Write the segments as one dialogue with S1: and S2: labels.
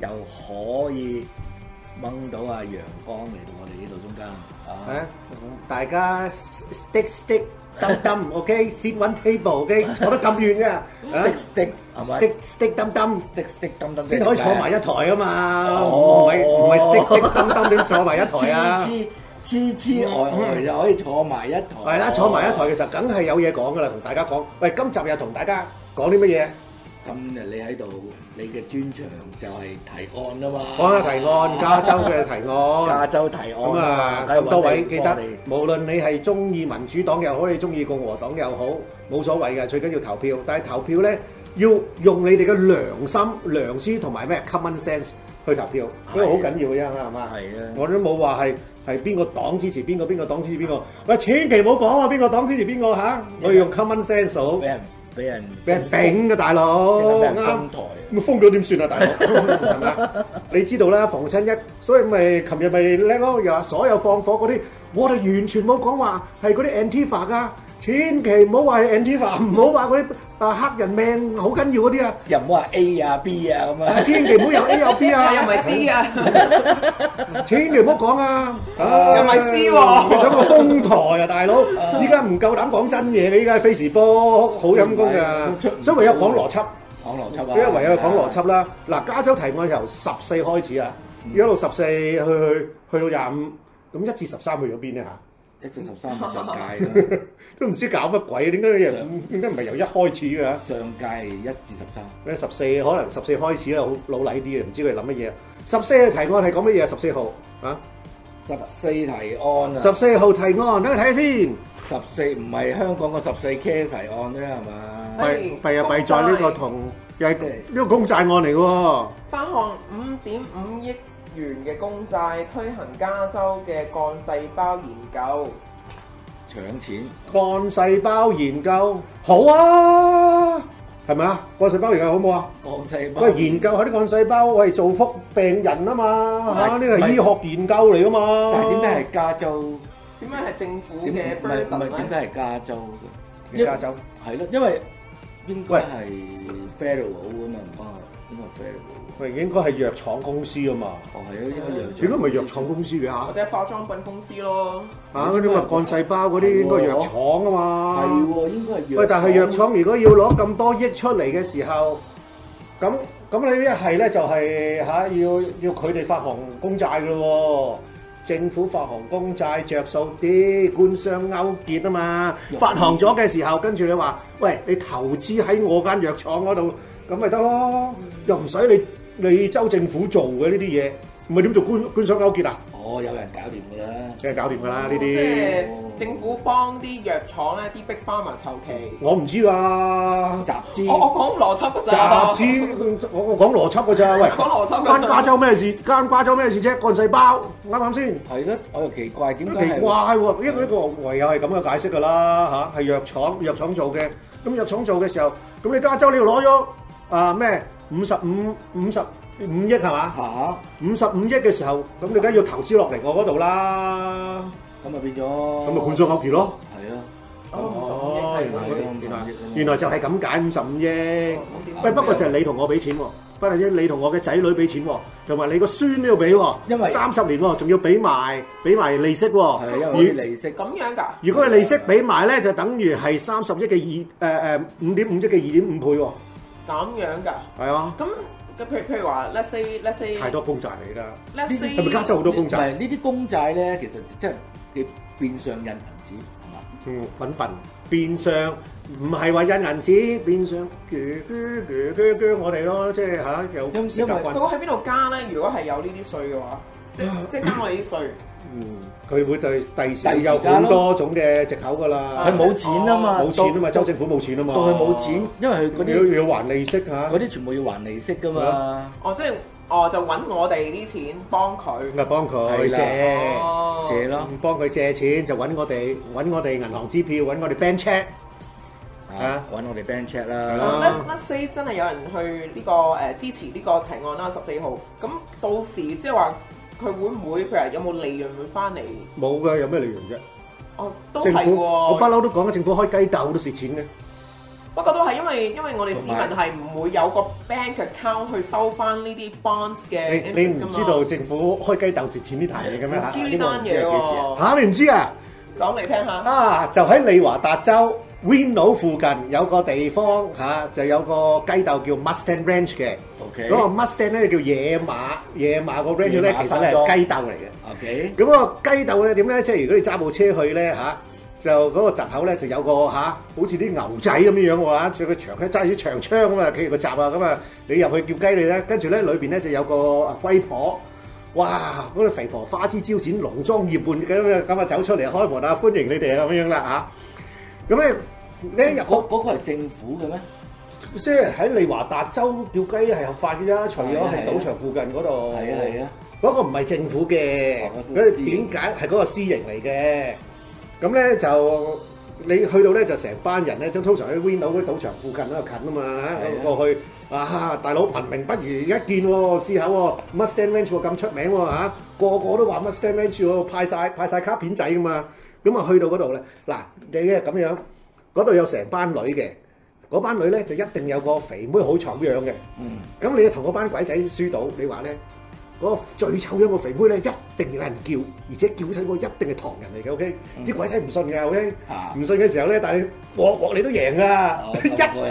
S1: 又可以掹到阿陽光嚟到我哋呢度中間啊！
S2: 啊大家 stick stick 擔擔，OK，sit one table，OK，坐得咁遠嘅啊
S1: Stick stick，係咪
S2: ，stick stick 擔擔
S1: 滴滴噔噔
S2: 先可以坐埋一
S1: 一
S2: 台啊嘛，
S1: 哦
S2: 唔係唔係 stick stick 擔擔點坐埋一台啊？
S1: 黐黐黐呆呆就可以坐埋一台，
S2: 係啦，坐埋一台嘅時候，梗係有嘢講噶啦，同大家講。喂，今集又同大家講啲乜嘢？
S1: 咁你喺度，你嘅專長就係提案啊嘛，
S2: 講下提案，加州嘅提
S1: 加
S2: 案。
S1: 州提案
S2: 咁啊，
S1: 梗係
S2: 咁多
S1: 揾
S2: 位
S1: 你
S2: 記
S1: 幫
S2: 得
S1: 你，
S2: 無論你係中意民主黨又好，你中意共和黨又好，冇所謂嘅，最緊要投票。但係投票咧，要用你哋嘅良心、良知同埋咩 common sense 去投票，
S1: 係
S2: 因為好緊要嘅啫，係嘛？
S1: 係啊
S2: 我都冇話係係邊個黨支持邊個，邊個黨支持邊個。喂，千祈唔好講啊，邊個黨支持邊個嚇？我要用 common sense 好
S1: 俾，人俾人
S2: 俾人丙嘅大佬，
S1: 俾人
S2: 啱
S1: 封。台啊！
S2: 咁封咗點算啊，大佬？係咪啊你知道啦，逢親一，所以咪琴日咪叻咯，又話所有放火嗰啲，我哋完全冇講話係嗰啲 Antifa 噶，千祈唔好話係 Antifa，唔好話嗰啲啊黑人命好緊要嗰啲啊，
S1: 又唔好話 A 啊 B 啊咁啊，
S2: 千祈唔好有 A 有 B 啊，
S3: 又唔係 D 啊，
S2: 千祈唔好講啊！À,
S3: 又咪 C 喎
S2: 你想個封台啊，大佬！依家唔夠膽講真嘢嘅，依家 Facebook 好陰功
S1: 出唔
S2: 㗎，
S1: 到
S2: 所以唯有講邏輯。
S1: 講邏輯啊，
S2: 因為唯有講邏輯啦。嗱，加州提案由十四開始啊，一路十四去去去到廿五，咁一至十三去咗邊咧嚇？
S1: 一至十三上屆啦，
S2: 都唔知搞乜鬼，點解嘢點解唔係由一開始嘅？啊
S1: 上屆一至十三，
S2: 咩十四可能十四開始啦，好老禮啲嘅，唔知佢哋諗乜嘢。十四嘅提案係講乜嘢啊？十四號啊，
S1: 十四提案
S2: 十
S1: 啊，
S2: 四號提案，等我睇下先。
S1: 十四唔係香港個十四 K 提案啫係嘛？
S2: 弊
S3: 係
S2: 弊啊弊在呢個同又係
S1: 即係
S2: 呢個公債案嚟嘅喎。
S3: 單項五點五億元嘅公債推行加州嘅幹細胞研究，
S1: 搶錢
S2: 幹細胞研究好啊，係咪啊？幹細胞研究好唔好啊？
S1: 幹細胞
S2: 佢係研究下啲幹細胞，我係造福病人啊嘛，
S1: 係
S2: 嚇呢個係醫學研究嚟噶嘛。
S1: 但係點解係加州？
S3: 點解係政府
S1: 點唔
S3: 嘅
S1: 係唔係
S3: burden
S1: 點
S3: 咧？
S1: 解係加州嘅？
S2: 點解加州
S1: 係咯，因為應該係 federal 啊嘛，唔關我應該係 federal。
S2: 佢應該係藥廠公司啊嘛，
S1: 哦，係啊，應該藥廠。
S2: 應該唔係藥廠公司嘅
S3: 或
S2: 嚇
S3: 者化妝品公司咯，
S2: 嚇嗰啲咪幹細胞嗰啲應該藥廠啊
S1: 係
S2: 嘛。
S1: 喎，應該係藥廠。
S2: 喂，但係藥廠如果要攞咁多億出嚟嘅時候，咁咁你一係咧就係嚇要要佢哋發行公債嘅咯喎。政府發行公債着數啲，官商勾結啊嘛
S1: 容易！
S2: 發行咗嘅時候，跟住你話：喂，你投資喺我間藥廠嗰度，咁咪得咯，又唔使你你州政府做嘅呢啲嘢，唔係點做官官商勾結啊？
S1: 哦，有人搞掂㗎啦。
S2: 梗係搞掂㗎啦呢啲，
S3: 即係政府幫啲藥廠咧，啲 big pharma 籌期。
S2: 我唔知㗎。
S1: 集資。
S3: 我我講邏輯㗎 咋，
S2: 集資，我我講邏輯㗎咋？喂，
S3: 講邏輯㗎
S2: 關加州咩事？關加州咩事啫？幹細胞啱唔啱先？
S1: 係咯，我又奇怪點解
S2: 奇
S1: 係
S2: 怪喎，因為呢個唯有係咁嘅解釋㗎啦嚇，係藥廠藥廠做嘅。咁藥廠做嘅時候，咁你加州你要攞咗啊咩五十五五十五億係嘛？
S1: 嚇？
S2: 五十五億嘅時候，咁你梗係要投資落嚟我嗰度啦，
S1: 咁咪變咗
S2: 咁
S1: 咁
S2: 咪官商勾結咯。
S1: 係啊，
S2: 哦，原來
S1: 係
S2: 原來原來就係咁解五十五億。喂，
S3: 喂，
S2: 不過就係你同我俾錢喎，不但止你同我嘅仔女俾錢喎，同埋你個孫都要俾喎，
S1: 因為
S2: 三十年喎，仲要俾埋俾埋利息喎。
S1: 係因為啲利息
S3: 咁樣㗎，
S2: 如如果係利息俾埋咧，就等於係三十億嘅二誒誒五點五億嘅二點五倍喎。
S3: 咁樣㗎。
S2: 係啊，
S3: 咁咁譬譬如話，let's say，let's say，
S2: 太多公債嚟㗎。
S3: let's
S1: 呢啲
S3: say，
S2: 係咪加州好多公
S1: 唔
S2: 債？
S1: 係呢啲公債咧，其實即係佢變相印銀紙係嘛？
S2: 嗯，揾笨變相唔係話印銀紙，變相鋸鋸鋸鋸鋸我哋咯，即係嚇有
S1: 因
S2: 時間
S3: 佢
S2: 關。
S3: 會喺邊度加咧？如果係有呢啲税嘅話，即即加我哋啲税，
S2: 嗯，佢會對第
S1: 第
S2: 時
S1: 時
S2: 有
S1: 間
S2: 好
S1: 咯
S2: 多種嘅藉口㗎啦
S1: 佢。冇錢啊嘛，
S2: 冇錢啊嘛，
S1: 到
S2: 州政府冇錢啊嘛，
S1: 到佢冇錢，因為佢嗰
S2: 要
S1: 啲
S2: 要還利息嚇
S1: 嗰，啲全部要還利息噶嘛。
S3: 哦，即係哦，就揾我哋啲錢幫佢。
S2: 咁啊幫佢
S1: 係啦
S2: 借，
S3: 哦，
S1: 借咯，
S2: 幫佢借錢就揾我哋揾我哋銀行支票，揾我哋 bank check。
S1: 啊，揾我哋 band check
S2: 係
S1: 啦
S2: 咯，
S3: Let 哦 Let's say 真係有人去呢、個誒、呃支持呢個提案啦，十四號。咁到時即係話佢會唔會譬如有冇利潤會翻嚟？
S2: 冇㗎，有咩利潤啫？
S3: 哦，都
S2: 政
S3: 係
S2: 府我不
S3: 喎。
S2: 嬲都講啦，政府開雞竇都蝕錢嘅。
S3: 不過都係因為因為我哋市民
S1: 同埋
S3: 係唔會有個 bank account 去收翻呢啲 bonds 嘅
S2: 你你
S3: interest 㗎
S2: 唔
S3: 嘛。
S2: 知道政府開雞竇蝕錢呢壇嘢嘅咩
S3: 唔
S2: 嚇？
S3: 知呢單
S1: 呢
S3: 嘢
S1: 個唔知係幾時
S3: 喎，
S2: 嚇你唔知啊？
S3: 講嚟聽下。
S2: 啊，就喺利華達州 Reno 附近有個地方嚇、就有個雞竇叫 Mustang Ranch 嘅。
S1: OK
S2: 嗰個 Mustang 咧叫野馬，野馬個 ranch
S1: 野
S2: 咧
S1: 馬
S2: 其實
S1: 山
S2: 咧
S1: 莊
S2: 係雞竇嚟嘅。
S1: ，OK，
S2: 咁個雞竇咧點咧？即係如果你揸部車去咧嚇、就嗰個閘口咧就有個嚇、好似啲牛仔咁樣樣喎嚇，著個長揸住長槍咁啊，企住個閘啊咁啊，你入去叫雞你咧，跟住咧裏邊咧就有個啊龜婆。哇！嗰、個肥婆花枝招展、濃妝豔扮咁樣咁啊，走出嚟開門啊，歡迎你哋啊咁樣啦嚇。咁咧，咧入
S1: 嗰嗰個係政府嘅咩？
S2: 即係喺利華達州叫雞係合法嘅啫，除咗係賭場附近嗰度。
S1: 啊係啊係啊，
S2: 嗰個唔係政府嘅
S1: 哦，嗰個
S2: 佢
S1: 私營
S2: 點解係嗰個私營嚟嘅？咁咧就你去到咧就成班人咧，即通常喺 Reno 嗰啲賭場附近啦，近啊嘛
S1: 係啊，
S2: 過去啊，大佬文明不如一見喎，思考喎，Mustang Ranch 喎咁出名喎嚇，個個都話 Mustang Ranch 喎，派晒派晒卡片仔噶嘛，咁啊去到嗰度咧，嗱你嘅咁樣，嗰度有成班女嘅，嗰班女咧就一定有個肥妹好醜樣嘅。
S1: 嗯，
S2: 咁你同嗰班鬼仔輸到，你話咧嗰個最醜樣個肥妹咧，一定有人叫，而且叫親個一定係唐人嚟嘅，OK？
S1: 嗯
S2: 啲鬼仔唔信㗎，OK？
S1: 啊
S2: 唔信嘅時候咧，但係鑊鑊你都贏㗎
S1: 哦，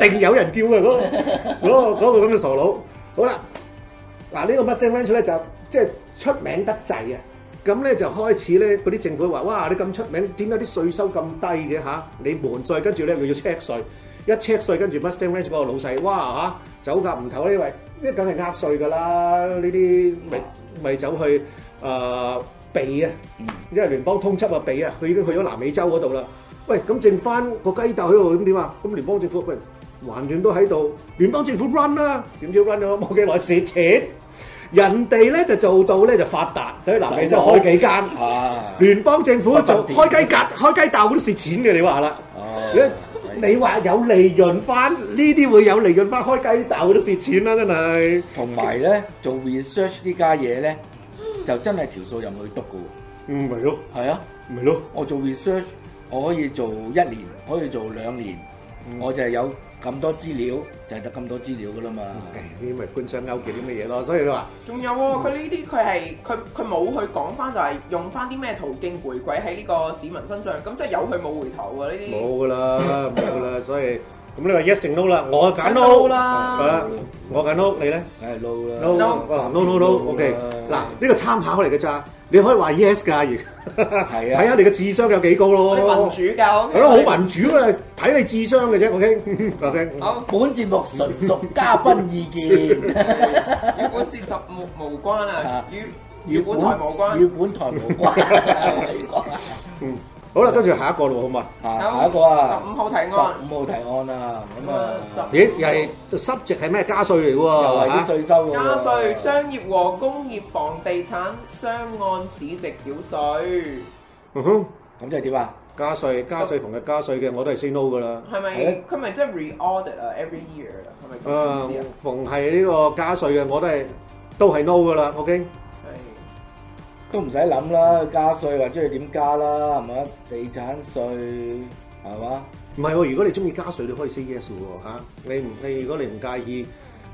S2: 一定有人叫啊嘅嗰個嗰個嗰個咁嘅傻佬。好啦，嗱呢個 Mustang Ranch 咧就即係出名得滯啊！咁咧就開始咧，嗰啲政府話：哇！你咁出名，點解啲税收咁低嘅嚇？你瞞税，跟住咧佢要 check 税，一 check 税，跟住 Mustang Ranch 嗰個老細，哇嚇，走夾唔唞呢位，呢梗係呃税㗎啦！呢啲咪咪走去誒、呃避啊！因為聯邦通緝啊比啊，佢已經去咗南美洲嗰度啦。喂，咁剩翻個雞竇喺度咁點啊？咁聯邦政府喂，還原都喺度，聯邦政府 run 啦、點知 run 咗冇幾耐蝕錢，人哋咧就做到咧就發達，走去南美洲開幾間。
S1: 啊，
S2: 聯邦政府
S1: 分
S2: 就
S1: 店
S2: 開雞格、開雞竇都蝕錢嘅，你話啦。
S1: 哦
S2: 你你話有利潤翻，呢啲會有利潤翻，開雞竇都蝕錢啦，真係。
S1: 同埋咧做 research 呢家嘢咧，就真係條數任佢篤嘅
S2: 唔係咯，
S1: 喎，係啊。
S2: 唔係咯。
S1: 我做 research，我可以做一年，可以做兩年，我就係有咁多資料，就係得咁多資料噶啦嘛。
S2: 唉呢啲咪官商勾結啲乜嘢咯，所以你話。
S3: 仲有喎、佢呢啲佢係佢佢冇去講翻，就係用翻啲咩途徑回饋喺呢個市民身上，咁即係有佢冇回頭喎呢啲。
S2: 冇噶啦，冇噶啦，所以咁你話 yes 定 no 啦，我揀 no
S3: No 啦
S2: 係啦，我揀 no，你咧
S1: 梗係 low 啦
S2: no
S3: No
S2: 啊 no no
S1: Uh，
S2: no，OK，嗱呢個參考嚟嘅咋，你可以話 yes 㗎，而
S1: 係啊
S2: 睇下你嘅智商有幾高
S3: 我
S2: 咯，
S3: 哋民主教，
S2: 係咯，好民主啊，睇你智商嘅啫，OK，OK，
S3: 好，
S1: 本節目純屬嘉賓意見，
S3: 與本節目無關啊
S1: 啊，
S3: 與 與本台無
S1: 與
S3: 關。
S1: 本台無 關。你講啊
S2: 嗯，好啦，跟住下一個咯，好嘛？
S3: 好
S1: 下一個啊，
S3: 十五號提案
S1: 十五號提案啊，咁啊，
S3: 十
S2: 咦，又係 subject 係咩加税嚟
S1: 又係
S2: 喎？
S1: 啲税收㗎
S3: 加
S1: 喎
S3: 税、商業和工業房地產雙按市值繳稅，
S2: 嗯哼
S1: 咁即係點啊？
S2: 加税加税，逢日加税嘅我都係 say no 噶啦。
S3: 係咪
S1: 係
S3: 佢咪即係 reorder 啊？Every year 啊，係咪咁
S2: 啊
S3: 意思啊？，
S2: 逢係呢個加税嘅我都係都係 no 噶啦，OK。
S3: 係。
S1: 都唔使諗啦，加税或者係點加啦，係咪？地產稅係嘛？
S2: 唔係喎，如果你中意加税，你可以 say yes 喎嚇你唔你如果你唔介意，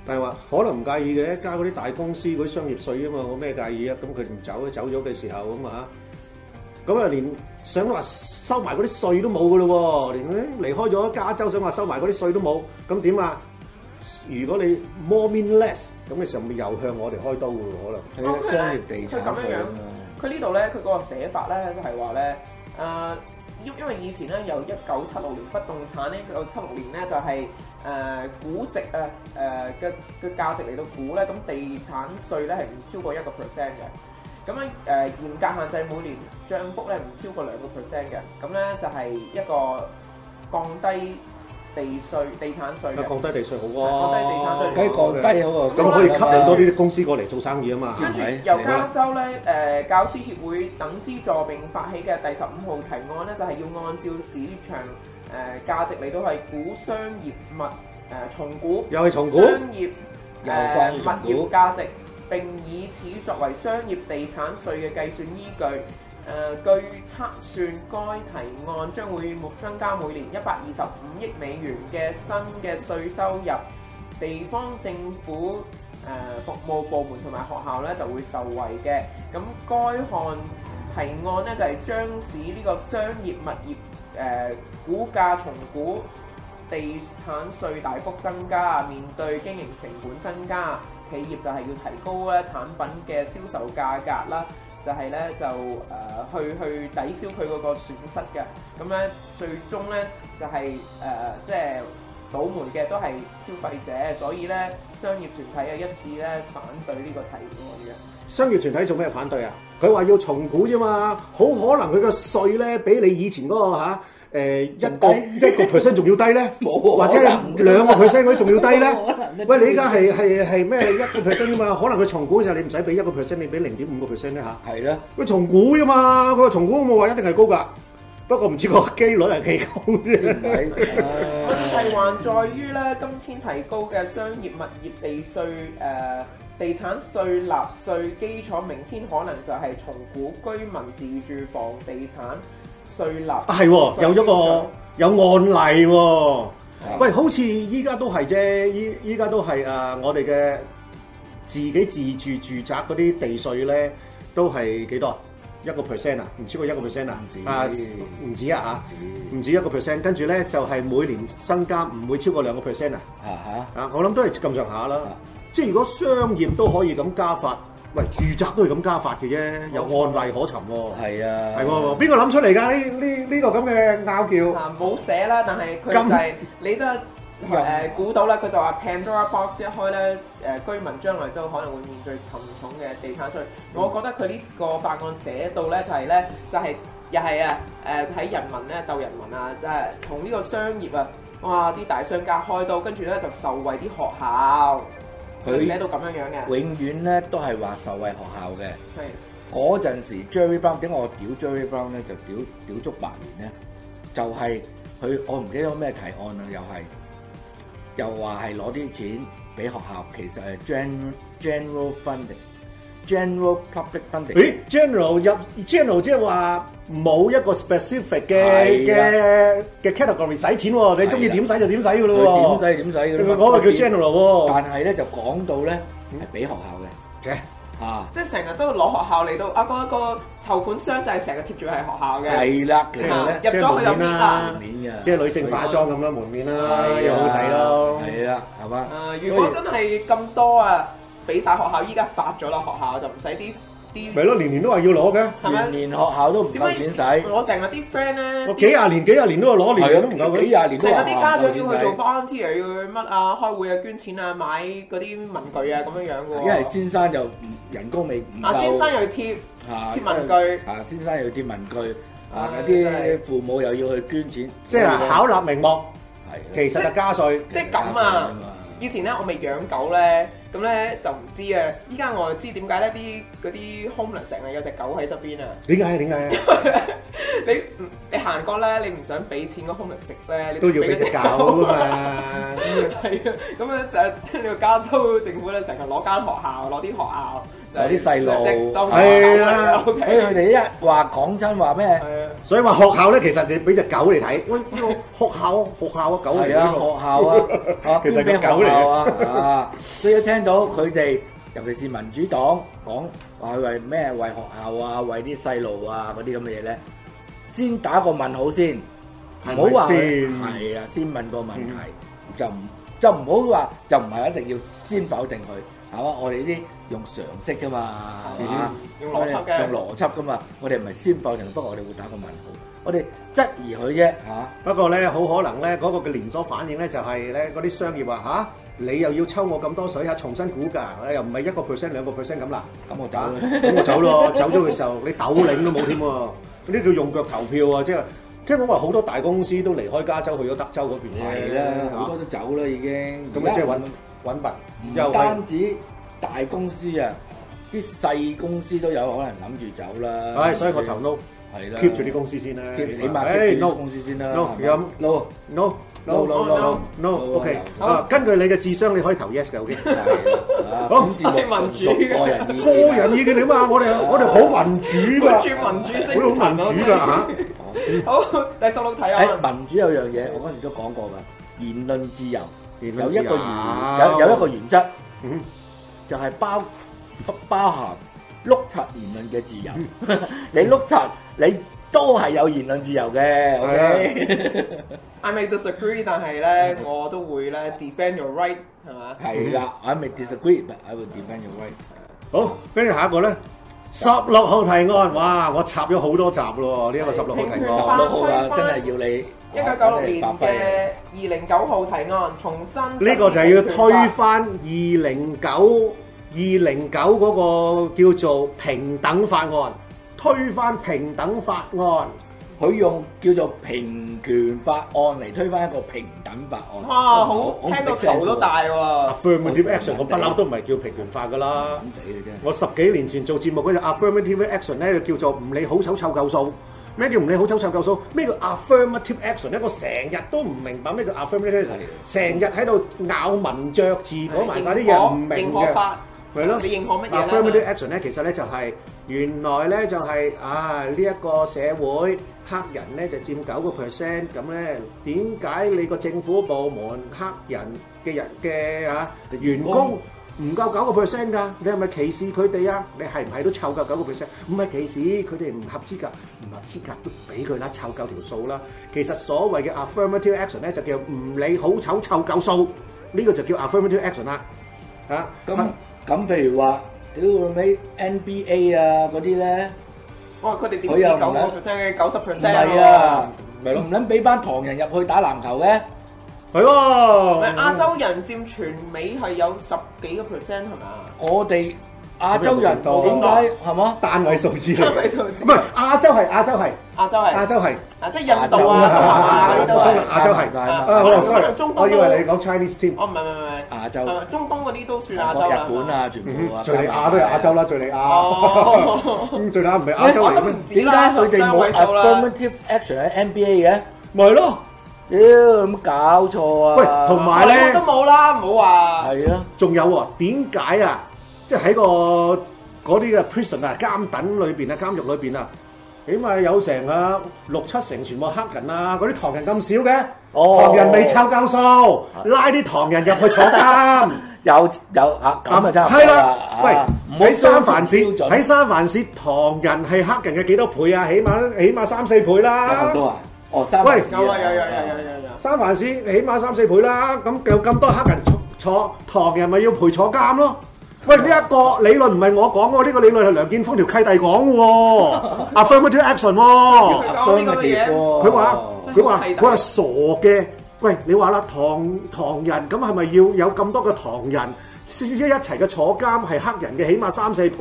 S2: 但係話可能唔介意嘅，加嗰啲大公司嗰啲商業税啊嘛，我咩介意啊？咁佢唔走，走咗嘅時候咁啊嚇，咁啊連想話收埋嗰啲税都冇噶咯喎，連離開咗加州想話收埋嗰啲税都冇，咁點啊？如果你 more mean less 咁嘅時候，咪又向我哋開刀噶喎，可能。
S1: 佢嘅商業地產稅啊嘛。
S3: 佢呢度咧，佢嗰個寫法咧就係話咧，誒、因因為以前咧由一九七六年不動產咧，一九七六年咧就係、誒、估值啊誒嘅嘅價值嚟到估咧，咁地產稅咧係唔超過一個 percent 嘅。咁咧誒嚴格限制每年漲幅咧唔超過兩個 percent 嘅，咁咧就係一個降低地税、地產稅嘅。
S2: 降低地稅好喎，
S3: 降低地產稅
S1: 梗係降低好過
S2: 咁可以吸引到呢啲公司過嚟做生意啊嘛。
S3: 跟住
S1: 係
S3: 由
S1: 係
S3: 加
S1: 啦
S3: 州咧誒、教師協會等資助並發起嘅第十五號提案咧，就係、要按照市場誒、價值嚟到係估商業物誒、重估
S2: 又係重估
S3: 商業誒、
S1: 又關於重
S3: 物
S1: 估
S3: 業價值，並以此作為商業地產稅嘅計算依據。誒、據測算，該提案將會目增加每年一百二十五億美元嘅新嘅稅收入，地方政府誒、服務部門同埋學校咧就會受惠嘅。咁該項提案咧就係、將使呢個商業物業誒、呃股價重估。地產稅大幅增加，面對經營成本增加，企業就係要提高咧產品嘅銷售價格啦，就係、咧就誒、呃去去抵消佢嗰個損失嘅。咁咧最終咧就係、呃即係倒霉嘅都係消費者，所以咧商業團體啊一致咧反對呢個提案嘅。
S2: 商業團體做咩反對啊？佢話要重估啫嘛，好可能佢個稅咧比你以前嗰、個嚇、誒一個
S1: 仲低
S2: 一個 percent 仲要低 咧，
S1: 冇
S2: 或者
S1: 可能
S2: 係兩個 percent 嗰啲仲要 低
S1: 冇可能
S2: 咧。
S1: 嘅
S2: 喂，你而家係係係咩一個 percent 啫嘛？可能佢重估就你唔使俾一個 percent，你俾零點五個 percent 咧嚇。
S1: 係 啦，
S2: 佢重估啫嘛，佢話重估我話一定係高㗎，不過唔知個機率係幾高啫。
S1: 唔係
S3: 問題
S1: 啊
S3: 還在於咧，今天提高嘅商業物業地稅誒、呃地產稅納稅基礎，明天可能就係重估居民自住房地產稅納。
S2: 啊，係喎，有咗個有案例喎。喂，好似依家都係啫，依依家都係啊！我哋嘅自己自住住宅嗰啲地税咧，都係幾多？一個 percent 啊，唔超過一個 percent 啊
S1: 唔止，
S2: 啊唔止啊嚇，
S1: 唔
S2: 唔止一個 percent。跟住咧就係每年增加唔會超過兩個 percent 啊。
S1: 啊嚇，
S2: 啊，我諗都係咁上下啦
S1: 啊。
S2: 即係如果商業都可以咁加法，喂，住宅都係咁加法嘅啫，有案例可尋喎。
S1: 係啊，
S2: 係喎，邊個諗出嚟㗎？呢呢呢個咁嘅拗撬？
S3: 啊冇寫啦，但係佢
S2: 咁
S3: 就係、你都誒、呃估到啦，佢就話 Pandora Box 一開咧，誒、居民將來就可能會面對沉重嘅地產稅。我覺得佢呢個法案寫到咧就係、咧，就係、又係啊誒喺人民咧鬥人民啊，即係同呢個商業啊，哇啲大商家開刀，跟住咧就受惠啲學校，佢寫
S1: 佢
S3: 到咁樣樣嘅，
S1: 永遠咧都係話受惠學校嘅。
S3: 係
S1: 嗰陣時 Jerry Brown 點解我屌 Jerry Brown 咧就屌屌足八年咧？就係、佢我唔記得咗咩提案啦，又係又話係攞啲錢俾學校，其實係 general general funding、general public funding。
S2: 咦，general 入 general 即係話冇一個 specific 嘅
S1: 係
S2: 嘅嘅 category 使錢喎，你中意點使就點使㗎咯
S1: 佢
S2: 喎。
S1: 點使點使嘅
S2: 佢
S1: 啦
S2: 嗰個叫
S1: 嗰邊
S2: general 喎。
S1: 但係咧就講到咧係俾學校
S2: 嘅
S1: 嘅啊，
S3: 即係成日都攞學校嚟到啊嗰一個籌款箱就係成日貼住係學校嘅，
S1: 係啦，
S2: Dạ,
S1: 其實
S3: 啊
S1: 咧
S2: 即係
S3: 入咗去就
S2: 門面
S3: 搣啦
S2: 啦。
S1: 面嘅，
S2: 即係女性
S1: Dạ.
S2: 化妝咁啦，門面啦，
S1: 係啊
S2: 又好睇咯。
S1: 係啦，係嘛？
S3: 啊！如果真係咁多啊，俾晒學校，依家發咗啦，學校就唔使啲
S2: 咪
S3: 啲
S2: 咯，年年都話要攞嘅。
S3: 係咪
S1: 年？年學校都唔夠錢使。
S3: 我成日啲 friend 咧，
S2: 我幾廿年幾廿年都話攞，
S1: Ờ,
S2: 年年都唔夠
S1: 啊幾
S2: 嘅。
S1: 廿年都
S3: 成日
S1: 話
S3: 啲家長
S1: 唔
S3: 要
S1: 夠錢
S3: 去
S1: 使
S3: 做 volunteer，要去乜啊，開會啊，捐錢啊，買嗰啲文具啊，咁樣樣嘅
S1: 因為
S3: 喎。
S1: 先生又唔人工未唔
S3: 啊，先生
S1: 夠，
S3: 又要貼，
S1: 啊
S3: 貼文具
S1: 啊先生又要貼文具，啊
S3: 唉
S1: 有
S3: 真係
S1: 啲父母又要去捐錢，
S2: 即係考立名目，
S1: 係啊
S2: 其實就加税。
S3: 即係咁啊！ 以前咧我未養狗咧，咁咧就唔知啊。依家我就知點解咧啲嗰啲 homeless 成日有隻狗喺側邊啊。
S2: 點解？點解？
S3: 你唔你行過咧，你唔想俾錢個 homeless 食咧，你
S2: 都要俾
S3: 嗰
S2: 隻狗 啊嘛。
S3: 係啊，咁樣就係即係呢個加州政府咧，成日攞間學校，攞啲學校，就係
S1: 攞啲細路
S3: 就係當
S2: 係啦
S3: ，O
S1: 所以
S3: K，
S1: 佢哋一話講真話咩？
S3: 係啊，
S2: 所以話學校咧，其實你俾只狗嚟睇，喂，呢個學校學校啊，狗嚟
S1: 係啊，學
S2: 嘅
S1: 校 啊，啊
S2: 其實
S1: 捐俾學
S2: 個狗嚟
S1: 校啊，啊，所以一聽到佢哋，尤其是民主黨講話為咩為學校啊，為啲細路啊嗰啲咁嘅嘢咧，先打個問號先，唔
S2: 係咪
S1: 好話佢
S2: 先
S1: 係啊，先問個問題，就唔就唔好話就唔係一定要先否定佢，係嘛？我哋呢啲用常識噶嘛，係嘛？
S3: 用邏輯
S1: 我哋
S3: 嘅，
S1: 用邏輯噶嘛，我哋唔係先否定，不過我哋會打個問號，我哋質疑佢啫，嚇、
S2: 不過咧，好可能咧，嗰個嘅連鎖反應咧，就係咧嗰啲商業話吓，你又要抽我咁多水啊，重新估價，又唔係一個 percent 兩個 percent 咁啦，
S1: 咁我走
S2: 啊
S1: 啦。
S2: 咁我走咯，走咗嘅時候你斗領都冇添喎，呢叫用腳投票啊，即係聽講話好多大公司都離開加州去咗德州嗰邊
S1: 係
S2: 咧
S1: 啦，好多都走啦已經。
S2: 咁啊，即係揾揾笨，又
S1: 唔
S2: 係
S1: 單止大公司啊，啲細公司都有可能諗住走啦。
S2: 唉，所以個頭撈
S1: 係啦
S2: keep 住啲公司先啦。
S1: ，keep 起碼 keep 住
S2: keep
S1: 啲
S2: no
S1: 公司先啦。
S2: no，
S1: 係咪
S2: 咁
S1: no
S2: no
S1: no
S2: no
S1: no no
S2: no OK
S1: 好
S2: 啊，根據你嘅智商，你可以投 yes 嘅 OK。好
S1: À, 好，本節目純屬個人意
S2: 個
S1: 見啊。
S2: 人意見 嚟嘛，我哋我哋好民主
S3: 本
S2: 㗎
S3: 住，民主精
S2: 我哋
S3: 神
S2: 好民主㗎嚇。
S3: 好，第十六題啊，
S1: 誒，民主有樣嘢，我嗰時都講過㗎，言論自由
S2: 言論
S1: 有
S2: 自由
S1: 一個原有有一個原則，
S2: 嗯
S1: 就係包不包含碌柒言論嘅自由。 你碌柒，你都係有言論自由嘅。OK，
S3: I may disagree，但係咧我都會咧 defend your right 係嘛？
S1: 係啦，I may disagree，but I will defend your right。
S2: 好，跟住下一個咧，十六號提案，哇！我插咗好多集咯，呢、一個十六號
S1: 十
S2: 提
S3: 係
S2: 案。
S1: 六號啦，真係要你
S3: 一九九六年
S1: 發揮啊
S3: 嘅二零九號提案，重新
S2: 呢個就係要推翻二零九二零九嗰個叫做平等法案，推翻平等法案。
S1: 佢用叫做平權法案嚟推翻一個平等法案。
S3: 哇，好聽到頭都大喎。
S2: Affirmative action 我不嬲都唔係叫平權法㗎啦。
S1: 咁地嘅啫。
S2: 我十幾年前做節目嗰陣，affirmative action 咧叫做唔理好醜湊夠數。咩叫唔理好醜湊夠數？咩叫 affirmative action 咧？我成日都唔明白咩叫 affirmative action，成日喺度咬文嚼字講埋晒啲嘢唔明
S3: 認可
S2: 嘅。
S3: 法，
S2: 咪咯，
S3: 你認可乜嘢
S2: a
S3: 啦
S2: f f i r m a t i v e action 咧，其實咧就係、原來咧就係、啊呢一、個社會黑人咧就佔九個 percent，咁咧點解你個政府部門黑人嘅人嘅啊
S1: 嘅
S2: 員
S1: 員
S2: 工
S1: 工
S2: 唔夠九個 percent 㗎？你係咪歧視佢哋啊？你係唔係都湊夠九個 percent？唔係歧視，佢哋唔合資格，唔合資格都俾佢啦，湊夠條數啦。其實所謂嘅 affirmative action 咧就叫唔理好醜湊夠數，呢、個就叫 affirmative action 啦。啊，
S1: 咁咁譬如話，屌老尾 NBA 啊嗰啲咧，
S3: 哇！哦佢哋點
S1: 佢
S3: 知
S1: 又唔
S3: 九個
S1: 撚
S3: percent 嘅九十
S1: 唔
S3: percent
S1: 係啊，
S2: 咪咯
S1: 唔撚俾班唐人入去打籃球嘅，
S2: 係
S3: 喎？
S2: 喎，
S3: 咪亞洲人佔全美係有十幾個 percent 係啊嘛？
S1: 我哋亞洲人
S2: 咁又
S1: 點
S2: 唔
S1: 解係嘛？
S2: 單位數字嚟嘅，
S3: 單位數字
S2: 唔係亞洲係亞洲係
S3: 亞洲
S2: 亞
S3: 係
S2: 洲係
S3: 啊，即係印度
S2: 亞洲
S3: 啊、東南亞嗰啲都
S2: 東
S3: 係
S2: 南。亞
S1: 加
S2: 洲係
S1: 埋晒
S2: 啊，
S1: 嘛
S2: 好啦，sorry，
S3: 中東都
S2: 我以為你講 Chinese 添，
S3: 哦，唔係唔係唔係，
S1: 亞洲
S3: 誒中東嗰啲都算亞
S1: 韓
S3: 洲
S1: 國、
S3: 啦。
S1: 日本啊，全部啊，
S2: 敍利亞都係亞洲啦，敍利 亞，
S3: 哦，
S2: 咁敍利亞唔係亞洲嚟
S3: 我
S2: 嘅
S3: 都
S2: 咩
S3: 唔？知
S1: 點解佢哋冇
S3: 三位數啦
S1: affirmative action 喺 NBA 嘅？
S2: 咪係咯，
S1: 屌咁搞錯啊！
S2: 喂，同埋
S3: 我都
S2: 咧，
S3: 冇啦，唔好話。
S1: 係啊，
S2: 仲有喎，點解啊？即係喺個嗰啲嘅 prison 啊，監等裏邊啊，監獄裏邊啊。起碼有成啊六七成全部黑人啊，嗰啲唐人咁少嘅，
S1: 哦
S2: 唐人未湊夠數，拉啲唐人入去坐監。
S1: 有有啊，咁啊真係
S2: 係
S1: 啊
S2: 啦，
S1: 唔
S2: 喂，
S1: 好
S2: 喺三藩市，
S1: 標準
S2: 喺三藩市唐人係黑人嘅幾多倍啊？起碼起碼三四倍
S1: 有
S2: 啦
S1: 咁。多啊？哦，三
S2: 喂
S1: 藩市啊
S3: 有啊有有有有有有。
S2: 三藩市起碼三四倍啦。咁有咁多黑人坐坐唐人，咪要陪坐監咯。喂，呢、一個理論唔係我講喎，呢、個理論係梁建峰條契弟 講喎，affirmative action
S1: À,
S2: 喎。
S3: 講呢個嘢
S2: 佢話
S3: 真係
S2: 佢話
S3: 好契弟
S2: 佢話傻嘅。喂，你話啦，唐唐人咁係咪要有咁多個唐人一一齊嘅坐監係黑人嘅，起碼三四倍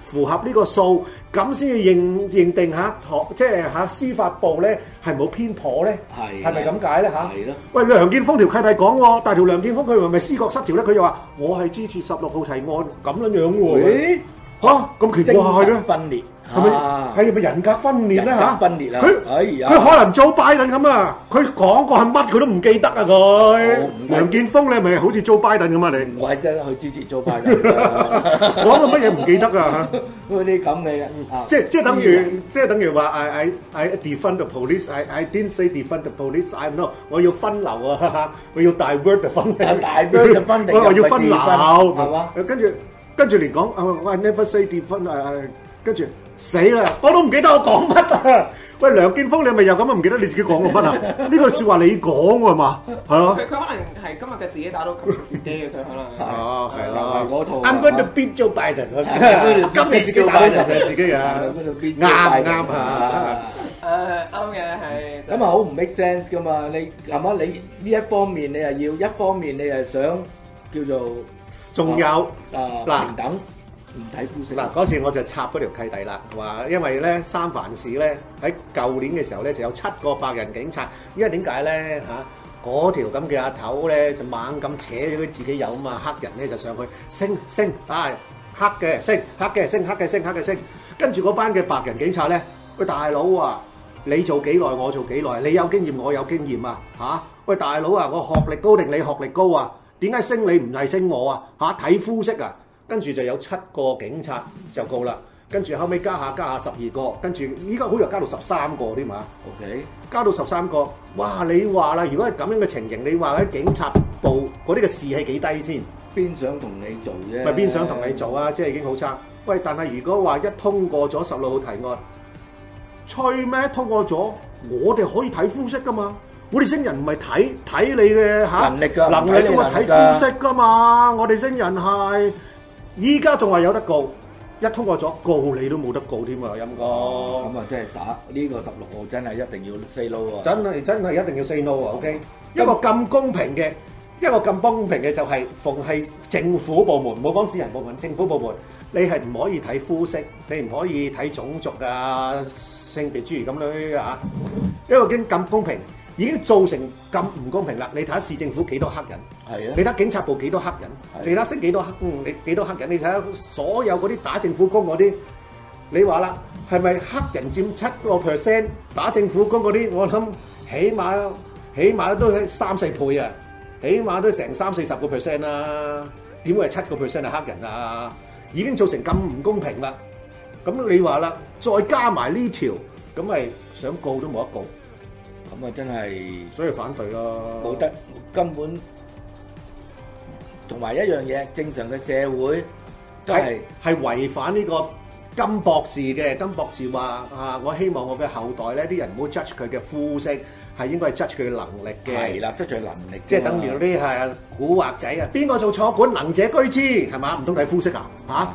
S2: 符合呢個數，咁先至認認定下唐即係嚇司法部咧係冇偏頗咧，
S1: 係
S2: 係咪咁解咧嚇？
S1: 係咯。
S2: 喂，梁建峰條契弟講喎，但係條梁建峰佢係咪思覺失調咧？佢又話我係支持十六號提案咁樣樣喎，
S1: 咦？
S2: 嚇咁奇
S1: 精
S2: 怪嘅
S1: 神。分裂
S2: 係咪
S1: 啊！
S2: 係咪人格分裂咧
S1: 人
S2: 嚇？
S1: 格分裂啊
S2: 佢
S1: 哎呀
S2: 佢可能做拜登咁啊！佢講過係乜佢都唔記得啊！佢
S1: 哦唔係
S2: 梁建峰你係咪好似做拜登咁啊？ 你
S1: 唔怪真去支持做派人啦，
S2: 講到乜嘢唔記得啊？
S1: 嗰啲咁嘅啊，
S2: 即即係等於即係等於話 I I I defund the police，I I didn't say defund the police，I no，我要分流啊！我要 divert the funding，
S1: divert the funding，
S2: 我我要分流
S1: 唔係 defund，係嘛？
S2: 跟住跟住連講啊，I never say defund，誒誒跟住死啦！我都唔記得我講乜啊！ 喂，梁建峰，你係咪又咁啊唔記得你自己講 過乜啊？呢句説話你講喎係嘛？係咯
S3: 佢。佢可能係今日嘅自己打到咁啲嘅，佢 可能。
S2: 哦，係
S1: 係嗰套
S2: I'm going to beat Joe Biden。
S1: 今日自己打到
S2: 今日自己打到係 自己啊，
S1: 喺嗰度邊
S2: 啱啱啊！
S1: À.
S3: 誒啱嘅係。
S1: 咁啊，好唔 make sense 噶嘛？你係嘛？你呢一方面你 à, 又要，一方面你又想叫做
S2: 仲有
S1: 啊
S2: 嗱
S1: 平等，唔睇膚色。
S2: 嗱，嗰次我就插嗰條契弟啦，話因為咧三藩市咧喺舊年嘅時候咧就有七個白人警察，因為點解咧嚇？嗰條咁嘅阿頭咧就猛咁扯咗佢自己有啊嘛，黑人咧就上去升升啊，黑嘅升黑嘅升黑嘅升黑嘅升，跟住嗰班嘅白人警察咧，喂大佬啊，你做幾耐我做幾耐，你有經驗我有經驗啊嚇、喂大佬啊，我學歷高定你學歷高啊？點解升你唔係升我啊？嚇、睇膚色啊！跟住就有七個警察就告啦，跟住後尾加下加下十二個，跟住依家好似加到十三個添嘛，
S1: OK，
S2: 加到十三個，哇！你話啦，如果係咁樣嘅情形，你話喺警察部嗰啲嘅士氣幾低先？
S1: 邊想同你做啫？
S2: 咪邊想同你做啊？即係已經好差。喂，但係如果話一通過咗十六號提案，吹咩？通過咗，我哋可以睇膚色噶嘛？我哋星人唔係睇睇你嘅嚇
S1: 能力㗎
S2: 能
S1: 唔睇
S2: 力
S1: 你
S2: 㗎嘛，
S1: 能
S2: 睇
S1: 力㗎
S2: 膚色噶嘛。我哋星人係依家仲話有得告，一通過咗告你都冇得告添啊！陰
S1: Ờ. 哦，
S2: 公
S1: 咁啊真係耍呢個十六號真係一定要 say no 喎。
S2: 真係真係一定要 say no 啊！OK，一個咁公平嘅，一個咁公平嘅就係逢係政府部門，唔好講私人部門，政府部門你係唔可以睇膚色，你唔可以睇種族啊、性別諸如咁樣啊。因為已經咁公平，已經造成咁唔公平啦。你睇下市政府幾多黑人？
S1: 係啊
S2: 你。睇下警察部幾多黑人，你睇下識幾多黑，嗯，你幾多黑人？你睇下所有嗰啲打政府工嗰啲，你話啦，係咪黑人佔七個 percent 打政府工嗰啲？我諗起碼起碼都係三四倍啊，起碼都成三四十個 percent 啦，點會係七個 percent 係黑人啊？已經造成咁唔公平啦。咁你話啦，再加埋呢條，咁咪想告都冇得告，
S1: 咁啊，真係
S2: 所以反對咯。
S1: 冇得根本，同埋一樣嘢，正常嘅社會都
S2: 係
S1: 係
S2: 係違反呢個金博士嘅。金博士話啊，我希望我嘅後代咧，啲人唔好 judge 佢嘅膚色，係應該係 judge 佢嘅能力
S1: 係
S2: 嘅。
S1: 啦，即係能力。
S2: 即係等於嗰啲係古惑仔啊，邊個做錯管能者居之係嘛？唔通睇膚色啊？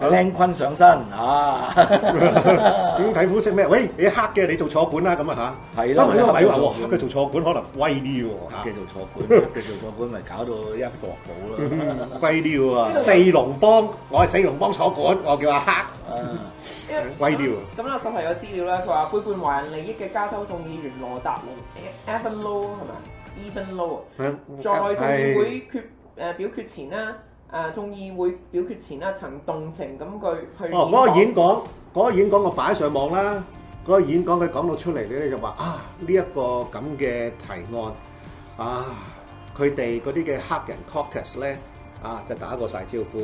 S2: 嚇、
S1: 靚坤上身啊！
S2: 點睇膚色咩？喂，你黑嘅你做錯管啦咁啊嚇。
S1: 係咯
S2: 不過呢個咪話喎，
S1: 黑
S2: 黑
S1: 嘅
S2: 嘅
S1: 做
S2: 做錯管可能威啲喎嚇
S1: 繼續坐館，繼續坐館咪搞到一國寶 啦。
S2: 嗯威啲喎。四龍幫，我係四龍幫坐管，我叫阿黑。
S1: 啊
S3: 因為
S2: 威料啊
S3: 咁我搜查咗資料啦，佢話背叛華人利益嘅加州眾議員羅達龍 Evan Low 係咪？Evan Low 啊
S2: 嗯
S3: 在眾議會決誒、表決前啦，誒、眾議會表決前啦，曾動情咁句去
S2: 哦，嗰個
S3: 演
S2: 演講，嗰個演講我擺上網啦。嗰個演講佢講到出嚟咧，就話啊呢一個咁嘅提案啊，佢哋嗰啲嘅黑人 caucus 咧啊就打過晒招呼，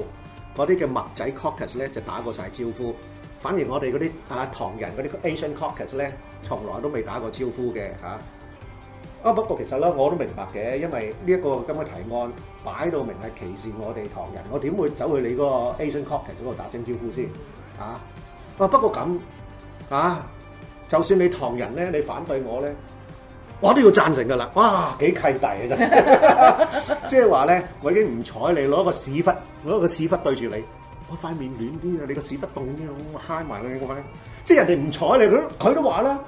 S2: 嗰啲嘅墨仔 caucus 咧就打過晒招呼，反而我哋嗰啲啊唐人嗰啲 Asian caucus 咧，從來都未打過招呼嘅嚇。 啊不過其實咧我都明白嘅，因為呢一個咁嘅提案擺到明係歧視我哋唐人，我點會走去你嗰個 Asian Caucus 嗰度打聲招呼先啊？啊不過咁啊，就算你唐人咧，你反對我咧，我都要贊成噶啦！哇，幾契弟啊真係，即係話咧，我已經唔睬你，攞個屎忽，攞個屎忽對住你，我塊面暖啲啊，你個屎忽凍啲啊，我揩埋你個塊，即係人哋唔睬你，佢都佢都話啦。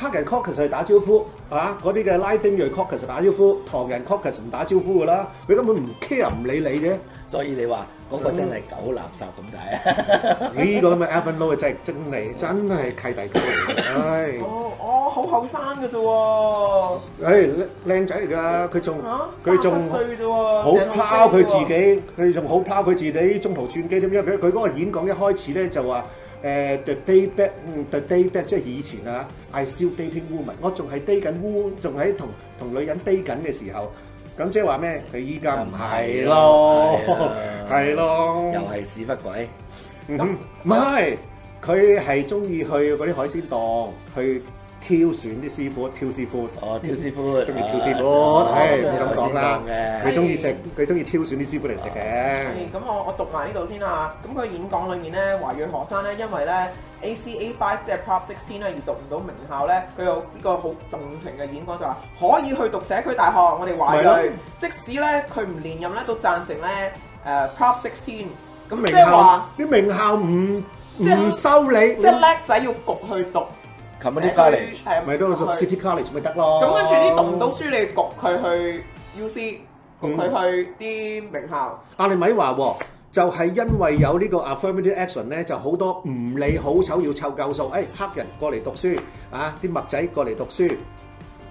S2: 黑人 caucus 係打招呼啊，嗰啲嘅拉丁裔 caucus 打招呼，唐人 caucus 唔打招呼噶啦，佢根本唔 care 唔理你嘅。
S1: 所以你話嗰個真係狗垃圾咁解啊？
S2: 呢個咁嘅 Evan Low 真係真係真係契弟哥嚟嘅，唉，
S3: 哦哦，好後生嘅啫喎，
S2: 唉靚仔嚟㗎，佢仲
S3: 嚇
S2: 佢仲
S3: 37歲啫哦喎，
S2: 好
S3: 成
S2: 拋佢
S3: 六
S2: 自
S3: 歲啫喎
S2: 己，佢仲好拋佢自己中途轉機點樣？佢佢嗰個演講一開始咧就話誒、the day back，嗯，the day back 即係以前啊，I still dating woman，我仲係 date 緊 woman，仲喺同同女人 date 緊嘅時候，咁即係話咩？佢依家唔 係咯
S1: 係啊，
S2: 係咯，
S1: 又係屎忽鬼。
S2: 咁唔係，佢係中意去嗰啲海鮮檔去挑選啲師傅，挑師傅。
S1: 哦，挑師傅，
S2: 中意挑師傅，
S1: 啊
S2: 唉，唔好咁講啦
S1: 頭先講
S2: 佢
S1: 嘅
S2: 中意食，佢中意挑選啲師傅嚟食嘅。
S3: 係咁我我讀埋呢度先啦。咁佢演講裏面咧，華裔學生咧，因為咧 ACA Five 即係 Prop Sixteen 咧而讀唔到名校咧，佢有呢個好動情嘅演講就話可以去讀社區大學，我哋華
S2: 咪咯
S3: 裔即使咧佢唔連任咧都贊成咧誒 Prop Sixteen。
S2: 咁
S3: 咁
S2: 名
S3: 即係
S2: 校
S3: 話，
S2: 啲名校唔
S3: 即係
S2: 唔收你，
S3: 即係叻仔要焗去讀
S1: Community
S3: 社區
S1: college
S3: 係
S2: 咪都讀
S3: 焗去
S2: City College 咪得咯。
S3: 咁跟住啲讀唔到書，你焗佢去 UC，焗佢去啲名校。
S2: 啊，你咪話喎，就係因為有呢個 affirmative action 咧，就好多唔理好醜要湊夠數，誒、黑人過嚟讀書啊，啲墨仔過嚟讀書，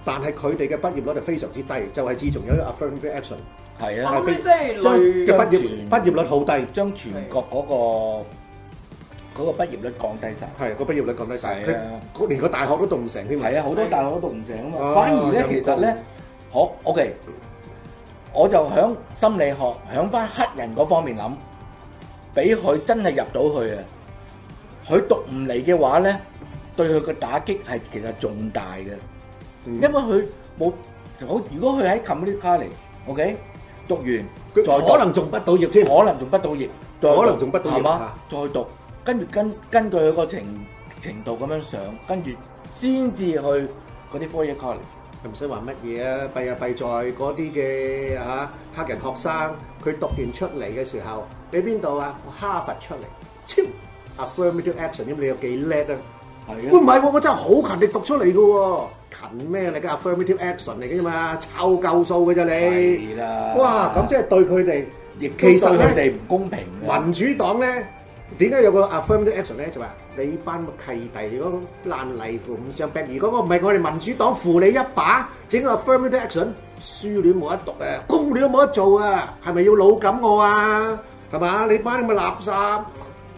S2: 但係佢哋嘅畢業率就非常之低，就係、自從有呢個 affirmative action
S1: 係啊，
S3: 我諗你真係累
S2: 嘅畢
S1: 跟
S2: 業
S1: 住
S2: 畢業率好低，
S1: 將全國嗰、個嗰、個畢業率降低晒。
S2: 係個畢業率降低晒，
S1: 係啊
S2: 佢連個大學都讀唔成添啊。
S1: 係啊，好多大學都讀唔成啊嘛。
S2: 啊
S1: 反而咧
S2: 有，
S1: 其實咧，好 OK，我就響心理學響翻黑人嗰方面諗，俾佢真係入到去啊，佢讀唔嚟嘅話咧，對佢嘅打擊係其實重大嘅，因
S2: 嗯
S1: 為佢冇好。如果佢喺 community college，OK、讀完
S2: 佢
S1: 再讀
S2: 可能仲畢到業添。
S1: 可能仲不到業，再
S2: 可能仲不到業
S1: 係嘛
S2: 啊？
S1: 再讀，跟住根根據佢個程程度咁樣上，跟住先至去嗰啲 four year college。
S2: 唔使話乜嘢啊，弊啊弊在嗰啲嘅嚇黑人學生，佢讀完出嚟嘅時候，你邊度啊？我哈佛出嚟，超 affirmative action 咁，你有幾叻啊？喂
S1: 係
S2: 唔係喎，我真係好勤力讀出嚟嘅喎，勤咩你嘅 affirmative action 嚟嘅啫嘛，湊夠數嘅啫你。
S1: 係啦。
S2: 哇，咁即係對佢哋。
S1: 亦都
S2: 其
S1: 對
S2: 實呢
S1: 佢哋唔公平嘅。
S2: 民主黨咧點解有個 affirmative action 咧？就話你班契弟嗰個爛泥扶唔上壁，如果我唔係我哋民主黨扶你一把，整個 affirmative action，書你都冇得讀啊，工你都冇得做啊，係咪要老感我啊？係嘛？你班咁嘅垃圾，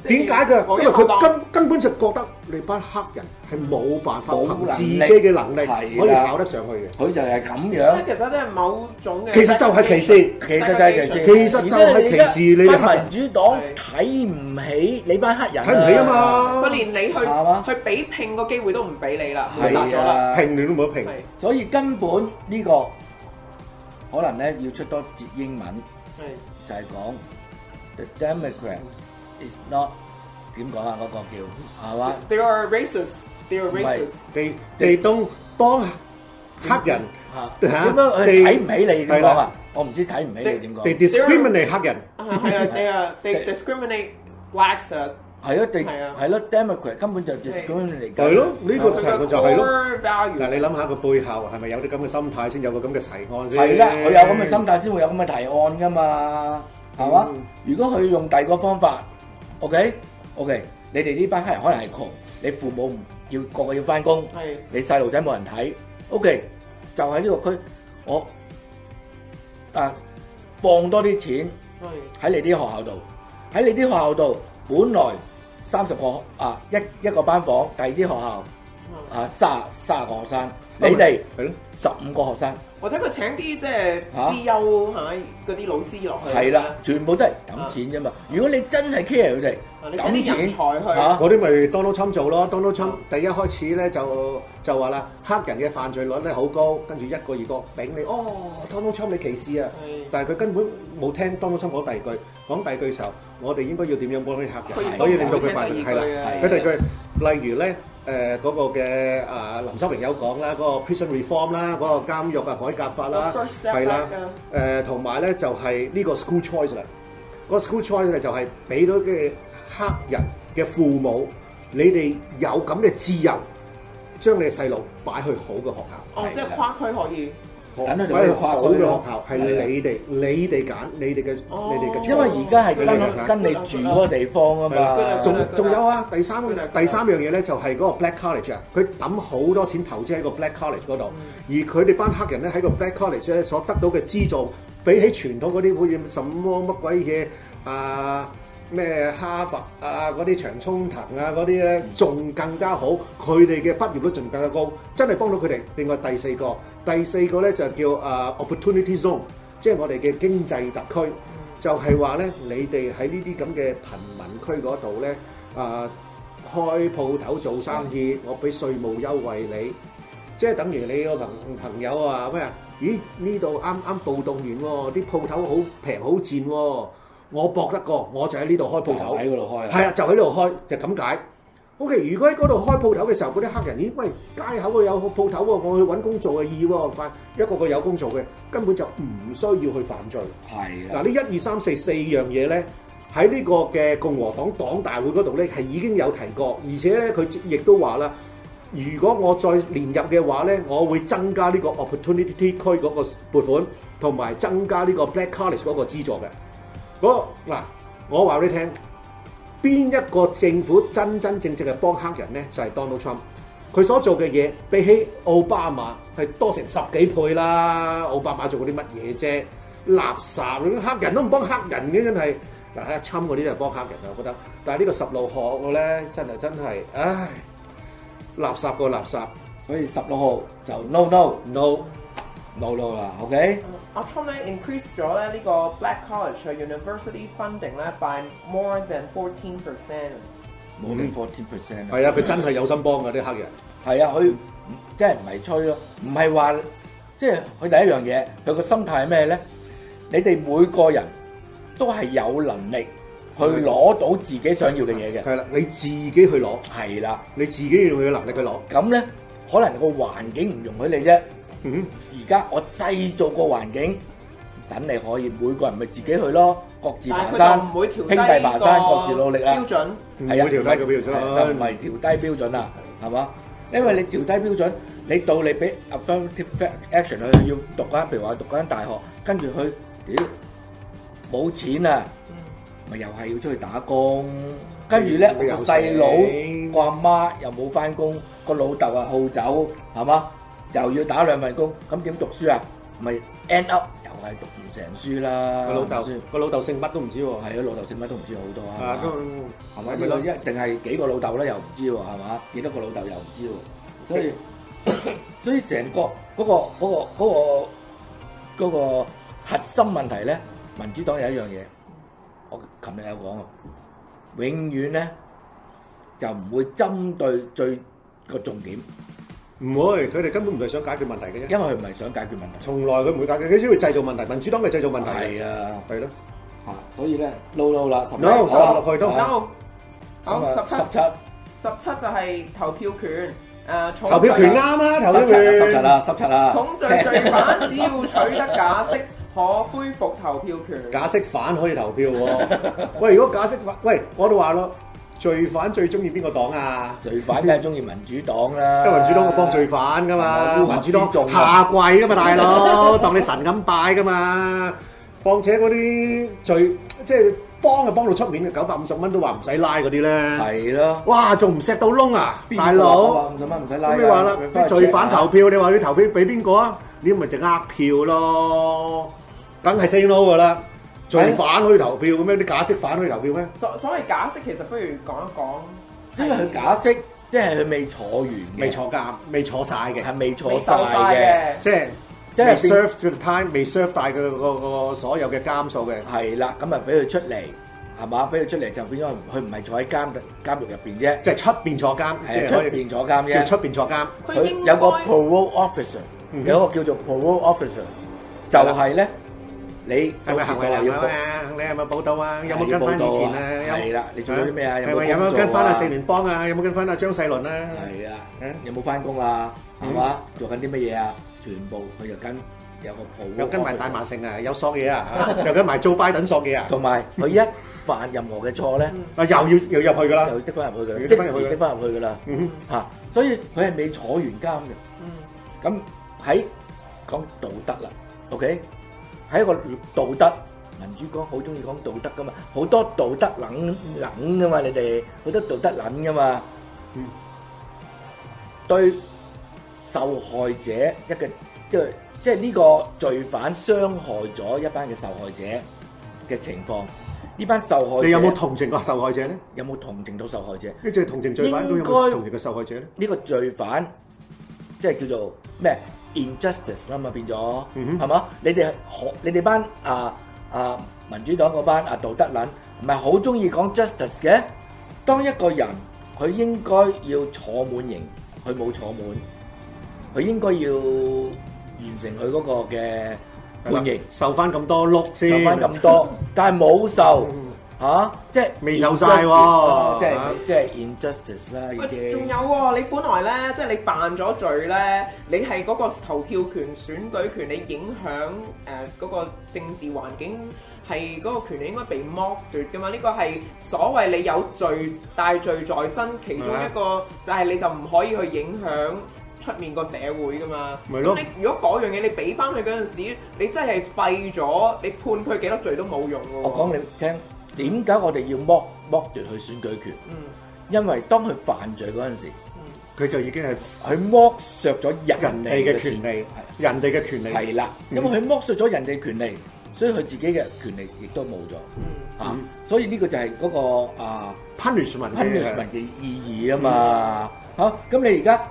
S2: 點解嘅？因為佢根根本就覺得你班黑人係冇辦法
S1: 冇
S2: 憑
S1: 能
S2: 自己
S1: 力
S2: 嘅能力
S1: 係
S2: 可以
S1: 啦
S2: 考得上去嘅。
S1: 佢就係咁
S3: 即係
S1: 樣，
S3: 其實真係某種嘅，
S2: 其實就係歧視
S1: 其實就係歧視。
S2: 其實就係歧視你哋黑人
S1: 班民主黨睇唔起你班黑人，
S2: 睇唔起啊！嘛，
S3: 佢連你去
S1: 係嘛
S3: 去比拼個機會都唔俾你啦，冇
S2: à.
S3: 殺咗
S1: 係
S3: 啦，
S1: 啊，
S2: 評你都冇得評。
S3: 係
S1: 所以根本呢個可能咧要出多節英文。
S3: 係。
S1: 就係講 the Democrat is not 點講啊？嗰、個叫係嘛？
S3: They are racist. They are
S1: 唔係
S3: racist.
S2: 地地東幫黑人
S1: 嚇點
S2: 嚇
S1: 樣佢
S2: 地
S1: 睇唔起你點
S2: 係
S1: 講
S2: 啦
S1: 啊？我唔知睇唔起你點
S2: 地
S1: 講。
S2: discriminate 黑人，
S3: 啊係啊，they à, are they discriminate blacks uh, 啊。
S1: 係啊，地
S3: 係啊
S1: 係咯，Democrat 根本就 discriminate
S2: 係咯呢個
S3: 佢
S2: 係
S3: 個
S2: 佢就係咯
S3: core
S2: 嗱
S3: value
S2: 你諗下個背後係咪有啲咁嘅心態先有個咁嘅提案先？
S1: 係啦，佢有咁嘅心態先會有咁嘅提案噶嘛，係嘛
S2: 嗯？
S1: 如果佢用第二個方法，OK OK，你哋呢班黑人可能係窮，你父母唔要個個要翻工。
S3: 係
S1: 你細路仔冇人睇，OK，就喺呢個區，我啊放多啲錢
S3: 係
S1: 喺你啲學校度，喺你啲學校度，本來三十個啊一一個班房，第二啲學校啊三三十個學生，你哋
S2: 係咯，
S1: 十五個學生，
S3: 或者佢請啲即係
S1: 嚇
S3: 資優嚇嗰啲老師落去。
S1: 係啦，全部都係抌錢啫嘛。如果你真係 care 佢哋
S3: 啊，你請
S1: 抌
S3: 啲人
S1: 錢
S3: 才去
S1: 嚇，
S2: 嗰啲咪 Donald Trump 做咯，Donald Trump 第一開始咧就就話啦，黑人嘅犯罪率咧好高，跟住一個二個頂你，哦，Donald Trump 你歧視啊！
S3: 係。
S2: 但係佢根本冇聽 Donald Trump 講第二句，講第二句時候，我哋應該要點樣幫啲客
S3: 佢
S2: 人，可以
S3: 亦都
S2: 令到
S3: 冇
S2: 佢
S3: 聽
S2: 快
S3: 第
S2: 樂係
S3: 二
S2: 啦
S3: 句。啊
S2: 佢哋佢例如咧誒嗰個嘅啊林修明有講啦，嗰、個 prison reform 啦，嗰個監獄啊改革法啦
S3: The first，step
S2: 係啦
S3: back 啊
S2: 誒同埋咧就係呢個 school choice 啦，嗰個 school choice 咧就係俾到嘅黑人嘅父母，你哋有咁嘅自由，將你嘅細路擺去好嘅學校。
S3: 哦，即係跨區可以。
S2: 學
S1: 等佢哋
S2: 擺去
S1: 去跨
S2: 好
S1: 區
S2: 嘅學
S1: 咯
S2: 校係
S1: 係啊
S2: 你哋你哋揀你哋嘅
S3: 哦
S2: 你哋嘅 choice，
S1: 因為而家係
S2: 你哋
S1: 跟
S2: 嘅
S1: 跟你住嗰個地方啊
S2: 係啦
S1: 嘛，，
S2: 仲
S3: 佢哋
S2: 仲有啊，第三
S3: 佢哋
S2: 第三樣嘢咧就係嗰個 black college 啊，佢抌好多錢投資喺個 black college 嗰度，而佢哋班黑人咧喺個 black college 咧所得到嘅資助，比起傳統嗰啲好似什麼乜鬼嘢啊咩哈佛啊嗰啲長春藤啊嗰啲咧，仲更加好，佢哋嘅畢業率仲更加高，真係幫到佢哋。另外第四個，第四個咧就叫啊 opportunity zone，即係我哋嘅經濟特區。就係話咧，你哋喺呢啲咁嘅貧民區嗰度咧，啊、開鋪頭做生意，我俾稅務優惠你，即係等於你個朋朋友啊咩啊？咦，呢度啱啱暴動完喎，啲鋪頭好平好賤喎，我搏得過，我就喺呢度開鋪
S1: 就
S2: 頭，
S1: 喺嗰度開啦
S2: 係啊，就喺呢度開，就咁解。O.K. 如果喺嗰度開鋪頭嘅時候，嗰啲黑人咦喂街口啊有鋪頭喎，我去揾工做啊易喎，快一個個有工做嘅，根本就唔需要去犯罪。
S1: 係啦
S2: 嗱，，呢一二三四四樣嘢咧，喺呢個嘅共和黨黨大會嗰度咧，係已經有提過，而且咧佢亦都話啦，如果我再連任嘅話咧，我會增加呢個 opportunity 區嗰個撥款，同埋增加呢個 black college 嗰個資助嘅。嗰嗱，我話俾你聽，邊一個政府真真正正係幫黑人咧，就係、Donald Trump。佢所做嘅嘢比起奧巴馬係多成十幾倍啦！奧巴馬做過啲乜嘢啫？垃圾！你黑人都唔幫黑人嘅，真係嗱，阿侵嗰啲就係幫黑人啊，我覺得。但係呢個十路學嘅咧，真係真係，唉，垃圾過垃圾
S1: 所以十六號就 no no
S2: ，no。
S1: no no 啦，OK？
S3: 阿 Trump 咧 increase 咗咧呢個 Black College 嘅 University funding 咧 by more than fourteen percent。
S1: 冇定 fourteen percent à.
S2: 係啊，佢真係有心幫㗎啲黑人。
S1: 係啊，佢即係唔係吹咯，唔係話即係佢第一樣嘢，佢個心態係咩咧？你哋每個人都係有能力去攞到自己想要嘅嘢嘅，
S2: 係啦，你自己去攞，
S1: 係啦。
S2: 你自己用你嘅能力去攞。
S1: 咁咧，可能個環境唔容許你啫。
S2: 嗯，
S1: 而家我製造個環境，等你可以每個人咪自己去咯，各自
S3: 但
S1: 爬
S3: 係佢
S1: 山
S3: 就唔，會調低
S1: 兄弟爬山，各自努力啊
S3: 標！準。
S2: 唔
S1: 係啊，
S2: 會調低個標準。
S1: 就唔係調低標準啦，係嘛？因為你調低標準，你到你俾 affirmative action 佢要讀間，譬如話讀間大學，跟住佢屌冇錢啊，咪又係要出去打工。跟住咧，我
S2: 佢
S1: 個
S2: 有
S1: 細佬
S2: 錢
S1: 個阿媽又冇翻工，個老豆啊好酒，係嘛？又要打兩份工，咁點讀書啊？咪 à? end up 又係讀唔成書啦。
S2: 個老豆
S1: 係咪先，
S2: 個老豆姓乜都唔知喎。
S1: 嗯係啊，老豆食乜都唔知好多啊。
S2: 啊，
S1: 係嘛
S2: 咁
S1: 係咪？呢個一定係幾個老豆咧？又唔知喎，係嘛？幾多個老豆又唔知喎，所以所以成個嗰、個嗰、個嗰、個嗰個核心問題咧，民主黨有一樣嘢，我琴日有講啊，永遠咧就唔會針對最個重點，
S2: 唔會，佢哋根本唔係想解決問題嘅啫。
S1: 因為佢唔係想解決問題。
S2: 從來佢唔會解決，佢只會製造問題。民主黨嘅製造問題嘅。
S1: 係啊，
S2: 係咯
S1: 嚇！所以咧，撈撈啦，十
S2: ，no
S1: 好啊
S2: 落去都唔得。
S3: No，好
S1: 咁啊
S3: 十七
S1: 十七
S3: 十七就係投票權。誒，重
S2: 投票
S3: 罪
S2: 權啱啊，投
S1: 十
S2: 票
S1: 七
S2: 權。
S1: 啊十七啦，十七啦，
S3: 重 罪罪犯只要取得假釋，可恢復投票權。
S2: 假釋犯可以投票喎。喂，如果假釋犯，喂，我都話咯，罪犯最中意邊個黨啊？
S1: 罪犯梗係中意民主黨啦，
S2: 因為民主黨我幫罪犯噶嘛，
S1: 烏合
S2: 民主黨
S1: 之眾
S2: 下
S1: 啊
S2: 跪噶嘛，大佬當你神咁拜噶嘛。況且嗰啲罪即係幫就幫到出面嘅，九百五十蚊都話唔使拉嗰啲咧。
S1: 係咯。
S2: 哇，仲唔錫到窿啊，大佬！
S1: 五十蚊唔使拉
S2: 咁你話啦，啲罪
S1: à?
S2: 犯投票，你話你投票俾邊個啊？你咪就呃票咯，梗係 say no 噶啦。罪犯可以投票嘅咩？啲假釋犯可以投票咩？
S3: 所所謂假釋其實不如講一講，
S1: 因為佢假釋，即係佢未坐完嘅，
S2: 未坐監，未坐晒嘅，
S1: 係未坐
S3: 未
S1: 晒
S3: 受
S1: 嘅，
S3: 晒嘅。
S2: 即係
S1: 因為
S2: 未
S1: 變
S2: serve to the time，未 serve 大佢個個個所有嘅監數嘅。
S1: 係啦，咁啊俾佢出嚟，係嘛？俾佢出嚟就變咗佢唔係坐喺監監獄入邊啫，
S2: 即係出邊坐監，即
S1: 係
S2: 係
S1: 出
S2: 可以
S1: 邊坐監
S2: 叫
S1: 啫。
S2: 出邊坐監。
S3: 佢
S1: 佢
S3: 應
S1: 有個
S3: 該
S1: parole officer，
S2: 嗯
S1: 有一個叫做 parole officer，就係咧你
S2: 係咪
S1: 到時
S2: 行為能
S1: 就
S2: 力
S1: 要報
S2: 啊？你係咪報道啊？有冇跟翻以前啊？有
S1: 係啦你做咗啲咩啊有冇
S2: 係咪有
S1: 工
S2: 冇
S1: 作啊
S2: 跟翻啊？四聯幫啊？有冇跟翻啊？張世麟啊？
S1: 係啊
S2: 嗯，
S1: 有冇翻工啊？係嘛？做緊啲乜嘢啊？全部佢就跟有個 parole，
S2: 又跟埋大
S1: officer
S2: 萬盛啊？有索嘢啊？又跟埋 Joe Biden 索嘢啊？
S1: 同埋佢一犯任何嘅錯咧，
S2: 啊又要又入去噶啦！
S1: 就的翻入去嘅，
S2: 要
S1: 即
S2: 的返入去㗎
S1: 時的翻入去噶啦
S2: 嗯
S1: 嚇。所以佢係未坐完監嘅。
S3: 嗯
S1: 咁喺講道德啦，OK，喺一個道德。民主黨好中意講道德噶嘛，好多道德撚撚噶嘛，你哋好多道德撚噶嘛。
S2: 嗯，
S1: 對受害者一個即係即係呢個罪犯傷害咗一班嘅受害者嘅情況，呢班受害者
S2: 你有冇同情過受害者咧？
S1: 有冇同情到受害者？
S2: 呢隻同情罪犯都有冇同情過受害者咧？
S1: 呢個罪犯，即係叫做咩 injustice 啦嘛，變咗
S2: 嗯哼
S1: 係嘛？你哋學你哋班啊啊民主黨嗰班啊道德撚，唔係好中意講 justice 嘅。當一個人佢應該要坐滿刑，佢冇坐滿，佢應該要完成佢嗰個嘅判刑，
S2: 受翻咁多碌先，
S1: 受翻咁多，但係冇受嚇、即係
S2: 未受晒喎
S1: injustice 啦即係
S2: 啊
S1: 即係 injustice 啦已
S3: 喂，仲
S1: 經
S3: 有。喎，你本來咧，即係你犯咗罪咧，你係嗰個投票權、選舉權，你影響呃誒嗰、個政治環境，係嗰個權利應該被剝奪噶嘛？呢、個係所謂你有罪帶罪在身，其中一個就係你就唔可以去影響。出面個社會噶嘛，
S2: 咪咯
S3: 咁你如果嗰樣嘢你俾翻佢嗰陣時，你真係廢咗，你判佢幾多罪都冇用喎。
S1: 我講你聽，點解我哋要剝剝奪佢選舉權？
S3: 嗯
S1: 因為當佢犯罪嗰陣時，
S2: 佢就已經係
S1: 佢剝削咗
S2: 人
S1: 人
S2: 哋
S1: 哋
S2: 嘅
S1: 嘅選
S2: 權利
S1: 係，
S2: 人哋嘅權利。
S1: 係啦，因為佢剝削咗人哋權利，所以佢自己嘅權利亦都冇咗
S3: 嗯
S1: 啊！所以呢個就係嗰、個啊
S2: punishment
S1: à,
S2: à, 嘅
S1: punishment 嘅意義啊嘛嚇。咁、你而家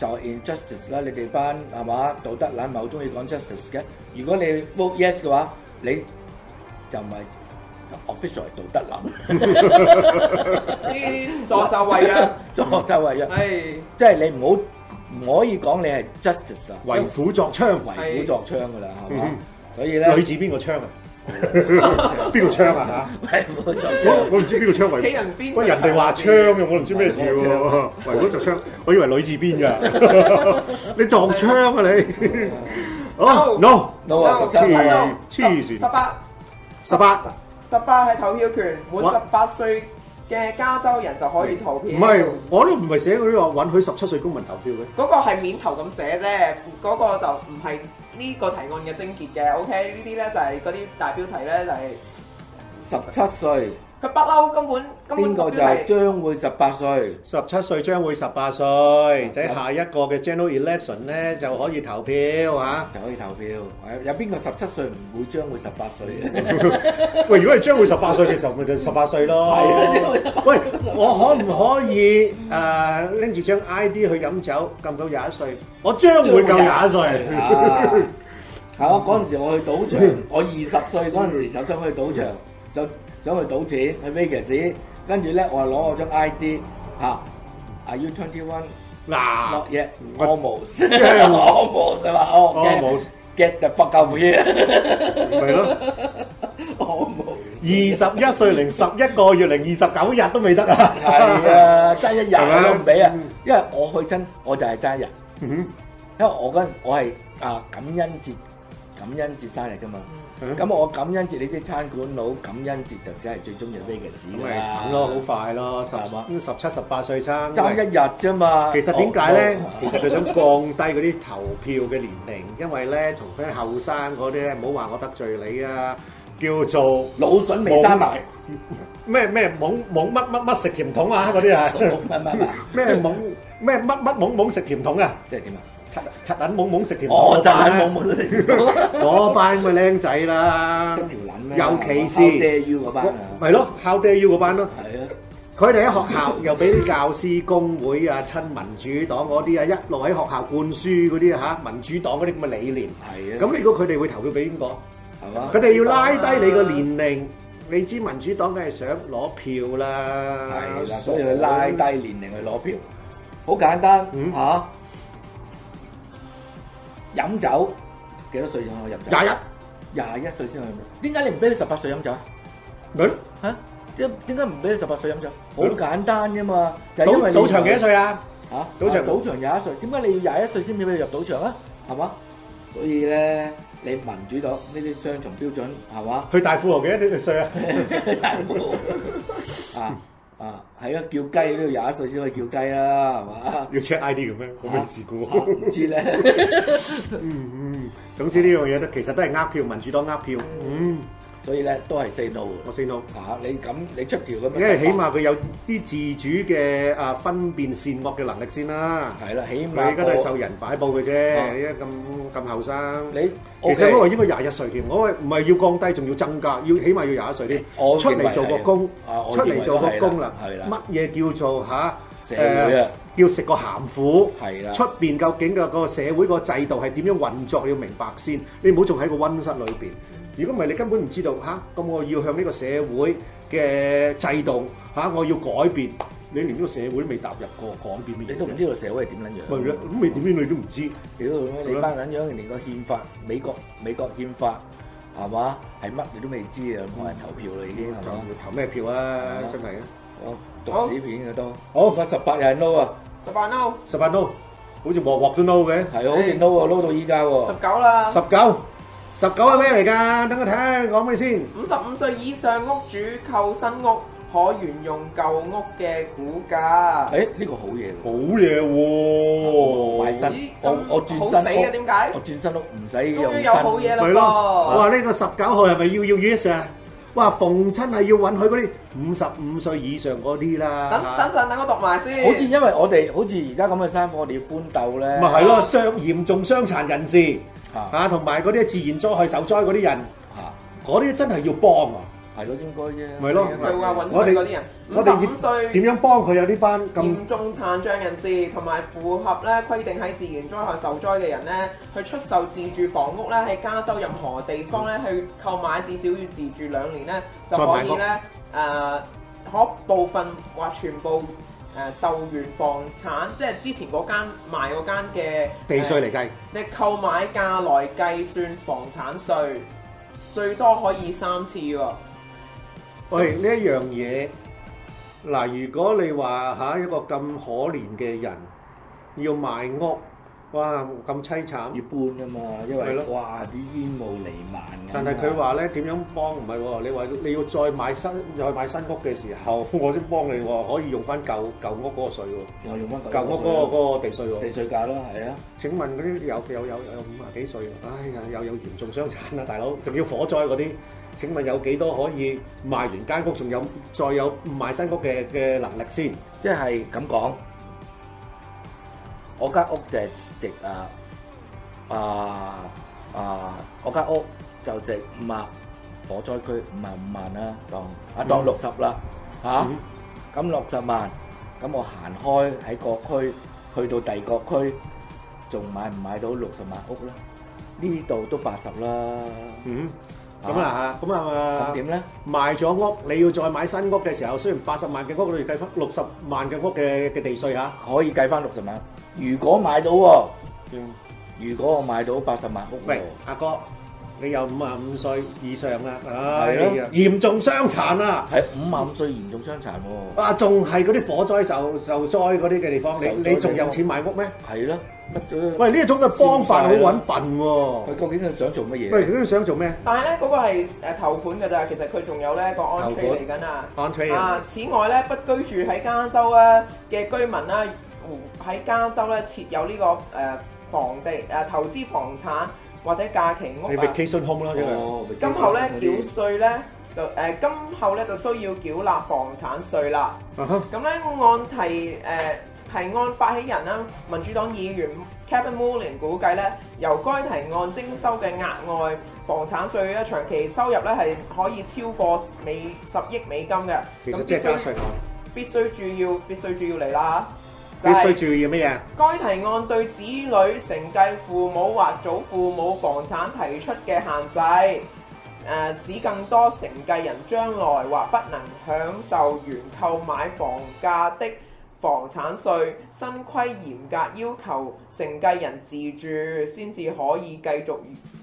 S1: 就 injustice 啦，你哋班係嘛道德懶咪好中意講 justice 嘅。如果你 vote yes 嘅話，你就唔係 official 係道德懶，
S3: 啲助就位啊，
S1: 就 就為咗
S3: 係
S1: 即係你唔好唔可以講你係 justice 啊，
S2: 為虎作倀，
S1: 為虎作倀噶啦，係嘛
S2: 嗯？
S1: 所以咧，
S2: 女字邊個槍啊？邊個槍啊？
S1: 為虎作
S2: 嚇
S1: 倀
S2: 我。我唔知邊個槍為
S3: 企人邊
S2: 喂，人哋話槍嘅，我唔知咩事
S1: 為
S2: 喎
S1: 咗。
S2: 為虎作倀，我以為女字邊㗎。你撞槍啊你？好
S3: No
S2: à, no，
S1: No 啊，
S3: No，
S1: 十七
S3: 十七
S1: 啊
S3: 啊，
S2: 黐線
S3: 十八
S2: 十八。
S3: 十八係投票權，滿
S2: 我
S3: 十八歲嘅加州人就可以投票。
S2: 唔係，我都唔係寫嗰啲話允許十七歲公民投票嘅。
S3: 嗰個係面頭咁寫啫，嗰、個就唔係呢個提案嘅症結嘅。OK，呢啲咧就係嗰啲大標題咧就係、
S1: 十七歲，
S3: 佢不嬲根本根本
S1: 邊個就係將會十八歲？
S2: 十七歲將會十八歲，即係下一個嘅 general election 咧就可以 投票嚇。
S1: 就可以投票。誒有邊個十七歲唔會將會十八歲嘅？
S2: 喂，如果係將會十八歲嘅時候，咪就十八歲咯。
S1: 係啊將會18
S2: 喂，我可唔可 以誒拎住張 ID 去飲酒，夠唔夠廿一歲？我將 會夠廿一歲。
S1: 啊！係我嗰陣時我去 賭場，我二十歲嗰陣時就想去賭場，就想去賭錢去 Vegas，跟住咧我係攞我張 ID 嚇。Are you twenty one?
S2: 嗱
S1: Not，yet.
S2: 我
S1: Almost.
S2: 係
S1: Almost 係嘛？Almost.
S2: Almost
S1: Get the fuck out of here.
S2: 咪咯，
S1: Almost.
S2: 二十一歲零十一個月零二十九日都未得啊！
S1: 係， 啊，爭一日
S2: 係咪
S1: 我都唔俾啊
S2: 嗯！
S1: 因為我去親我就係爭一日。
S2: 嗯
S1: 因為我嗰陣時我係啊感恩節感恩節生日噶嘛，
S2: 哼
S1: 咁、我感恩節你知餐館佬感恩節就只係最中意 Vegas
S2: 咁
S1: 㗎
S2: 咪
S1: 啦，
S2: 等咯，好快咯，十
S1: 係嘛
S2: 十七十八歲差。
S1: 爭一日啫嘛。
S2: 其實點解咧
S1: 我？
S2: 其實佢想降低嗰啲投票嘅年齡，因為咧同翻後生嗰啲咧，唔好話我得罪你啊，叫做
S1: 老筍未生埋，
S2: 咩咩懵懵乜乜乜食甜筒啊嗰 啲啊
S1: 唔，係唔係唔係，
S2: 咩懵咩乜乜懵懵食甜筒啊，
S1: 即係點啊？
S2: 柒柒撚懵懵食甜筒嗰
S1: 我
S2: 班
S1: 就係
S2: 啊。
S1: 冇冇 識
S2: 嗰班咪僆仔啦，
S1: 條撚咩？
S2: 尤其是
S1: How dare you 嗰班啊，
S2: 咪咯，How dare you 嗰班咯，
S1: 係啊，
S2: 佢哋喺學校又俾啲教師工會啊、親民主黨嗰啲啊，一路喺學校灌輸嗰啲嚇民主黨嗰啲咁嘅理念。
S1: 係啊，
S2: 咁你估佢哋會投票俾邊個？
S1: 係嘛
S2: 佢？哋要拉低你個年齡，你知民主黨梗係想攞票啦，
S1: 係啦，所以佢拉低年齡去攞票，好簡單
S2: 嗯
S1: 嚇。飲酒幾多歲先可以飲酒？
S2: 廿一，
S1: 廿一歲先去飲酒，點解你唔俾佢十八歲飲酒啊？
S2: 咪咯
S1: 嚇？點點解唔俾佢十八歲飲酒？好
S2: 係咯
S1: 簡單啫嘛，就係因為
S2: 賭
S1: 你
S2: 賭場幾多歲啊？
S1: 嚇？
S2: 賭場
S1: 啊賭場廿一歲，點解你要廿一歲先俾佢入賭場啊？係嘛？所以咧，你民主黨呢啲雙重標準係嘛？
S2: 去大富豪幾多歲啊？
S1: 啊啊，係啊，叫雞都要廿一歲先可以叫雞啦，係嘛？
S2: 要 check ID 嘅咩？我未 試
S1: 啊
S2: 過。
S1: 唔知咧，
S2: 嗯嗯，總之呢樣嘢都其實都係呃票，民主黨呃票。嗯，
S1: 所以咧都係 say no
S2: 我 say no。
S1: 嚇、啊！你咁你出條咁嘅，
S2: 因為起碼佢有啲自主嘅啊分辨善惡嘅能力先啦。
S1: 係啦，起
S2: 佢
S1: 碼
S2: 而家都係
S1: 個
S2: 受人擺佈嘅
S1: 啊
S2: 啫，你而家咁咁後生。
S1: 你
S2: 其實我
S1: OK
S2: 應該廿一歲添，我唔係要降低，仲要增加，要起碼要廿一歲添。
S1: 我
S2: 出嚟做個工
S1: 啊，我
S2: 出嚟做個
S1: 認為都係
S2: 工啦
S1: 啦係啦，
S2: 乜嘢叫做嚇？
S1: 社會啊
S2: 誒要食個鹹苦，
S1: 係啦
S2: 出邊究竟個個社會個制度係點樣運作，你要明白先。你唔好仲喺個温室裏邊。如果唔係，你根本唔知道嚇。咁我要向呢個社會嘅制度嚇，我要改變。你連呢個社會都未踏入過，改變乜嘢啫？
S1: 你都唔知道社會係點撚
S2: 咪
S1: 樣
S2: 咯。咁你點樣你都唔知。
S1: 屌你班撚樣，連個憲法美國美國憲法係嘛係乜你都未知啊！冇人投票啦已經係嘛？
S2: 投咩票啊？真係啊！
S1: 我
S3: 好
S1: 讀史片嘅都好，我十八人撈啊，
S3: 十八 no，
S2: 十八刀，好似鑊鑊都撈嘅。
S1: 係啊好似撈啊撈到依家
S3: 十
S1: 喎，
S3: 九啦，
S2: 十九，十九係咩嚟㗎？等我睇下講咩先。
S3: 五十五歲以上屋主購新屋可沿用舊屋嘅估價。
S1: 誒呢個好嘢喎。
S2: 好嘢哦喎！
S1: 買新
S3: 咦，
S1: 我
S3: 咁
S1: 我轉
S3: 哦好
S1: 新
S3: 死
S1: 屋
S3: 嘅點解
S1: 我轉新屋唔使
S3: 終
S1: 用
S3: 於
S1: 新
S3: 有好嘢啦
S2: 咪咯，我
S3: 噃，
S2: 話呢個十九號係咪要要 yes 啊？哇！逢親係要揾佢嗰啲五十五歲以上嗰啲啦，
S3: 等等陣，等我讀埋先。
S1: 好似因為我哋好似而家咁嘅山火，我哋要搬竇咧，
S2: 咪係咯，傷嚴重傷殘人士
S1: 嚇
S2: 啊，同埋嗰啲自然災害受災嗰啲人，
S1: 嚇
S2: 嗰啲真係要幫啊！
S1: 係咯，應該啫。
S2: 咪咯
S3: 佢話揾
S2: 我
S3: 佢
S2: 哋
S3: 嗰啲人，五
S2: 我
S3: 十
S2: 哋
S3: 五
S2: 要
S3: 歲
S2: 點樣幫佢啊？呢班咁
S3: 嚴重殘障人士同埋符合咧規定喺自然災害受災嘅人咧，去出售自住房屋咧，喺加州任何地方咧去購買至少要自住兩年咧，就可
S2: 再
S3: 以
S2: 買屋
S3: 咧誒、呃可部分或全部誒、呃售完房產，即係之前嗰間賣嗰間嘅
S2: 地
S3: 呃
S2: 税嚟計，
S3: 你購買價來計算房產税，最多可以三次喎。
S2: 喂呢一樣嘢嗱，如果你話嚇、一個咁可憐嘅人要賣屋，哇咁凄慘！
S1: 要搬噶嘛，因
S2: 係
S1: 為
S2: 咯
S1: 哇啲煙霧瀰漫咁啊。
S2: 但係佢話咧點樣幫唔係喎？你話你要再買新再買新屋嘅時候， 我先幫你喎，可以用翻舊舊屋嗰個税喎，
S1: 又用翻
S2: 舊屋嗰個嗰個地税
S1: 啊地
S2: 喎。
S1: 税價咯，係啊，
S2: 請問嗰啲有有有有五啊幾歲啊？唉呀，又有嚴重傷殘啦，大佬，仲要火災嗰啲。請問有幾多可以賣完間屋，仲有再有賣新屋嘅嘅能力先？
S1: 即係咁講，我間屋就係值啊啊啊！我間屋就值五萬，火災區五萬五萬啦，當啊當
S2: 嗯
S1: 六十啦嚇
S2: 嗯，
S1: 咁六十萬，咁我行開喺各區去到第二個區，仲買唔買到六十萬屋咧？呢度都八十啦，
S2: 嗯，咁啊嚇，咁啊
S1: 咁點咧？
S2: 賣咗屋，你要再買新屋嘅時候，雖然八十萬嘅屋，你要計翻六十萬嘅屋嘅嘅地税嚇。
S1: 可以計翻六十萬。如果買到喎，
S2: 嗯
S1: 如果我買到八十萬屋喎
S2: 喂，，阿哥，你有五啊五歲以上啦，唉
S1: 係咯
S2: 呀，嚴重傷殘啊！
S1: 係五萬五歲嚴重傷殘喎，
S2: 啊，仲係嗰啲火災受受災嗰啲嘅地方，你
S1: 受災
S2: 你仲
S1: 地
S2: 有
S1: 方
S2: 錢買屋咩？
S1: 係咯，乜都
S2: 喂，呢一種嘅方法好
S1: 善快
S2: 揾
S1: 啦
S2: 笨喎！
S1: 佢究竟佢想做乜
S2: 喂，
S1: 嘢？
S2: 佢都想做咩
S3: 但係咧嗰個係誒頭盤㗎咋，其實佢仲有咧個 on
S2: 頭
S3: t r
S2: 盤
S3: 嚟緊啊。
S2: ？On t r a i，
S3: 啊此外咧，不居住喺加州啊嘅居民啦、胡喺加州咧設有呢、個誒、呃房地誒、呃投資房產或者假期屋
S2: 你
S3: 啊。
S2: vacation home 啦，即係
S1: 哦
S3: 今後咧繳稅咧就誒、呃今後咧就需要繳納房產税啦。
S2: 啊哈
S3: 咁咧按提誒、呃、提案發起人啦，民主黨議員 Kevin Mullin 估計咧，由該提案徵收嘅額外房產稅咧，長期收入咧係可以超過美十億美金嘅。
S2: 其實
S3: 咁
S2: 即
S3: 必
S2: 係加
S3: 須
S2: 稅案，
S3: 必須注要必須注要嚟啦
S2: 必
S3: 就係
S2: 須注意乜嘢？
S3: 該提案對子女、承繼父母或祖父母房產提出嘅限制，誒、呃使更多承繼人將來或不能享受原購買房價的房產税。新規嚴格要求承繼人自住先至可以繼續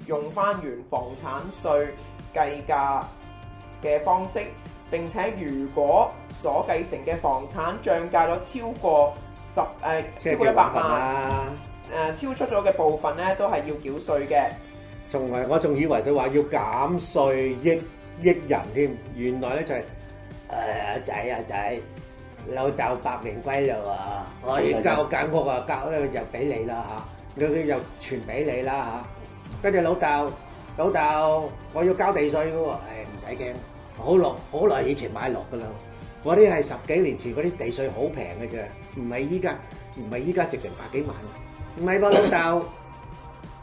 S3: 用翻原房產税計價嘅方式。並且如果所繼承嘅房產漲價咗超過十誒、呃
S2: 即
S3: 超
S2: 係
S3: 過一
S2: 叫
S3: 百
S2: 揾笨
S3: 萬。
S2: 啦。
S3: 誒、呃超出咗嘅部分咧，都係要繳稅嘅。
S2: 仲係我仲以為佢話要減税益益人添，原來咧就係、誒阿仔阿仔，老豆百年歸老啊！我而家我間屋啊，交咧又俾你啦嚇，佢佢又傳俾你啦嚇。跟住老豆老豆，我要交地税嘅喎，誒唔使驚，好耐好耐以前買落㗎啦。嗰啲係十幾年前嗰啲地税好平嘅啫，唔係依家唔係依家值成百幾萬，唔係噃老豆。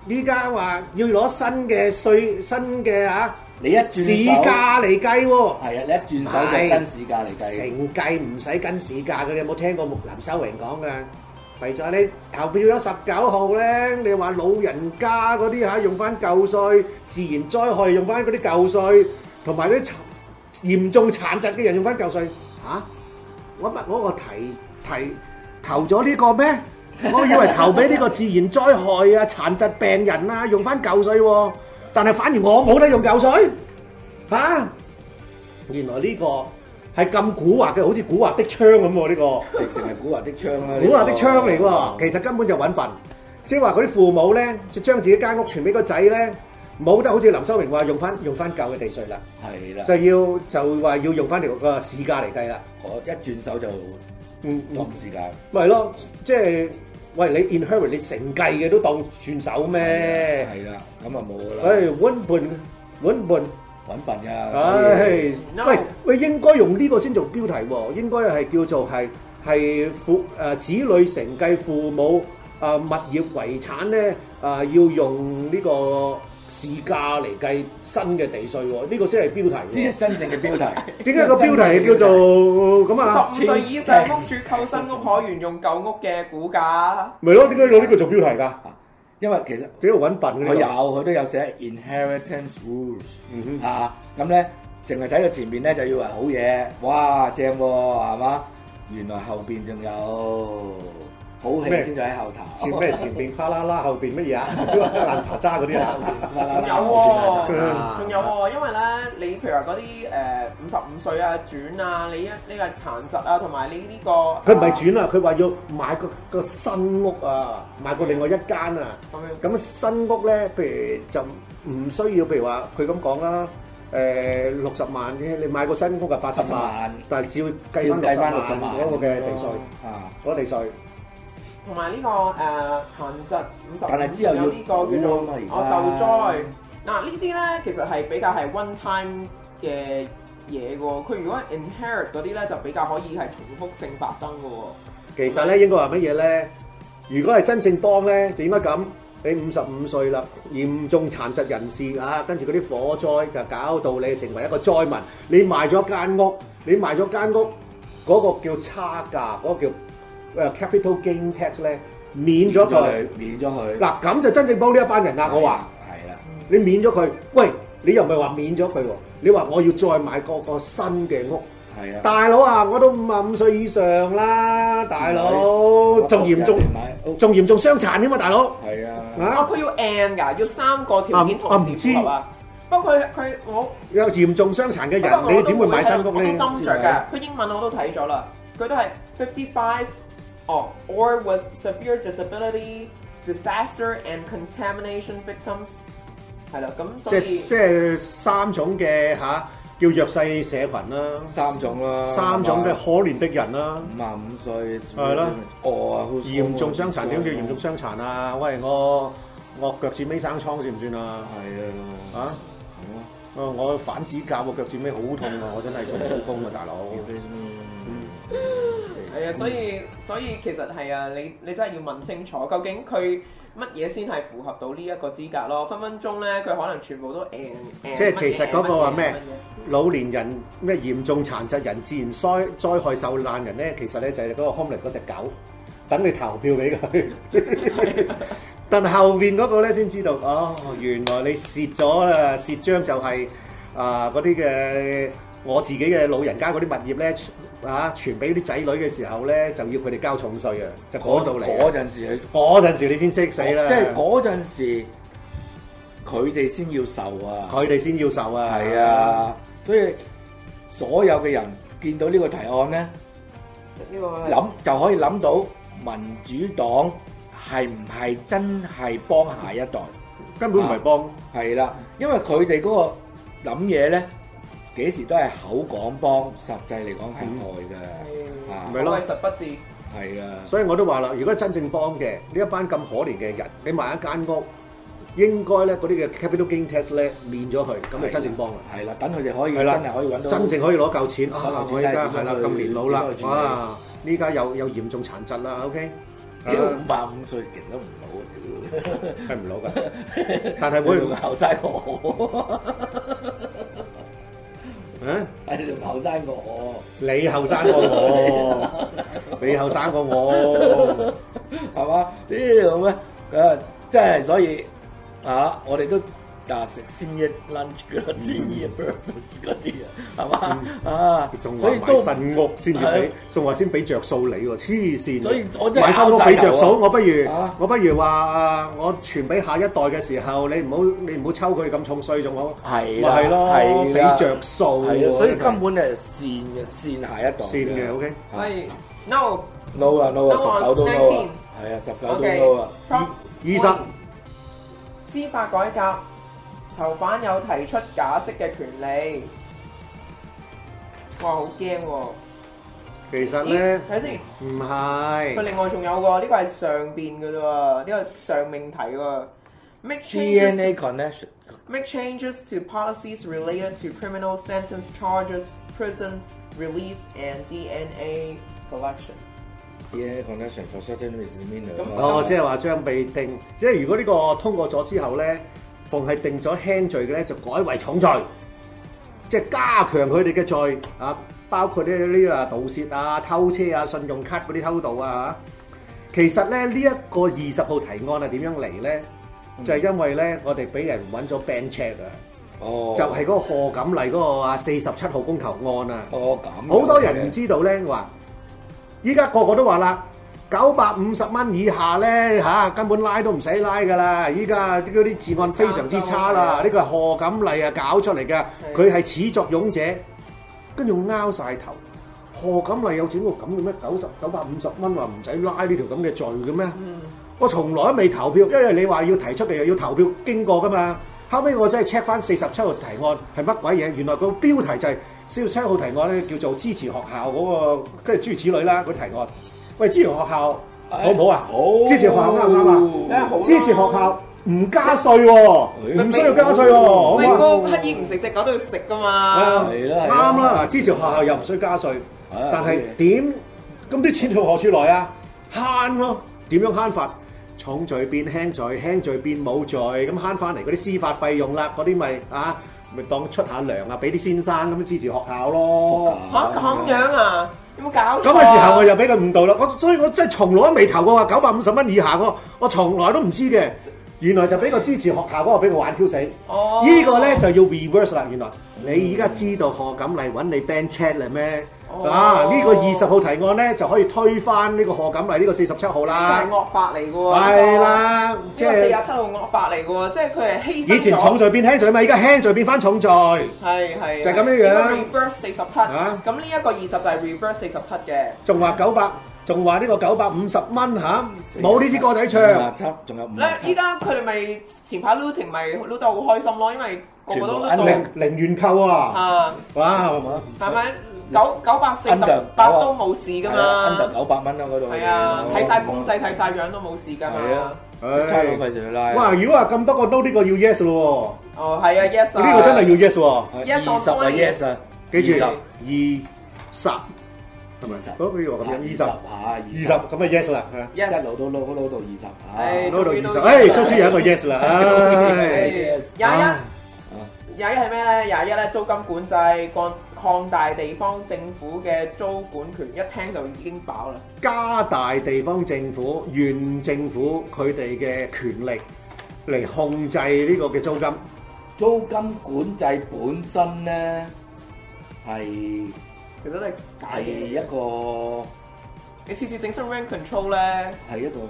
S2: 依家話要攞新嘅税、新嘅嚇
S1: 你一轉
S2: 市
S1: 手
S2: 價嚟計喎，
S1: 係啊，你一轉手就跟市價嚟計，
S2: 承計唔使跟市價嘅。你有冇聽過木林修榮講㗎？為咗你投票咗十九號咧，你話老人家嗰啲嚇用翻舊税，自然災害用翻嗰啲舊税，同埋啲殘嚴重殘疾嘅人用翻舊税嚇。我咪我我提提投咗呢個咩？我以為投俾呢個自然災害啊、殘疾病人啊，用翻舊税喎。但係反而我冇得用舊税嚇、原來呢個係咁古惑嘅，好似古惑的槍咁喎呢個。
S1: 直情係古惑的槍啦。
S2: 古惑的槍嚟喎，
S1: 呢
S2: 其實根本就揾笨，即係話嗰啲父母咧，就將自己間屋傳俾個仔咧，冇得好似林修榮話用翻用翻舊嘅地税啦，
S1: 個係啦，
S2: 就要就話要用翻條個市價嚟計啦。
S1: 我一轉手就
S2: 嗯，嗯
S1: 當市價，
S2: 咪係咯，即係喂你 inherit 你承繼嘅都當轉手咩？
S1: 係啦，咁啊冇㗎啦。
S2: 誒，揾笨揾笨，
S1: 揾笨㗎。所以
S2: 唉
S3: No，
S2: 喂喂，應該用呢個先做標題喎，應該係叫做係係父誒子女承繼父母啊物業遺產咧啊要用呢個市價嚟計新嘅地税喎，呢個先係標題
S1: 先
S2: 喎
S1: 係。真正嘅標題。
S2: 點解個標題係叫做咁啊？
S3: 十五歲以上屋主購新屋可沿用舊屋嘅估價。
S2: 咪咯，點解用呢個做標題㗎？
S1: 因為其實
S2: 點解揾笨嘅
S1: 佢
S2: 呢
S1: 有
S2: 個？
S1: 佢都有寫 inheritance rules
S2: 嗯
S1: 啊，咁咧淨係睇到前面咧就以為好嘢，哇正喎、係嘛？原來後邊仲有好戲
S2: 咩
S1: 先至喺後頭。
S2: 前咩？前邊卡啦啦，後邊乜嘢啊？ 爛茶渣嗰啲啊？
S1: 啦啦啦
S3: 有喎
S1: 後邊啦啦
S3: 仲有喎，因為咧，你譬如話嗰啲誒五十五歲啊轉啊，你一呢個殘疾啊，同埋你呢個
S2: 佢唔係轉啊，佢話要買個個新屋啊，買個另外一間啊。
S3: 咁樣
S2: 咁新屋咧，譬如就唔需要，譬如話佢咁講啦，誒六十萬啫，你買個新屋係啊八十
S1: 80
S2: 萬
S1: 萬，
S2: 但係照計
S1: 照計
S2: 翻
S1: 返
S2: 六十
S1: 60
S2: 萬
S1: 萬
S2: 嗰個嘅地税，
S1: 啊！
S2: 嗰個地税。
S3: 同埋呢個呃誒殘疾五十，
S1: 但係之後要
S3: 有呢個叫做
S1: 估啊嘛
S3: 我受災嗱呢啲咧，其實係比較係 one time 嘅嘢嘅喎。佢如果 inherit 嗰啲咧，就比較可以係重複性發生嘅喎。
S2: 其實咧應該話乜嘢咧？如果係真正幫咧，就應該咁。你五十五歲啦，嚴重殘疾人士啊，跟住嗰啲火災就搞到你成為一個災民。你賣咗間屋，你賣咗間屋嗰、個叫差價，嗰、個叫誒 capital gain tax 咧，免咗佢。，
S1: 免咗佢。
S2: 嗱咁就真正幫呢一班人啦，我話。
S1: 係啦，
S2: 你免咗佢，喂，你又唔係話免咗佢喎？你話我要再買個個新嘅屋，
S1: 係啊。
S2: 大佬啊，我都五啊五歲以上啦，大佬，仲嚴重
S1: 人哋買屋
S2: 仲嚴重傷殘添嘛，大佬
S1: 係啊，
S3: 哦
S2: 啊，，
S3: 佢要 and 㗎，要三個條件
S2: 啊啊
S3: 同
S2: 唔
S3: 時
S2: 知
S3: 符合啊。不過佢佢我。
S2: 有嚴重傷殘嘅人，
S3: 不過我
S2: 你
S3: 都
S2: 點會買新屋
S3: 我都
S2: 呢？
S3: 斟酌㗎，佢英文我都睇咗啦，佢都係 fifty five，哦，or with severe disability, disaster and contamination victims，係啦，咁所
S2: 即
S3: 以
S2: 即係三種嘅吓，叫弱勢社群啦，
S1: 三種啦，
S2: 三種嘅
S1: 係
S2: 可
S1: 嘛
S2: 憐的人啦。
S1: 五啊五歲，
S2: 係啦，
S1: 餓啊，
S2: 嚴重傷殘點叫嚴重？傷殘啊？喂，我我腳趾尾生瘡算唔算啊？
S1: 係啊，
S2: 啊？啊！我反指甲喎，腳趾尾好痛啊！我真係做唔到工啊，大佬。
S3: 係啊，所以所以其實係啊，你你真係要問清楚，究竟佢乜嘢先係符合到呢一個資格咯？分分鐘咧，佢可能全部都 and
S2: 即係其實嗰個話咩老年人咩嚴重殘疾人、自然災災害受難人咧，其實咧就係嗰個 homeless 嗰只狗，等你投票俾佢。但後面嗰個咧先知道，哦，原來你蝕咗啦，蝕張就係啊嗰啲嘅我自己嘅老人家嗰啲物業咧，啊傳俾啲仔女嘅時候咧，就要佢哋交重稅啊，就嗰度嚟啊。哦
S1: 嗰陣時佢
S2: 嗰陣時你先識死啦，
S1: 即係嗰陣時，佢哋先要受啊。
S2: 佢哋先要受啊。
S1: 係，啊，所以所有嘅人見到呢個提案咧，
S3: 呢個係
S1: 諗就可以諗到民主黨係唔係真係幫下一代？
S2: 根本唔係幫。
S1: 係啦，因為佢哋嗰個諗嘢咧，幾時都係口講幫，實際嚟講係害
S3: 係
S1: 啊
S2: 咪咯
S3: 我係實不至。
S1: 嘅，係啊，
S2: 所以我都話啦，如果真正幫嘅呢一班咁可憐嘅人，你買一間屋，應該咧嗰啲嘅 capital gain tax 咧免咗佢，咁就真正幫啦。
S1: 係啦，等佢哋可以
S2: 係
S1: 真
S2: 啦
S1: 係可以揾到
S2: 真正可以攞夠錢啊！我
S1: 攞
S2: 而
S1: 夠錢
S2: 家
S1: 梗係
S2: 係啦，
S1: 點樣去
S2: 咁年老啦
S1: 點樣，去處理
S2: 哇！呢家有有嚴重殘疾啦，OK，啊
S1: 屌五百五歲，其實都唔老啊，
S2: 係唔老㗎，但係 會
S1: 屌，仲後生過我，
S2: 啊
S1: 係仲後生過我，
S2: 你後生過 我，你後生過我，
S1: 係嘛？屌咁咧，啊，真係所以啊，我哋都。啊！食先一 lunch 嗰啲，先一 breakfast 嗰啲啊，係嘛啊？
S2: 嗯仲話
S1: 所以
S2: 買
S1: 都唔
S2: 新屋先至
S1: 係啊
S2: 俾，仲話先俾着數你喎，黐線！
S1: 所以我真係
S2: 買新屋
S1: 拗晒
S2: 俾着
S1: 頭啊
S2: 數，我不如
S1: 啊
S2: 我不如話啊我傳俾下一代嘅時候，你唔好你唔好抽佢咁重税仲好，
S1: 係
S2: 咪
S1: 啦，
S2: 係咯，
S1: 係
S2: 俾
S1: 啦
S2: 着數
S1: 係
S2: 喎，
S1: 咯，所以根本係善嘅善下一代
S2: 線嘅 OK。
S3: 係 no。
S1: ，no 啊 no 啊，
S3: No 啊
S1: 十九都 no 啊
S3: nineteen，
S1: 係啊，十九
S3: O
S1: 都
S3: K，
S1: no 啊，
S2: 醫生
S3: 司法改革，囚犯有提出假釋嘅權利。哇，好驚喎！
S2: 其實
S3: 咦
S2: 咧
S3: 睇先，
S2: 唔
S3: 佢
S2: 係
S3: 另外仲有喎，呢個係上邊嘅啫喎，呢個上命題喎。Make changes
S1: DNA connection
S3: make changes to policies related to criminal sentence charges, prison release, and DNA collection。
S1: 啲 connection for certain misdemeanor
S3: 咁
S1: 咯。
S2: 哦，即係話將被定，即係如果呢個通過咗之後咧，逢係定咗輕罪嘅咧，就改為重罪，即係加強佢哋嘅罪啊，包括呢呢啲啊盜竊啊、偷車啊、信用卡嗰啲偷盜啊。其實咧呢一個二十號提案係點樣嚟咧？就係因為咧，我哋俾人揾咗 band check 啊，
S1: 哦，
S2: 就係嗰個賀錦麗嗰個啊四十七號公投案啊。
S1: 哦咁。
S2: 好多人唔。知道咧，話依家個個都話啦，九百五十蚊以下咧嚇、根本拉都唔使拉噶啦！依家嗰啲治安非常之差啦，呢個係賀錦麗啊搞出嚟嘅，佢係始作俑者，跟住拗晒頭。賀錦麗有整個咁嘅咩？九十九百五十蚊話唔使拉呢條咁嘅罪嘅咩？我從來都未投票，因為你話要提出嘅又要投票經過噶嘛。後尾我真係 check 翻四十七號提案係乜鬼嘢，原來個標題就係四十七號提案咧，叫做支持學校嗰、個，跟住諸如此類啦、個提案。喂，支持學校好唔好啊？
S1: 好
S2: 支持學校啱唔啱啊？
S3: 梗係好啦
S2: 支持學校唔加税喎、
S1: 誒
S2: 唔需要加税喎、好
S3: 喂，
S2: 唔好啊？
S3: 個乞兒唔食隻狗都要食噶
S2: Ờ,
S3: 嘛。
S1: 啊係啦係啦
S2: 啱啦，支持學校又唔需要加税，
S1: 啊
S2: 但係點咁啲錢從何處來啊？慳咯，點樣慳法？重罪變輕罪，輕罪變冇罪，咁慳翻嚟嗰啲司法費用啦，嗰啲咪啊咪當出下糧啊，俾啲先生咁支持學校咯。
S3: 嚇咁樣啊？有冇搞錯啊？
S2: 咁嘅時候我又俾佢誤導啦，我所以我真係從來都未投過話九百五十蚊以下嗰個，我從來都唔知嘅。原來就俾個支持學校嗰個俾佢玩 Q 死。
S3: 哦
S2: 呢個咧就要 reverse 啦，原來你而家知道賀錦麗揾你 band check 啦咩？
S3: 哦
S2: 啊，呢、個二十號提案咧就可以推翻呢個賀錦麗呢個四十七號啦
S3: 係，惡法嚟嘅喎。
S2: 係。啦，
S3: 呢
S2: 即
S3: 個四廿
S2: 係
S3: 七號惡法嚟嘅喎，即係佢係犧牲咗
S2: 以前重罪變輕罪嘛，而家輕罪變翻重罪。
S3: 係係
S2: 就係咁樣樣
S3: 呢個 reverse 四十七，
S2: 啊
S3: 咁呢一個二十就係 reverse 四十七嘅。
S2: 仲話九百，仲話呢個九百五十蚊嚇，冇呢支歌仔唱
S1: 五。七，仲有五
S3: 咧，
S1: 七。
S3: 依家佢哋咪前排 looting 咪 loot 得好開心咯，因為個個都 loot
S1: 全部
S2: 零
S1: under
S3: 到
S2: 零元購啊！
S3: 啊，
S2: 哇，
S3: 係咪九九百四十
S1: Under，
S3: 八都冇事噶
S2: 啊
S1: ，under
S3: 嘛？
S1: 九百蚊啦嗰度。
S3: 係啊，睇晒公仔睇晒樣都冇事噶
S1: 係
S3: 嘛
S1: 啊。差佬費就要拉。
S2: 哇！如果話咁多個 no 呢個要 yes 咯
S3: 哦，係啊，yes
S2: 喎，
S3: 啊，
S2: 呢個真係要 yes 喎。
S1: 二
S3: Yes
S1: 十
S3: or
S1: 啊
S3: no？
S1: yes 啊，
S2: 記住
S1: 二十
S2: 二十係咪？
S1: 十
S2: 好，譬如話咁樣，二十
S1: 下二
S2: 二
S1: 十
S2: 十咁啊 yes 啦嚇。
S1: 一
S3: yes
S1: 路。到老嗰老到二十
S3: 唉
S1: 啊。
S2: 攞到
S3: 終於
S2: 二
S3: 都
S2: 十，
S3: 20
S2: 唉，終於有一個 yes À, 啦，唉，
S3: 廿一廿一係咩咧？廿一咧租金管制擴擴大地方政府嘅租管權，一聽就已經飽啦。
S2: 加大地方政府、縣政府佢哋嘅權力嚟控制呢個嘅租金，
S1: 租金管制本身咧係
S3: 其實都係假
S1: 係啊一
S3: 嘢。
S1: 個
S3: 你次次整出 rank control 咧。
S1: 係一個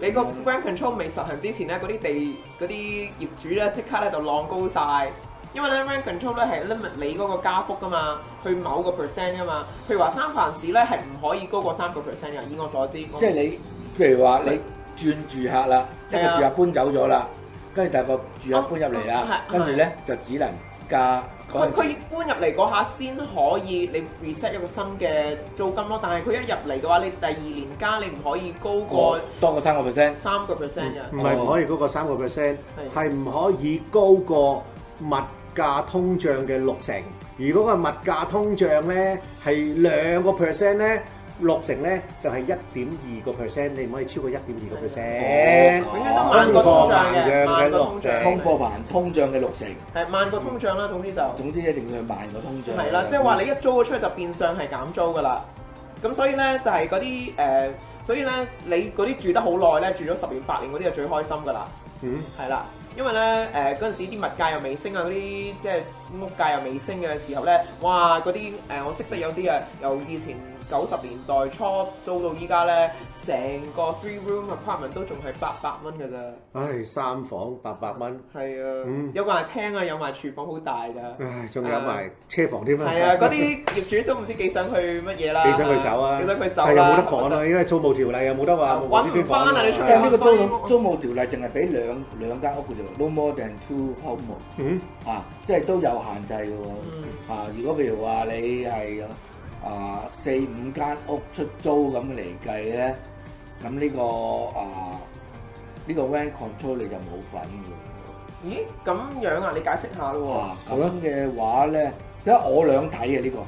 S3: 你個
S1: 嗯
S3: grand control 未實行之前咧，嗰啲地嗰啲業主咧即刻咧就浪高晒，因為咧 grand control 咧係 limit 你嗰個加幅噶嘛，去某個 percent 噶嘛。譬如話三藩市咧係唔可以高過三個 percent 嘅，以我所知。即
S1: 即係你譬如話你轉住客啦，一
S3: 係
S1: 個
S3: 啊
S1: 住客搬走咗啦，跟住第二個住客搬入嚟啦
S3: 哦，係
S1: 跟住咧就只能加嗰
S3: 佢
S1: 陣時
S3: 佢搬入嚟嗰下先可以你 reset 一個新嘅租金咯，但係佢一入嚟嘅話，你第二年加你唔可以高過
S1: 過多過三個 percent。
S3: 三個 percent 嘅。
S2: 唔
S1: 嗯
S2: 係唔可以高過三個 percent，
S3: 係
S2: 係唔可以高過物價通脹嘅六成。如果個物價通脹咧係兩個 percent 咧，六成咧就係一點二個 percent，你唔可以超過一點二個 percent。
S3: 永遠都慢過通脹嘅，慢過
S1: 通
S3: 通脹
S1: 貨膨通脹嘅六成，
S3: 係慢過通脹啦，總之就。
S1: 總之一定要去慢過通脹。嗯
S3: 係啦，即係話你一租咗出去就變相係減租噶啦。咁所以咧就係嗰啲誒，所以咧你嗰啲住得好耐咧，住咗十年八年嗰啲就最開心噶啦，
S2: 嗯，
S3: 係啦。因為咧誒嗰陣時啲物價又未升啊，嗰啲即係屋價又未升嘅時候咧，哇嗰啲誒我識得有啲啊，由以前九十年代初租到依家咧，成個 three room apartment 都仲係八百蚊嘅咋，
S2: 唉，三房八百蚊。
S3: 係啊，
S2: 嗯
S3: 有個人廳啊，有埋廚房好大㗎。
S2: 唉，仲有埋車房添啦。
S3: 係啊，嗰啲業主都唔知幾想去乜嘢啦，
S2: 幾想佢走啊？
S3: 幾想佢走
S2: 但係又冇得講
S3: 啦
S2: 啦，依家租務條例又冇得話
S3: 搵唔返啊你出
S1: 但
S3: 嚟
S1: 係呢個
S3: 幫
S1: 租
S3: 你
S1: 務租務條例淨係俾兩兩間屋嘅啫喎，no more than two home
S2: 嗯，
S1: 啊，即係都有限制嘅
S3: 嗯
S1: 喎。啊，如果譬如話你係啊四五間屋出租咁嚟計咧，咁呢個啊呢個 rent control 你就冇份嘅喎。
S3: 咦咁樣啊？你解釋下咯
S2: 哦
S1: 哇！咁嘅話咧，因為我兩睇嘅呢個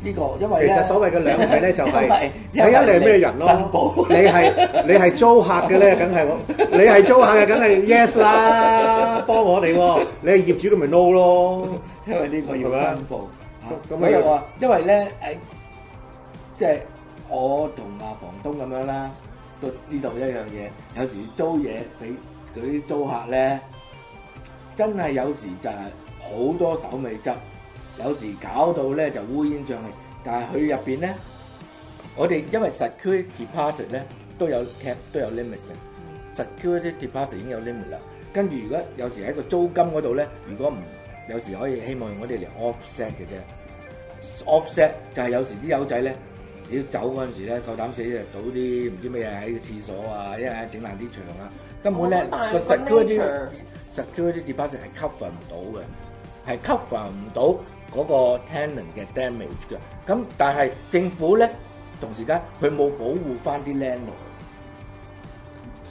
S1: 呢個，因為
S2: 其
S1: 咧
S2: 實所謂嘅兩睇咧就係
S1: 因為
S2: 睇下你係咩人咯
S1: 因為你申報
S2: 你係你係租客嘅咧，梗係你係租客嘅，梗係 yes 啦，幫我哋喎。你係業主咁咪 no 咯。
S1: 因為呢個要申報
S2: 咁
S1: 嚇。
S2: 咁啊
S1: 咁又話，因為咧誒，即係我同阿房東咁樣啦，都知道一樣嘢，有時租嘢俾嗰啲租客咧，真係有時就係好多手尾執，有時搞到咧就烏煙瘴氣。但係佢入邊咧，我哋因為 security deposit 咧都有 cap 都有 limit 嘅。security deposit 已經有 limit 啦。跟住如果有時喺個租金嗰度咧，如果唔有時可以希望我哋嚟 offset 嘅啫，offset 就係有時啲友仔咧要走嗰陣時咧，夠膽死就倒啲唔知咩嘢喺個廁所啊，一係整爛啲牆啊，根本咧
S3: 哦但係
S1: 個
S3: 個
S1: security
S3: nature
S1: security deposit 係 cover 唔到嘅，係 cover 唔到嗰個 tenant 嘅 damage 嘅。咁但係政府咧同時間佢冇保護翻啲 landlord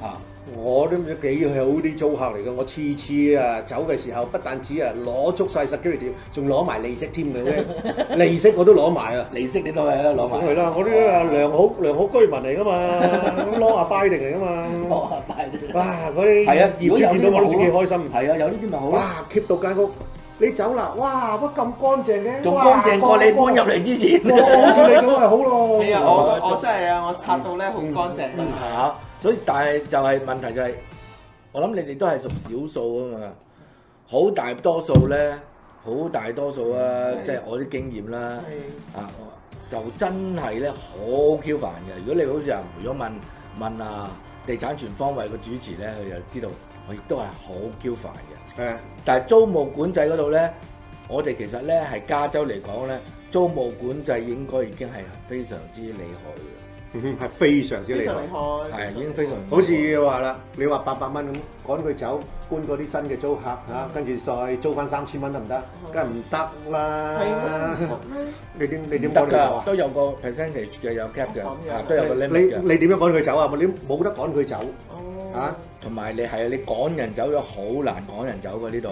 S1: 啊。
S2: 我都唔知幾好啲租客嚟嘅，我次次啊走嘅時候，不但止啊攞足晒 security，仲攞埋利息添 嘅，利息我都攞埋啊！
S1: 利息你都係啦，攞埋。
S2: 係啦，我啲啊良好良好居民嚟噶嘛，攞阿 buy 定嚟噶嘛，
S1: 攞下拜你。
S2: 哇！嗰啲
S1: 係啊，
S2: 業主見到我都自己開心，
S1: 係啊，有呢啲咪好咯，
S2: 哇！keep 到間屋，你走啦，哇！乜咁乾淨嘅，
S1: 仲
S2: 哇
S1: 乾淨過你搬入嚟之 前。
S2: 哇好似你咁咪好咯。
S3: 係啊，我我真係啊，我擦到咧好乾淨
S2: 嗯
S1: 係啊，所以但係就係問題就係，我諗你哋都係屬少數啊嘛，好大多數咧，好大多數啊，即係我啲經驗啦。啊，我就真係咧好 Q 煩嘅。如果你好似阿梅咗問問啊地產全方位嘅主持咧，佢就知道我亦都係好 Q 煩嘅。
S2: 係啊
S1: 但係租務管制嗰度咧，我哋其實咧係加州嚟講咧，租務管制應該已經係非常之厲害
S2: 嗯係非常之厲
S3: 非常
S2: 害
S3: 厲。害，
S1: 嘅，係已經非常
S2: 好似話啦，你話八百蚊咁趕佢走，搬嗰啲新嘅租客
S3: 嗯
S2: 嚇，跟住再租翻三千蚊得唔得？梗係唔得
S1: 啊
S3: 係啊
S2: 啦！
S3: 咩？
S2: 你點你
S1: 唔
S2: 點
S1: 得
S2: 趕佢走
S1: 㗎，
S2: 啊？
S1: 都有個 percentage 嘅有 cap 嘅，
S3: 咁樣
S1: 啊都有個
S2: 你
S1: limit 嘅，
S2: 你點樣趕佢走啊？你冇得趕佢走
S3: 哦
S2: 嚇，
S1: 同埋你係啊，你趕人走咗好難趕人走嘅呢度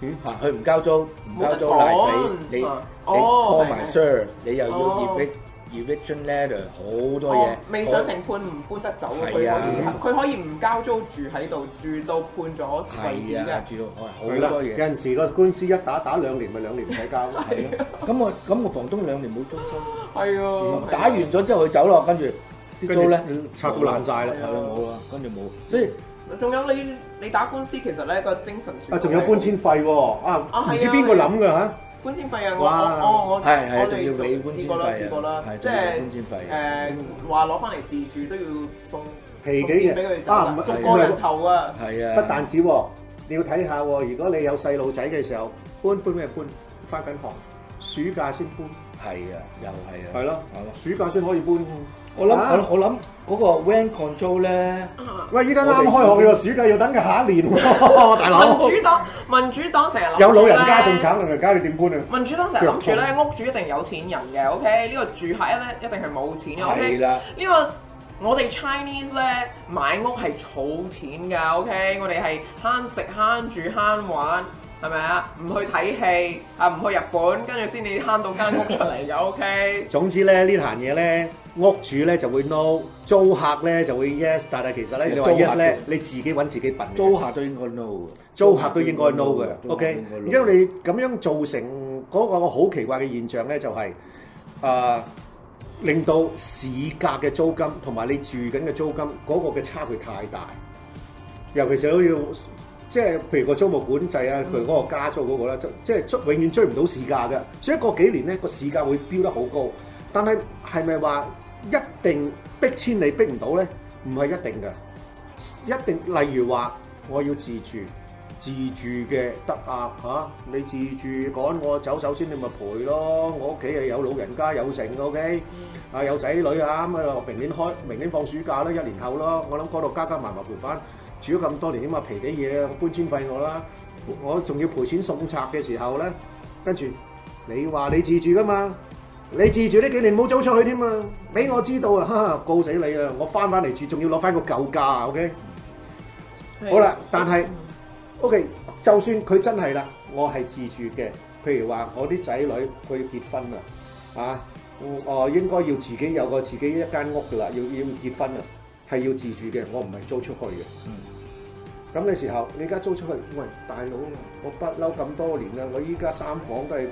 S2: 嗯。
S1: 嚇，佢唔交租，唔交租
S3: 冇得
S1: 賴
S3: 講
S1: 死你，你
S3: 啊
S1: call
S3: 哦
S1: 埋
S3: 明
S1: serve，你又要
S3: 哦
S1: evict eviction letter 好多嘢
S3: 哦，，未上庭判唔搬得走啊！佢可
S1: 係啊
S3: 以佢可以唔交租住喺度，住到判咗為
S1: 係
S3: 止
S1: 啊
S3: 嘅，。
S1: 主要我
S2: 係
S1: 係
S2: 啦
S1: 好。多嘢
S2: 有。陣時個官司一打打兩年，咪兩年唔使交咯。
S1: 係咯，咁我咁我房東兩年冇租收，
S3: 係啊，係啊
S1: 嗯打完咗之後佢走咯，跟住啲租嗯咧
S2: 跟住拆到爛晒啦
S1: 係啦冇啦，跟住冇，所以
S3: 仲有你你打官司，其實咧個精神損
S2: 啊，仲有搬遷費喎
S3: 啊
S2: 啊，
S3: 係
S2: 唔
S3: 啊
S2: 知邊個諗㗎嚇？
S3: 搬遷費啊！我
S2: 哇
S3: 我我我我
S1: 係係
S3: 哋
S1: 仲要俾搬
S3: 試
S1: 遷
S3: 過啦，試過
S1: 費
S3: 啦
S1: 啊，，係
S3: 即
S1: 仲要
S3: 係
S1: 搬遷費啊，
S3: 誒話攞翻嚟自住都要送
S2: 皮
S3: 送
S2: 幾
S3: 錢
S2: 嘅
S3: 俾佢哋走
S2: 啊唔係，
S3: 啦仲過人頭啊！
S1: 係啊，
S2: 不但止喎，你要睇下喎，如果你有細路仔嘅時候，搬搬咩搬？翻緊學，暑假先搬。
S1: 係啊，又係啊，
S2: 係咯
S1: 係咯，
S2: 暑假先可以搬喎。
S1: 我諗
S2: 啊
S1: 我我諗嗰個 van control 咧，
S2: 喂，依家啱開學喎，暑假要等佢下 一年喎，
S1: 啊
S2: 大佬。
S3: 民主黨民主黨成日諗住
S2: 有老人家仲
S3: 咧
S2: 慘，老人家你點搬啊？
S3: 民主黨成日諗住咧，屋主一定有錢人嘅，OK？呢個住客咧一定係冇錢嘅，OK？
S1: 係啦
S3: 呢個我哋 Chinese 咧買屋係儲錢㗎，OK？我哋係慳食慳住慳玩，係咪啊？唔去睇戲啊，唔去日本，跟住先至慳到間屋出嚟㗎，OK？
S2: 總之咧，呢壇嘢咧，屋主咧就會 no，租客咧就會 yes，但係其實咧，你話
S1: 租客
S2: yes 咧，你自己揾自己笨嘅。
S1: 租客都應該 no 嘅，
S2: 租客都應該 no 嘅
S1: 租客都
S2: ，OK
S1: 應該。no
S2: 因為你咁樣造成嗰個好奇怪嘅現象咧，就係、啊令到市價嘅租金同埋你住緊嘅租金嗰個嘅差距太大，尤其是好似即係譬如個租務管制啊，佢嗰個加租嗰、個咧，就即係追永遠追唔到市價嘅，所以過幾年咧個市價會飆得好高，但係係咪話一定逼遷你逼唔到咧？唔係一定嘅。一定，例如話我要自住，自住嘅得啊嚇、你自住趕我走，首先你咪賠咯。我屋企又有老人家有剩，OK，啊有仔女啊咁啊，明年開明年放暑假啦，一年後咯，我諗嗰度加加埋埋賠翻，住咗咁多年起碼皮幾嘢啊，搬遷費我啦，我仲要賠錢送拆嘅時候咧，跟住你話你自住噶嘛？你自住呢幾年冇租出去添啊！俾我知道啊，哈哈告死你啦！我翻翻嚟住，仲要攞翻個舊價啊！OK，好啦，但係 OK，就算佢真係啦，我係自住嘅，譬如話我啲仔女佢結婚啦，啊，我我應該要自己有個自己一間屋噶啦，要要結婚啦，係要自住嘅，我唔係租出去嘅。
S1: 嗯
S2: 咁嘅時候，你而家租出去，喂大佬啊，我不嬲咁多年啦，我依家三房都係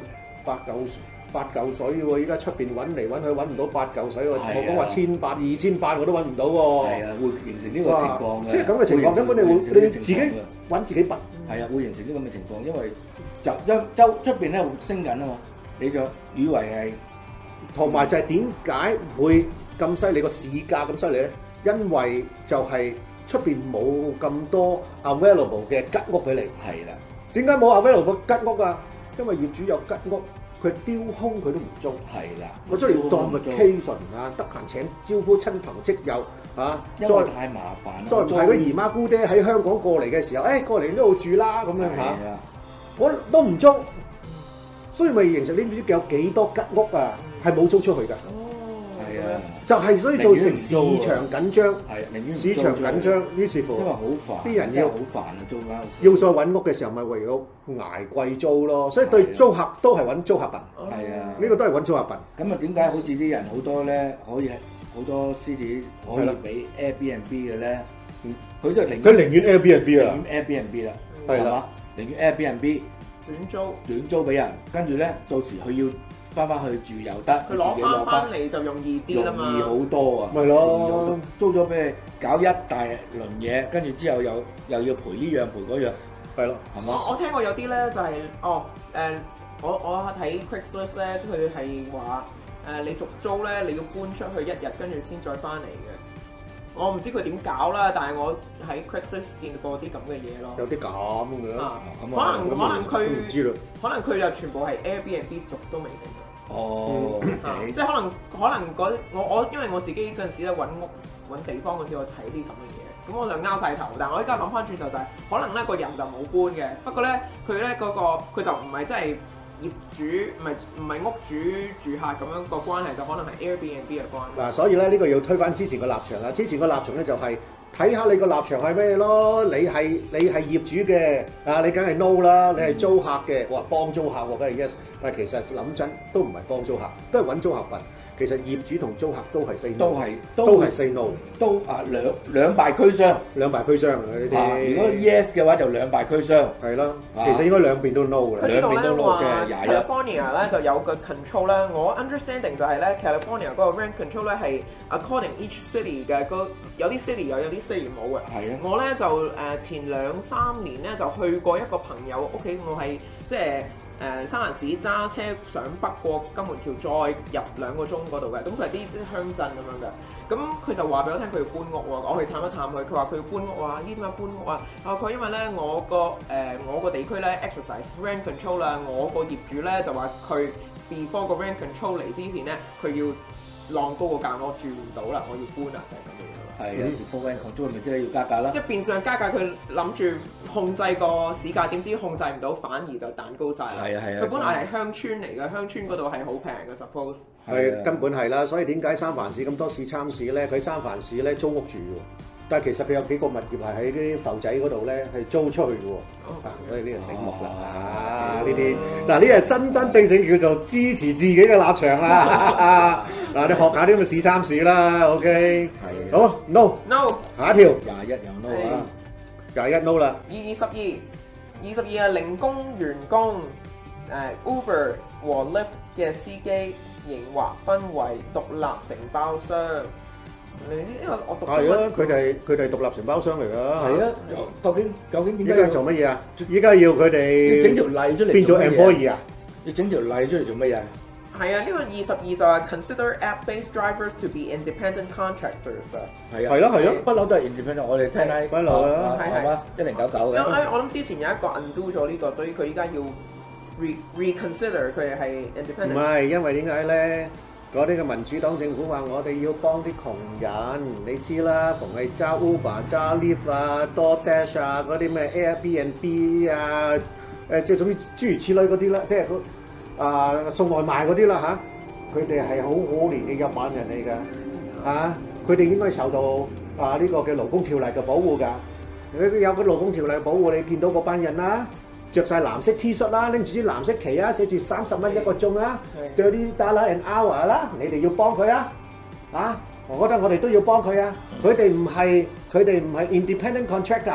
S2: 八嚿八嚿水喎，依家出邊揾嚟揾去揾唔到八嚿水喎，
S1: 係啊
S2: 我講話千八二千八我都揾唔到喎。
S1: 係啊，會形成呢
S2: Vâng.
S1: 個情況嘅。
S2: 即係咁嘅情況，根本你會
S1: 會形成
S2: 你
S1: 呢個情
S2: 自己
S1: 況嘅
S2: 揾自己笨。
S1: 係啊，會形成呢咁嘅情況，因為就因周出邊咧升緊啊嘛，你就以為係
S2: 同埋就係點解會咁犀利個市價咁犀利咧？因為就係出邊冇咁多 available 嘅吉屋俾你。
S1: 係啦，
S2: 點解冇 available 嘅吉屋啊？因為業主有吉屋，佢丟空佢都唔租。
S1: 係啦。
S2: 我將嚟當 vacation 啊，得閒請招呼親朋戚友啊，
S1: 因
S2: 再
S1: 為太麻煩啦。
S2: 再唔係嗰姨媽姑爹喺香港過嚟嘅時候，誒、過嚟呢度住啦咁樣嚇。
S1: 係啊，
S2: 我都唔租，所以咪形成呢啲有幾多吉屋啊，係冇租出去㗎，
S3: 哦，
S1: 係啊，
S2: 就係、所以造成市場緊張，
S1: 係寧願唔
S2: 市場
S1: 租咗
S2: 緊，張，於是
S1: 因為
S2: 乎
S1: 好煩，
S2: 啲人
S1: 真係
S2: 要
S1: 好煩啊，租間屋。
S2: 要再揾屋嘅時候，咪唯有捱貴租咯，所以對租客都係揾租客笨，呢、
S3: 哦
S1: 係啊，
S2: 個都係揾租客笨，
S1: 咁啊，點解好似啲人好多咧，可以好多 CD 可
S2: 係
S1: 以
S2: 啦
S1: 俾 Airbnb 嘅咧？佢就寧
S2: 佢寧願 Airbnb 啊
S1: 寧，願 Airbnb 啦，
S2: 係
S1: 係
S2: 啦
S1: 嘛？寧願 Airbnb
S3: 短租，
S1: 短租俾人，跟住咧到時佢要翻翻去住又得，
S3: 佢
S1: 自己
S3: 攞翻
S1: 攞
S3: 翻
S1: 翻，
S3: 嚟就容易啲啦嘛。
S1: 容易好多啊！
S2: 咪咯
S1: 容易好多，租咗俾你搞一大輪嘢，跟住之後又又要賠呢樣賠嗰樣，
S2: 係咯，
S1: 係嘛？
S3: 我我聽過有啲咧就係、哦誒、我我睇 Craigslist 咧，即係佢係話誒你續租咧，你要搬出去一日，跟住先再翻嚟嘅。我唔知佢點搞啦，但係我喺 Craigslist 見過啲咁嘅嘢咯。
S2: 有啲咁嘅，
S3: 啊，可
S1: 咁啊
S3: 能可能
S2: 都唔
S3: 佢
S2: 知啦，
S3: 可能佢就全部係 Airbnb 續都未定啊嘅
S1: 哦
S3: 啊
S1: ，OK，
S3: 即係可能可能嗰我我因為我自己嗰陣時咧揾屋揾地方嗰時，我睇啲咁嘅嘢，咁我就拗晒頭。但我依家諗翻轉頭就係、可能咧個人就冇搬嘅，不過咧佢咧嗰個佢就唔係真係業主，唔係唔係屋主住客咁樣個關係，就可能係 Airbnb 嘅關係。
S2: 嗱，所以咧呢個要推翻之前嘅立場啦。之前嘅立場咧就係睇下你個立場係咩咯。你係你係業主嘅啊，你梗係 no 啦。你係租客
S1: 嗯
S2: 嘅，我話幫租客喎，梗係 yes。但係其實諗真都唔係幫租客，都係揾租客笨。其實業主同租客都係 say
S1: 都
S2: no，
S1: 係
S2: 都
S1: 都
S2: 係
S1: 係
S2: say no，
S1: 都啊兩兩敗俱傷。
S2: 兩敗俱傷嘅呢
S1: 啊！
S2: 啲。
S1: 如果 À, yes 嘅話，就兩敗俱傷。
S2: 係啦，
S1: 啊
S2: 其實應該兩邊都 no
S3: 佢
S2: 嘅。
S3: 呢
S1: 兩
S3: 度
S1: 邊都攞
S3: 咧話
S1: 即係廿一
S3: California 咧就有個 control 啦。我 understanding 就係咧 California 嗰個 rent control 咧係 according each city 嘅，個有啲 city 有，有啲 city 冇嘅。
S1: 係啊，
S3: 我咧就誒、呃前兩三年咧就去過一個朋友屋企，我係即係誒、呃三藩市揸車上北過金門橋，再入兩個鐘嗰度嘅。咁佢係啲啲鄉鎮啊咁樣嘅。咁佢就話俾我聽，佢要搬屋喎。我去探一探佢，佢話佢要搬屋啊，呢點解搬屋啊？啊，佢話因為咧我個誒、呃我個地區咧 exercise rent control 啦，我個業主咧就話佢 before 個 rent control 嚟之前咧，佢要浪高個價，我住唔到啦，我要搬啦，就係、咁樣樣啦。
S1: 係啊
S2: 嗯
S1: f o r rent control 咪即係要加價啦
S3: 即。係變相加價，佢諗住控制個市價，點知控制唔到，反而就彈高晒啦。
S1: 係啊係啊
S3: 佢本來係鄉村嚟嘅，鄉村嗰度係好平嘅，suppose。
S1: 啊 à,
S2: 係啊根本係啦，所以點解三藩市咁多市參市咧？佢三藩市咧租屋住嘅喎，但係其實佢有幾個物業係喺啲埠仔嗰度咧係租出去嘅喎。
S1: 哦
S2: 嗱，所以呢個
S1: à,
S2: 醒目啦，啊呢啲嗱呢個真真正正叫做支持自己嘅立 場啦。嗱，你學下啲咁嘅市三市啦
S1: 係
S2: ，OK。
S1: 啊
S2: 好，no，
S3: No，
S2: 下一條
S1: 廿一又 no 啊，
S2: 廿一 no 啦，
S3: 二二十二，二十二啊，零工員工，誒、Uber 和 Lyft 嘅司機，營劃分為獨立承包商。你呢呢個我讀咗
S2: 係啊
S3: 乜，
S2: 佢哋佢哋獨立承包商嚟㗎，
S1: 係，啊，究竟究竟
S2: 依
S1: 點解要
S2: 家做乜嘢啊？依家要佢
S1: 要整
S2: 哋
S1: 條例出嚟
S2: 變
S1: 做
S2: 咗
S1: 乜嘢？
S2: employee 啊？
S1: 要整條例出嚟做乜嘢？
S3: 係啊，呢個二十二就係 consider app-based drivers to be independent contractors 啊。
S1: 係啊，
S2: 係咯係咯
S1: 不嬲都係 independent，我哋聽喺
S2: 不嬲啦
S1: 啊
S3: 係
S1: 係嘛一零九九
S3: 因為
S2: 啊
S1: 嘅，
S3: 我諗之前有一個 undo 咗呢個，所以佢依家要 re reconsider 佢哋係
S2: 唔
S3: independent。
S2: 係，因為點解咧？嗰啲嘅民主黨政府話我哋要幫啲窮人，你知啦，逢係揸 Uber、揸 Lyft 啊、DoorDash 啊嗰啲咩 Airbnb 啊，誒、即係總之諸如此類嗰啲啦，即係嗰啊送外賣嗰啲啦吓，佢哋係好可憐嘅日版人嚟㗎。啊，佢哋應該受到啊呢、個嘅勞工條例嘅保護㗎。佢有個勞工條例保護你，見到嗰班人啦，着晒藍色 T 恤啦，拎住啲藍色旗啊，寫住三十蚊一個鐘啦
S3: 係
S2: ，thirty dollar an hour 啦，你哋要幫佢啊！啊，我覺得我哋都要幫佢啊！佢哋唔係佢哋唔係 independent contractor，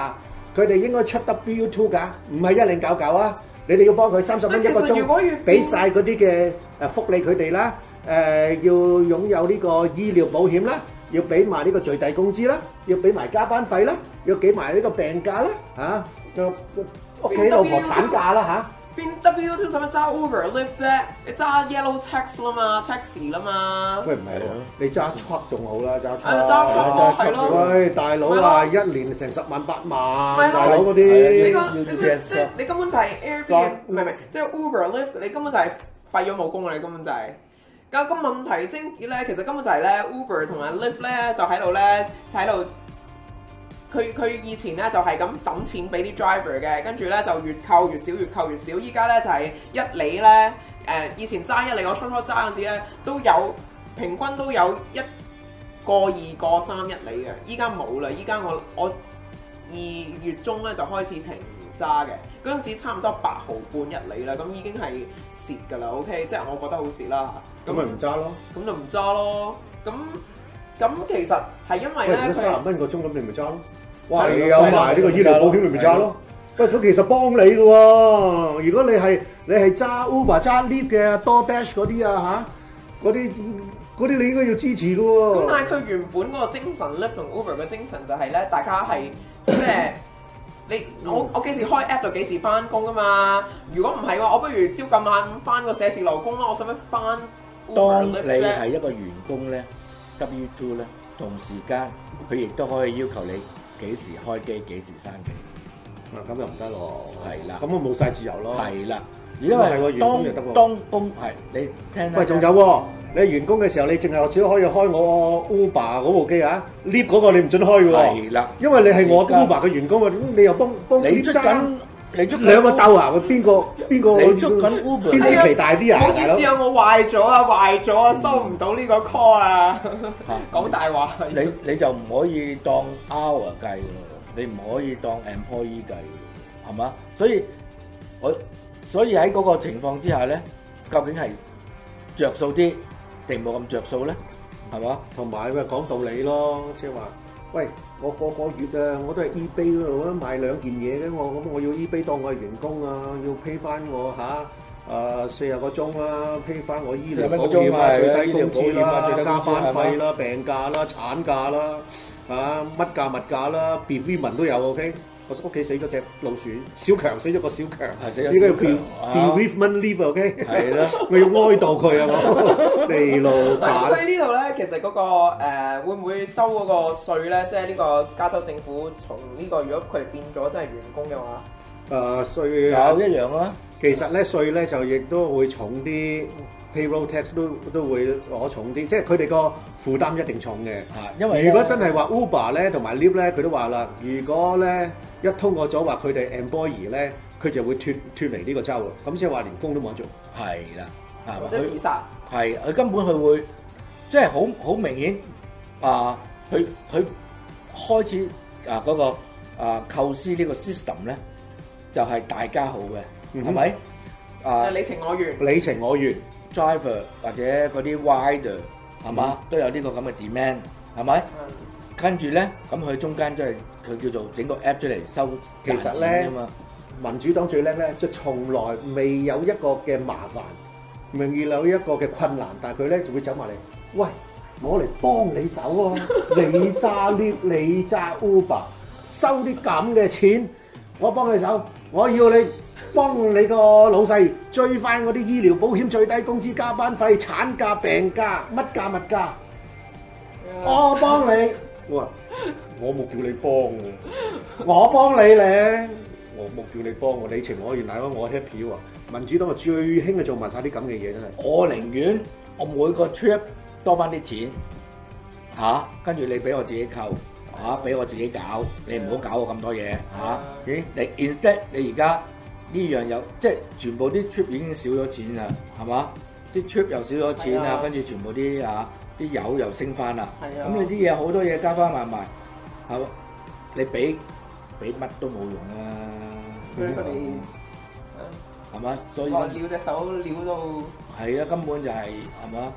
S2: 佢啊哋應該出得 BU two 㗎，唔係一零九九啊！你哋要幫佢三十蚊一個
S3: 啊其實如果
S2: 鐘
S3: 要，
S2: 俾晒嗰啲嘅誒福利佢哋啦，誒、要擁有呢個醫療保險啦，要俾埋呢個最低工資啦，要俾埋加班費啦，要俾埋呢個病假啦，嚇、啊，個個屋企老婆產假啦嚇。
S3: 邊 W 都使乜揸 Uber Lift 啫？你揸 Yellow Taxi 啦嘛，Taxi 啦嘛。
S2: 喂，唔係喎，你揸 truck 仲好啦，揸 truck，
S3: 啊揸 truck，係咯
S2: 喂，大佬啊，一
S3: 咪
S2: 年成十萬八
S3: 咪
S2: 萬，
S3: 咯
S2: 大佬嗰
S3: 你
S2: 啲
S1: 係啊
S3: 個你
S1: 要
S3: 即
S1: yes
S3: 即你根本就係 Airbnb，唔係唔係，即係 Uber Lyft，你根本就係廢咗武功啦！你根本就係、咁個問題症結咧，其實根本就係咧 Uber 同埋 Lyft 咧就喺度咧就喺度，佢佢以前咧就係咁抌錢俾啲 driver 嘅，跟住咧就越扣越少，越扣越少。依家咧就係、一里咧誒、以前揸一里我初初揸嗰陣時咧都有平均都有一個二個三一里嘅，依家冇啦。依家我我二月中咧就開始停揸嘅，嗰陣時差唔多八毫半一里啦，咁已經係蝕㗎啦。OK，即係我覺得好蝕啦。
S2: 咁咪唔揸咯。
S3: 咁就唔揸咯。咁咁其實係因
S2: 喂，
S3: 為咧
S2: 如果
S3: 佢
S2: 三
S3: 係
S2: 十蚊個鐘咁，你咪揸咯。
S1: 係
S2: 哇，
S1: 咯
S2: 你有埋呢個醫療保險，你咪揸咯。喂，佢其實幫你嘅喎。如果你係你係揸 Uber、揸 Lyft 嘅、DoorDash 嗰啲啊嚇，嗰啲嗰啲你應該要支持嘅
S3: 咁，
S2: 喎。
S3: 但係佢原本嗰個精神 Lyft 同 Uber 嘅精神就係咧，大家 係即係。你
S1: 嗯
S3: 我我幾時開 app 就幾時翻工噶嘛？如果唔係嘅話，我不如朝咁晚翻個寫字樓工啦。我使乜翻 Uber
S1: 當你
S3: Lyft 啫
S1: 係？一個員工咧，W two 咧，同時間佢亦都可以要求你幾時開機，幾時閂機。
S2: 嗱咁又唔得咯。
S1: 係啦
S2: 咁我冇晒自由咯。
S1: 係啦，
S2: 咁
S1: 因
S2: 啊係喎
S1: 為
S2: 員工就得喎
S1: 當當工係你聽啦
S2: 喂，仲有喎，你員工嘅時候，你淨係只可以開我 Uber 嗰部機啊，lift 嗰個你唔准開嘅喎。
S1: 係啦，
S2: 因為你係我 Uber 嘅員工啊，咁你又幫幫
S1: 你捉緊你捉緊
S2: 兩個鬥啊？邊個邊個
S1: 你捉緊 Uber
S2: 邊支旗大啲
S3: 哎唔
S2: 啊
S3: 好？
S2: 大
S3: 意
S2: 佬
S3: 思啊，我壞咗啊，壞咗啊，收唔到呢個 call 啊，
S1: 嚇
S3: 講大話。
S1: 你你就唔可以當 hour 計喎，你唔可以當 employee 計喎，係嘛？所以我所以喺嗰個情況之下咧，究竟係着數啲定冇咁着數咧？係嘛？
S2: 同埋咪講道理咯，即係話，喂，我個個月啊，我都係 eBay 嗰度咧買兩件嘢嘅，我咁我要 eBay 當我係員工啊，要 pay 翻我嚇誒四十個鐘啦，pay 翻我醫療保險啊，最低工資啦，加班費啦，病假啦，產假啦，啊乜價物價啦，bereavement 都有 OK。我屋企死咗只老鼠，小強死咗個小強，
S1: 係死咗
S2: 呢個
S1: 小強啊
S2: bereavement leave OK，
S1: 係啦，
S2: 我要哀悼佢啊！ 我地老
S3: 嗱，
S2: 闆
S3: 咁。佢呢度咧，其實嗰、個誒、呃、會唔會收嗰個稅咧？即係呢個加州政府從呢、個，如果佢變咗真係員工嘅話，
S2: 誒税啊，
S1: 有一樣啦，
S2: 其實咧税咧就亦都會重啲，payroll tax 都都會攞重啲，即係佢哋個負擔一定重嘅。
S1: 嚇，因為
S2: 如果真係話 Uber 咧同埋 Lyft 咧，佢都話啦，如果咧一通過咗話佢哋 employee 咧，佢就會脱脱離呢個州啦。咁即係話連工都冇得做。
S1: 係啦，係
S3: 或
S1: 嘛？
S3: 者
S1: 佢
S3: 自殺，
S1: 係佢根本佢會即係好好明顯啊！佢佢開始啊嗰、個啊構思呢個 system 咧，就係、大家好嘅，
S2: 嗯
S1: 係
S2: 哼嗯
S1: 咪、啊
S3: 你情我願，
S2: 你情我願，
S1: driver 或者嗰啲 rider 係嘛、
S2: 嗯
S1: 都有呢個咁嘅 demand 係咪？
S3: 嗯
S1: 跟住咧，咁佢中間即係佢叫做整個 app 出嚟收
S2: 其實
S1: 賺
S2: 咧
S1: 錢啫嘛，
S2: 民主黨最叻咧，就從來未有一個嘅麻煩，未有一個嘅困難，但係佢咧就會走埋嚟，喂，我嚟幫你手喎、你揸 lift，你揸 Uber，收啲咁嘅錢，我幫你手，我要你幫你個老細追翻嗰啲醫療保險最低工資、加班費、產假、病假、乜價物價，我幫你。我話我冇叫你幫喎。我幫你咧，我冇叫你幫我，你情我願，大佬我 happy 喎。民主黨啊最興啊做埋晒啲咁嘅嘢真係，
S1: 我寧願我每個 trip 多翻啲錢嚇、跟住你俾我自己扣嚇，俾、我自己搞，你唔好搞我咁多嘢嚇。
S2: 咦？
S1: 你 instead 你而家呢樣有即係全部啲 trip 已經少咗錢啦，係嘛？啲 trip 又少咗錢
S3: 係
S1: 啦
S3: 啊，
S1: 跟住全部啲啊啲油又升翻啦，
S3: 係啊
S1: 咁你啲嘢好多嘢加翻埋埋，係嘛你俾俾乜都冇用啦，
S3: 佢佢哋
S1: 係嘛？所以
S3: 我撩隻手撩到
S1: 係啊，根本就係係嘛？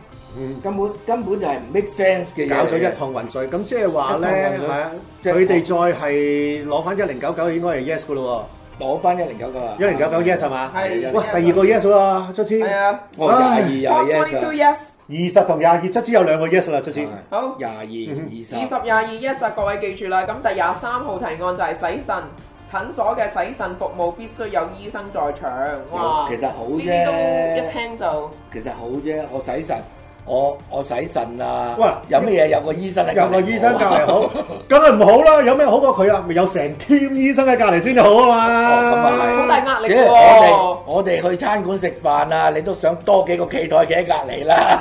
S1: 根本根本就係唔 make sense 嘅嘢嚟嘅。
S2: 搞咗一趟混水，咁即係話咧，
S1: 一趟混水
S2: 係啊，
S1: 即係
S2: 佢哋再係攞翻一零九九，應該係 yes 噶咯
S1: 攞翻一零九九啊！
S2: 喎，一零九九 yes 係嘛？
S3: 係
S2: 哇，第二個 yes 啦，卒之，
S3: 係
S2: 二
S3: 啊
S1: 我廿二廿 yes
S3: 22 yes
S2: 十同廿二，卒之有兩個 yes 啦，卒之，
S1: 啊，
S3: 好
S1: 廿二二十
S3: 二十廿二 yes 啊！各位記住啦，咁第廿三號提案就係洗腎診所嘅洗腎服務必須有醫生在場。哇！
S1: 其實好
S3: 呢
S1: 啫
S3: 啲都一聽就
S1: 其實好啫，我洗腎，我我洗腎啊！
S2: 喂
S1: 有乜嘢有個醫生喺
S2: 有
S1: 隔離
S2: 個醫生隔離好
S1: 我，
S2: 梗係唔好啦，有咩好過佢啊？咪有成 team 醫生喺隔離先好
S1: 哦
S2: 啊嘛。
S3: 好大壓力
S1: 即
S3: 嘅
S1: 係我
S3: 喎。
S1: 哋我哋去餐館食飯啊，你都想多幾個企台企喺隔離 啦。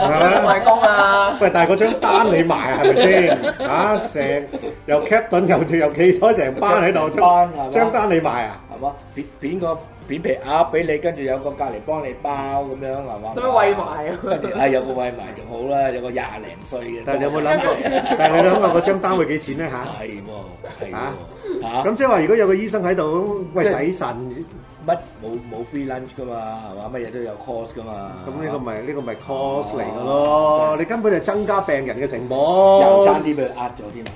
S3: 我想外公啊！
S2: 喂，但係嗰張單你埋係咪先？啊，成又 captain 又又企台成班喺度，
S1: 成班係嘛
S2: 張單你埋啊？
S1: 係嘛？片片個片皮鴨俾你，跟住有個隔離幫你包咁樣係嘛？
S3: 使唔使喂埋啊
S1: 跟住啊，有個喂埋仲好啦，有個廿零歲嘅。
S2: 但係你有冇諗過？但係你諗下嗰張單會幾錢咧嚇？
S1: 係喎，係
S2: 啊
S1: 喎，嚇
S2: 咁即係話，如果有個醫生喺度，喂
S1: 即
S2: 洗
S1: 係
S2: 腎，咁
S1: 乜冇冇 free lunch 噶嘛，係嘛？乜嘢都有 cost 噶嘛。
S2: 呢個咪呢個咪 cost 嚟嘅
S1: 哦
S2: 咯。你根本就增加病人嘅成
S1: 又爭
S2: 本。
S1: 啲俾佢呃咗添，屌！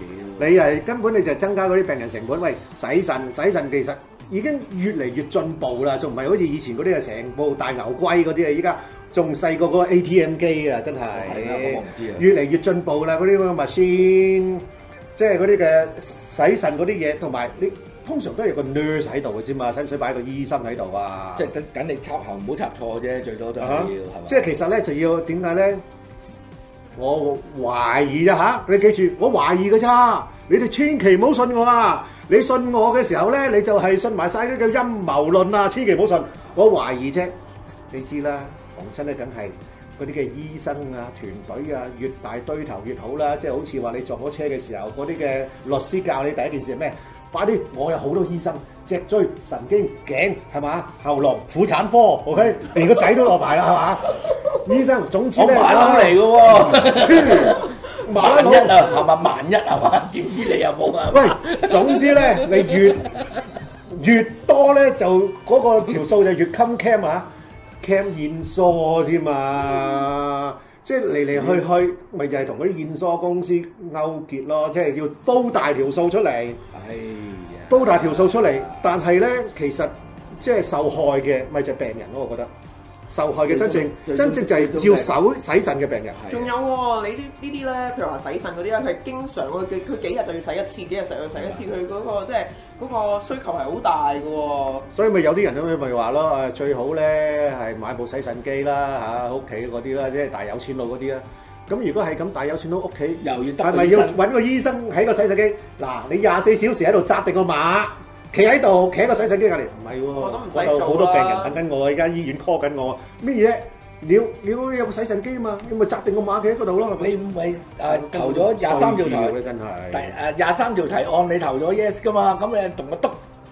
S2: 你係根本你就增加嗰啲病人成本。喂，洗腎洗腎其實已經越嚟越進步啦，仲唔係好似以前嗰啲係成部大牛龜嗰啲啊？依家仲細過嗰個 ATM 機啊，真係
S1: 係啊我唔知啊
S2: 越嚟越進步啦，嗰啲咁嘅 machine，即係嗰啲嘅洗腎嗰啲嘢，同埋你通常都係有個 nurse 喺度嘅啫嘛，使唔使擺個醫生喺度啊？
S1: 即係等等你插喉唔好插錯啫，最多都係
S2: 啊
S1: 要係嘛？
S2: 即係其實咧就要點解咧？我懷疑啫吓，你記住，我懷疑嘅咋，你哋千祈唔好信我啊！你信我嘅時候咧，你就係信埋晒呢個陰謀論啊！千祈唔好信，我懷疑啫。你知啦，防身咧梗係嗰啲嘅醫生啊、團隊啊，越大堆頭越好啦。即係好似話你撞咗車嘅時候，嗰啲嘅律師教你第一件事係咩？快啲！我有好多醫生，脊椎、神經、頸係嘛，喉嚨、婦產科，OK，連個仔都落埋啦係嘛。醫生，總之
S1: 我
S2: 咧，
S1: 馬騮嚟嘅喎，
S2: 馬
S1: 萬
S2: 騮
S1: 一啊係嘛？萬一係嘛？點知你有冇啊？
S2: 喂，總之咧，你越越多咧，就嗰、個條數就越襟 cam 啊，cam 現疏添嘛。即係嚟嚟去去，咪就係同嗰啲現疏公司勾結咯，即係要煲大條數出嚟，
S1: 哎呀，
S2: 煲大條數出嚟。但係咧，其實即係受害嘅，咪就係病人咯。我覺得受害嘅真正
S1: 最終
S2: 真正就係照手洗腎嘅病人。
S3: 仲有喎，你呢呢啲咧，譬如話洗腎嗰啲咧，佢係經常佢佢幾日就要洗一次，幾日就要洗一次，佢嗰個即係嗰個需求係好大嘅喎。
S2: 所以咪有啲人咁樣咪話咯，誒最好咧係買部洗腎機啦嚇，屋企嗰啲啦，即係大有錢佬嗰啲啦。咁如果係咁大有錢佬屋企，
S1: 又要得
S2: 係咪
S1: 個醫
S2: 要
S1: 生
S2: 揾個醫生喺個洗腎機？嗱，你廿四小時喺度紮定個馬，企喺度，企喺個洗腎機隔離，唔係
S3: 我都唔使
S2: 喎，嗰
S3: 做啦
S2: 度好多病人等緊我，而家醫院 call 緊我，咩嘢？你要你要有個洗腎機啊嘛，你咪紮定個馬企喺嗰度咯，係咪？
S1: 你唔係誒投咗廿三條
S2: 受
S1: 題
S2: 要嘅，真
S1: 第
S2: 係。
S1: 誒廿三條提案你投咗 yes 噶嘛？咁你同我篤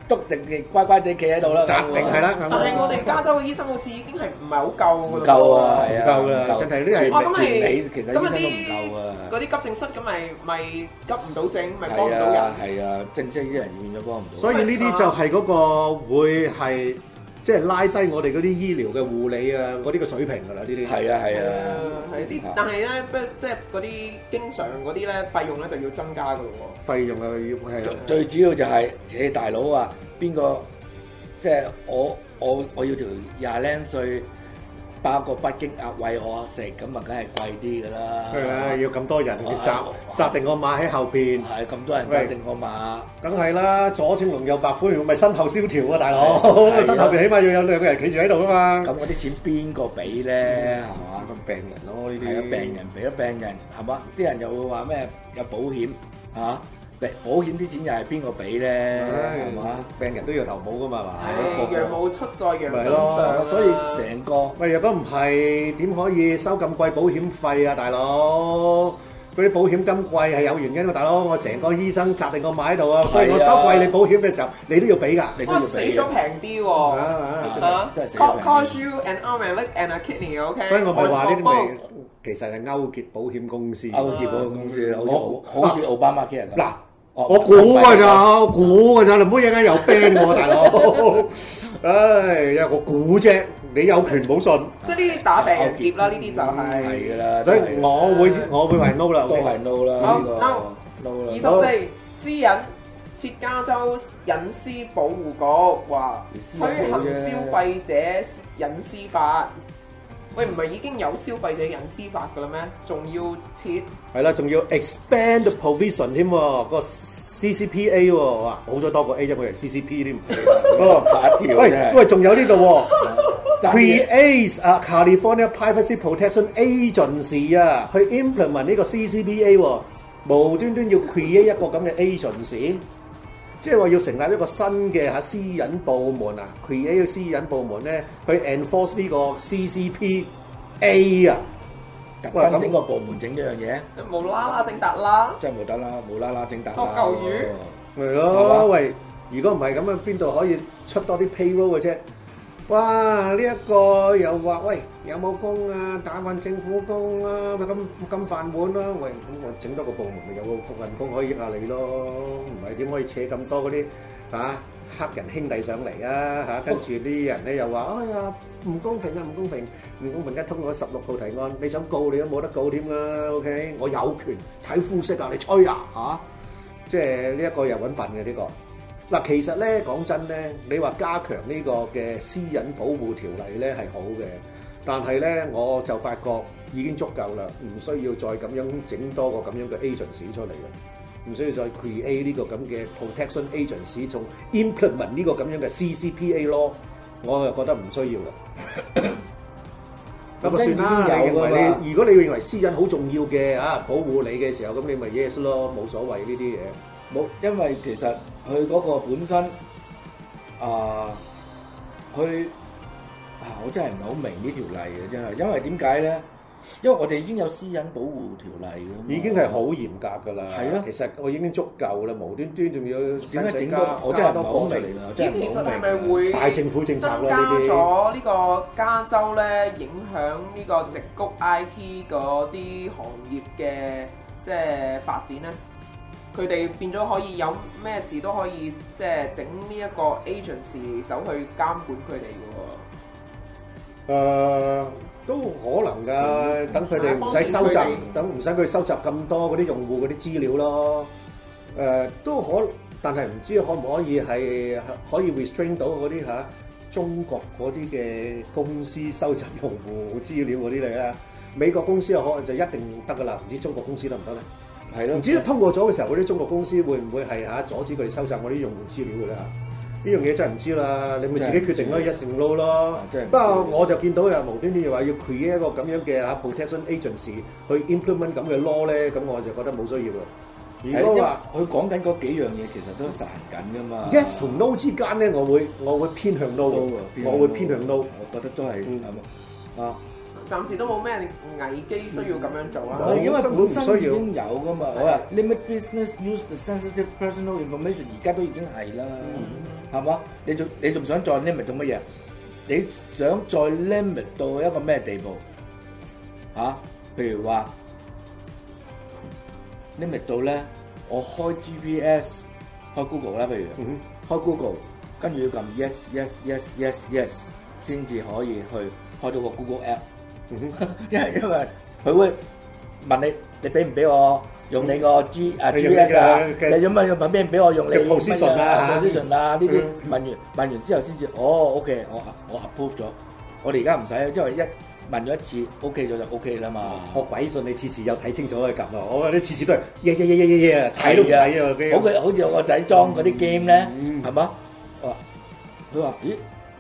S1: 篤定定乖乖地企喺度啦，
S2: 紮定係啦，
S3: 但
S2: 咁
S3: 係
S2: 啊
S3: 我哋加州嘅醫生好似已經係唔係好夠
S1: 唔
S3: 㗎啦喎
S1: 夠啊，係啊，
S2: 唔夠啦
S1: 唔夠
S2: 真係呢係
S1: 全
S3: 哇！
S1: 美
S3: 咁咪
S1: 全美其實醫
S3: 咁咪
S1: 生都唔
S3: 啲
S1: 夠啊。
S3: 嗰啲急症室咁咪咪急唔到症，咪幫唔
S1: 係
S3: 到人
S1: 啊。係啊，正式啲人遠咗幫唔到。
S2: 所以呢啲就係嗰個會係即係拉低我哋嗰啲醫療嘅護理啊，嗰啲嘅水平㗎啦，呢啲。
S1: 係啊係
S3: 係
S1: 啊
S3: 啊，係啲，
S1: à,
S3: 但係咧，不即係嗰啲經常嗰啲咧費用咧就要增加㗎喎。
S2: 費用啊，要係啊
S1: 最最主要就係、切大佬啊，邊個即係我我我要條廿零歲包個北京鴨餵我食，咁啊梗係貴啲㗎啦。
S2: 係啦，要咁多人
S1: 哇
S2: 扎扎定個馬喺後邊，
S1: 係咁多人
S2: 喂
S1: 揸定個馬，
S2: 梗係啦，左青龍右白虎，咪身後蕭條啊，大佬
S1: 係啊，
S2: 身後邊起碼要有兩個人企住喺度啊嘛。
S1: 咁嗰啲錢邊個俾咧？係
S2: 咁
S1: 嘛？
S2: 病人咯，呢
S1: 係啊，
S2: 啲
S1: 病人俾咗病人係嘛？啲人又會話咩有保險嚇、啊保險啲錢又係邊個俾咧？係啊
S2: 唉
S1: 嘛？
S2: 病人都要投保㗎嘛，係嘛？
S1: 個個
S3: 係羊毛出在羊身
S2: 咪
S3: 上
S2: 咯
S3: 啊，
S1: 所以成個
S2: 喂，若果唔係，點可以收咁貴保險費啊，大佬？嗰啲保險金貴係有原因㗎，大佬。我成個醫生扎定個買喺度啊，所以我收貴你保險嘅時候，你都要俾㗎。
S1: 你都
S3: 哇
S1: 要
S3: 死
S1: 俾
S3: 咗
S1: 嘅。
S3: 平啲
S2: Ờ,
S3: 喎。
S2: 啊
S3: 啊
S1: 真係死咗
S3: Co-
S1: 平
S3: cost Ờ. you an arm and leg and a kidney，OK？
S2: 所以我咪話呢啲
S3: 我
S2: 咪其實係勾結保險公司。
S1: Ờ, 勾結保險公司，好似
S2: 我
S1: 奧好似奧巴馬 care 咁。
S2: 嗱，我估㗎咋，我估㗎咋，你唔好一間有 ban 我，大佬。唉，因為我估啫，你有權冇信，
S3: 即係呢啲打病人劫啦，呢啲就係
S1: 係㗎啦，
S2: 所以我會我會為 no 啦。
S1: 都
S2: OK
S1: 係 no 啦，
S3: 好
S1: 呢個 no 啦。
S3: 二十四私隱設加州隱私保護局話
S1: 私隱
S3: 推
S1: 好
S3: 行
S1: 啫
S3: 消費者隱私法。喂，唔係已經有消費者隱私法㗎啦咩？仲要設
S2: 係啦，仲要 expand the provision 添喎，個 CCPA 喎，哇，好咗多個 A 啫，我係 CCP 添。
S1: 嚇一跳
S2: 喂
S1: 真係
S2: 喂，仲有呢度喎
S1: 爭啲
S2: ，creates 啊 California Privacy Protection Agency 啊，去 implement 呢個 CCPA 喎，無端端要 create 一個咁嘅 agency，即係話要成立一個新嘅嚇私隱部門啊，create 個私隱部門咧去 enforce 呢個 CCPA 啊，
S1: 特
S2: 喂咁
S1: 登整個部門整一樣嘢，
S3: 無啦啦整達啦，
S1: 真係冇得啦，冇啦啦整大啦。
S3: 當舊魚
S1: Ờ.
S2: 咪
S1: 係嘛
S2: 咯，喂！如果唔係咁樣，邊度可以出多啲 payroll 嘅啫？哇！呢、一個又話喂，有冇工啊？打份政府工啊，咪咁咁飯碗啦、喂，咁我整多個部門咪有個份工可以益下你咯，唔係點可以扯咁多嗰啲嚇黑人兄弟上嚟啊嚇？跟住啲人咧又話：哎呀，唔公平啊，唔公平！唔公平！而家通過十六號提案，你想告你都冇得告添啦。OK，我有權睇膚色啊，你吹啊嚇！即係呢一個又揾笨嘅呢個。嗱，其實咧講真咧，你話加強呢個嘅私隱保護條例咧係好嘅，但係咧我就發覺已經足夠啦，唔需要再咁樣整多個咁樣嘅 agency 出嚟啦，唔需要再 create 呢個咁嘅 protection agency，仲 implement 呢個咁樣嘅 CCPA 咯，我又覺得唔需要啦。不過算啦，
S1: 咁已經有
S2: 你
S1: 㗎
S2: 認
S1: 嘛
S2: 為你如果你認為私隱好重要嘅啊，保護你嘅時候，咁你咪 yes 咯，冇所謂呢啲嘢。
S1: 冇，因為其實佢嗰個本身啊，佢啊，我真係唔係好明呢條例嘅真係，因為點解咧？因為我哋已經有私隱保護條例㗎嘛
S2: 已經係好嚴格㗎啦。
S1: 係咯
S2: 其實我已經足夠啦，無端端仲要
S1: 點解整
S2: 加
S1: 多？我真係唔係好
S2: 加多個嚟
S1: 明啦，
S3: 咦？
S1: 真係
S3: 其
S1: 唔
S3: 實
S1: 係好
S3: 係
S1: 明。啊
S3: 咪會
S2: 大政府政策
S3: 增
S2: 啦
S3: 加
S2: 呢啲。
S3: 咗呢個加州咧，影響呢個直谷 IT 嗰啲行業嘅即係發展咧。佢哋變咗可以有咩事都可以即係整呢一個 agency 走去監管佢哋嘅
S2: 誒、都可能㗎，等佢哋唔使收集，等唔使佢收集咁多嗰啲用戶嗰啲資料咯。誒、都可，但係唔知可唔可以係可以 restrain 到嗰啲嚇中國嗰啲嘅公司收集用戶資料嗰啲嚟啊？美國公司又可能就一定得㗎啦，唔知中國公司得唔得咧？
S1: 係咯？
S2: 唔知啊通過咗嘅時候，嗰啲中國公司會唔會係嚇阻止佢哋收集我啲用戶資料嘅咧？呢樣嘢真係唔知啦，你咪自己決定咯，一成撈咯
S1: 啊真係唔。知
S2: 不過我就見到又無端端又話要 create 一個咁樣嘅嚇 protection agency 去 implement 咁嘅 law 咧，咁我就覺得冇需要啦。
S1: 係
S2: 如
S1: 因
S2: 果
S1: 為
S2: 話
S1: 佢講緊嗰幾樣嘢，其實都實行緊㗎嘛。
S2: yes 同 no 之間咧，我會我會偏向 no，
S1: no
S2: 嘅
S1: 啊
S2: 我會偏向 no。
S1: 我覺得都係
S2: 嗯
S1: 係咪啊？
S3: 喎。暫時都冇咩危機需要咁樣做啊
S2: 嗯
S3: 啦。
S1: 因為本身已經有噶嘛，
S3: 係
S1: 我話 limit business use the sensitive personal information，而家都已經係啦，係嘛？你仲你仲想再 limit 到乜嘢？你想再 limit 到一個咩地步？嚇、譬如話 limit 到咧，我開 GPS，開 Google 啦，譬如。
S2: 嗯
S1: 開 Google，跟住要撳 yes yes yes yes yes 先至可以去開到個 Google app，Dạ,
S2: 嗯
S1: 因為因為佢會問你你俾唔俾我用你個 G à. 啊
S2: 你用你嘅
S1: GPS 啊，
S2: 嘅
S1: 你有乜問俾唔俾我用你
S2: 嘅 position
S1: à,
S2: 啊嚇
S1: position 啊呢啲問完問完之後先至哦 OK 我我 approve 咗，我哋而家唔使，因為一問咗一次 OK 咗就 OK 啦嘛。
S2: 我哦鬼信你次次有睇清楚嘅咁咯，我覺得次次都係耶耶耶耶耶耶，睇都唔睇啊！
S1: 好嘅，好似我個仔裝嗰啲 game 咧
S2: 嗯，
S1: 係嘛？我話佢話咦，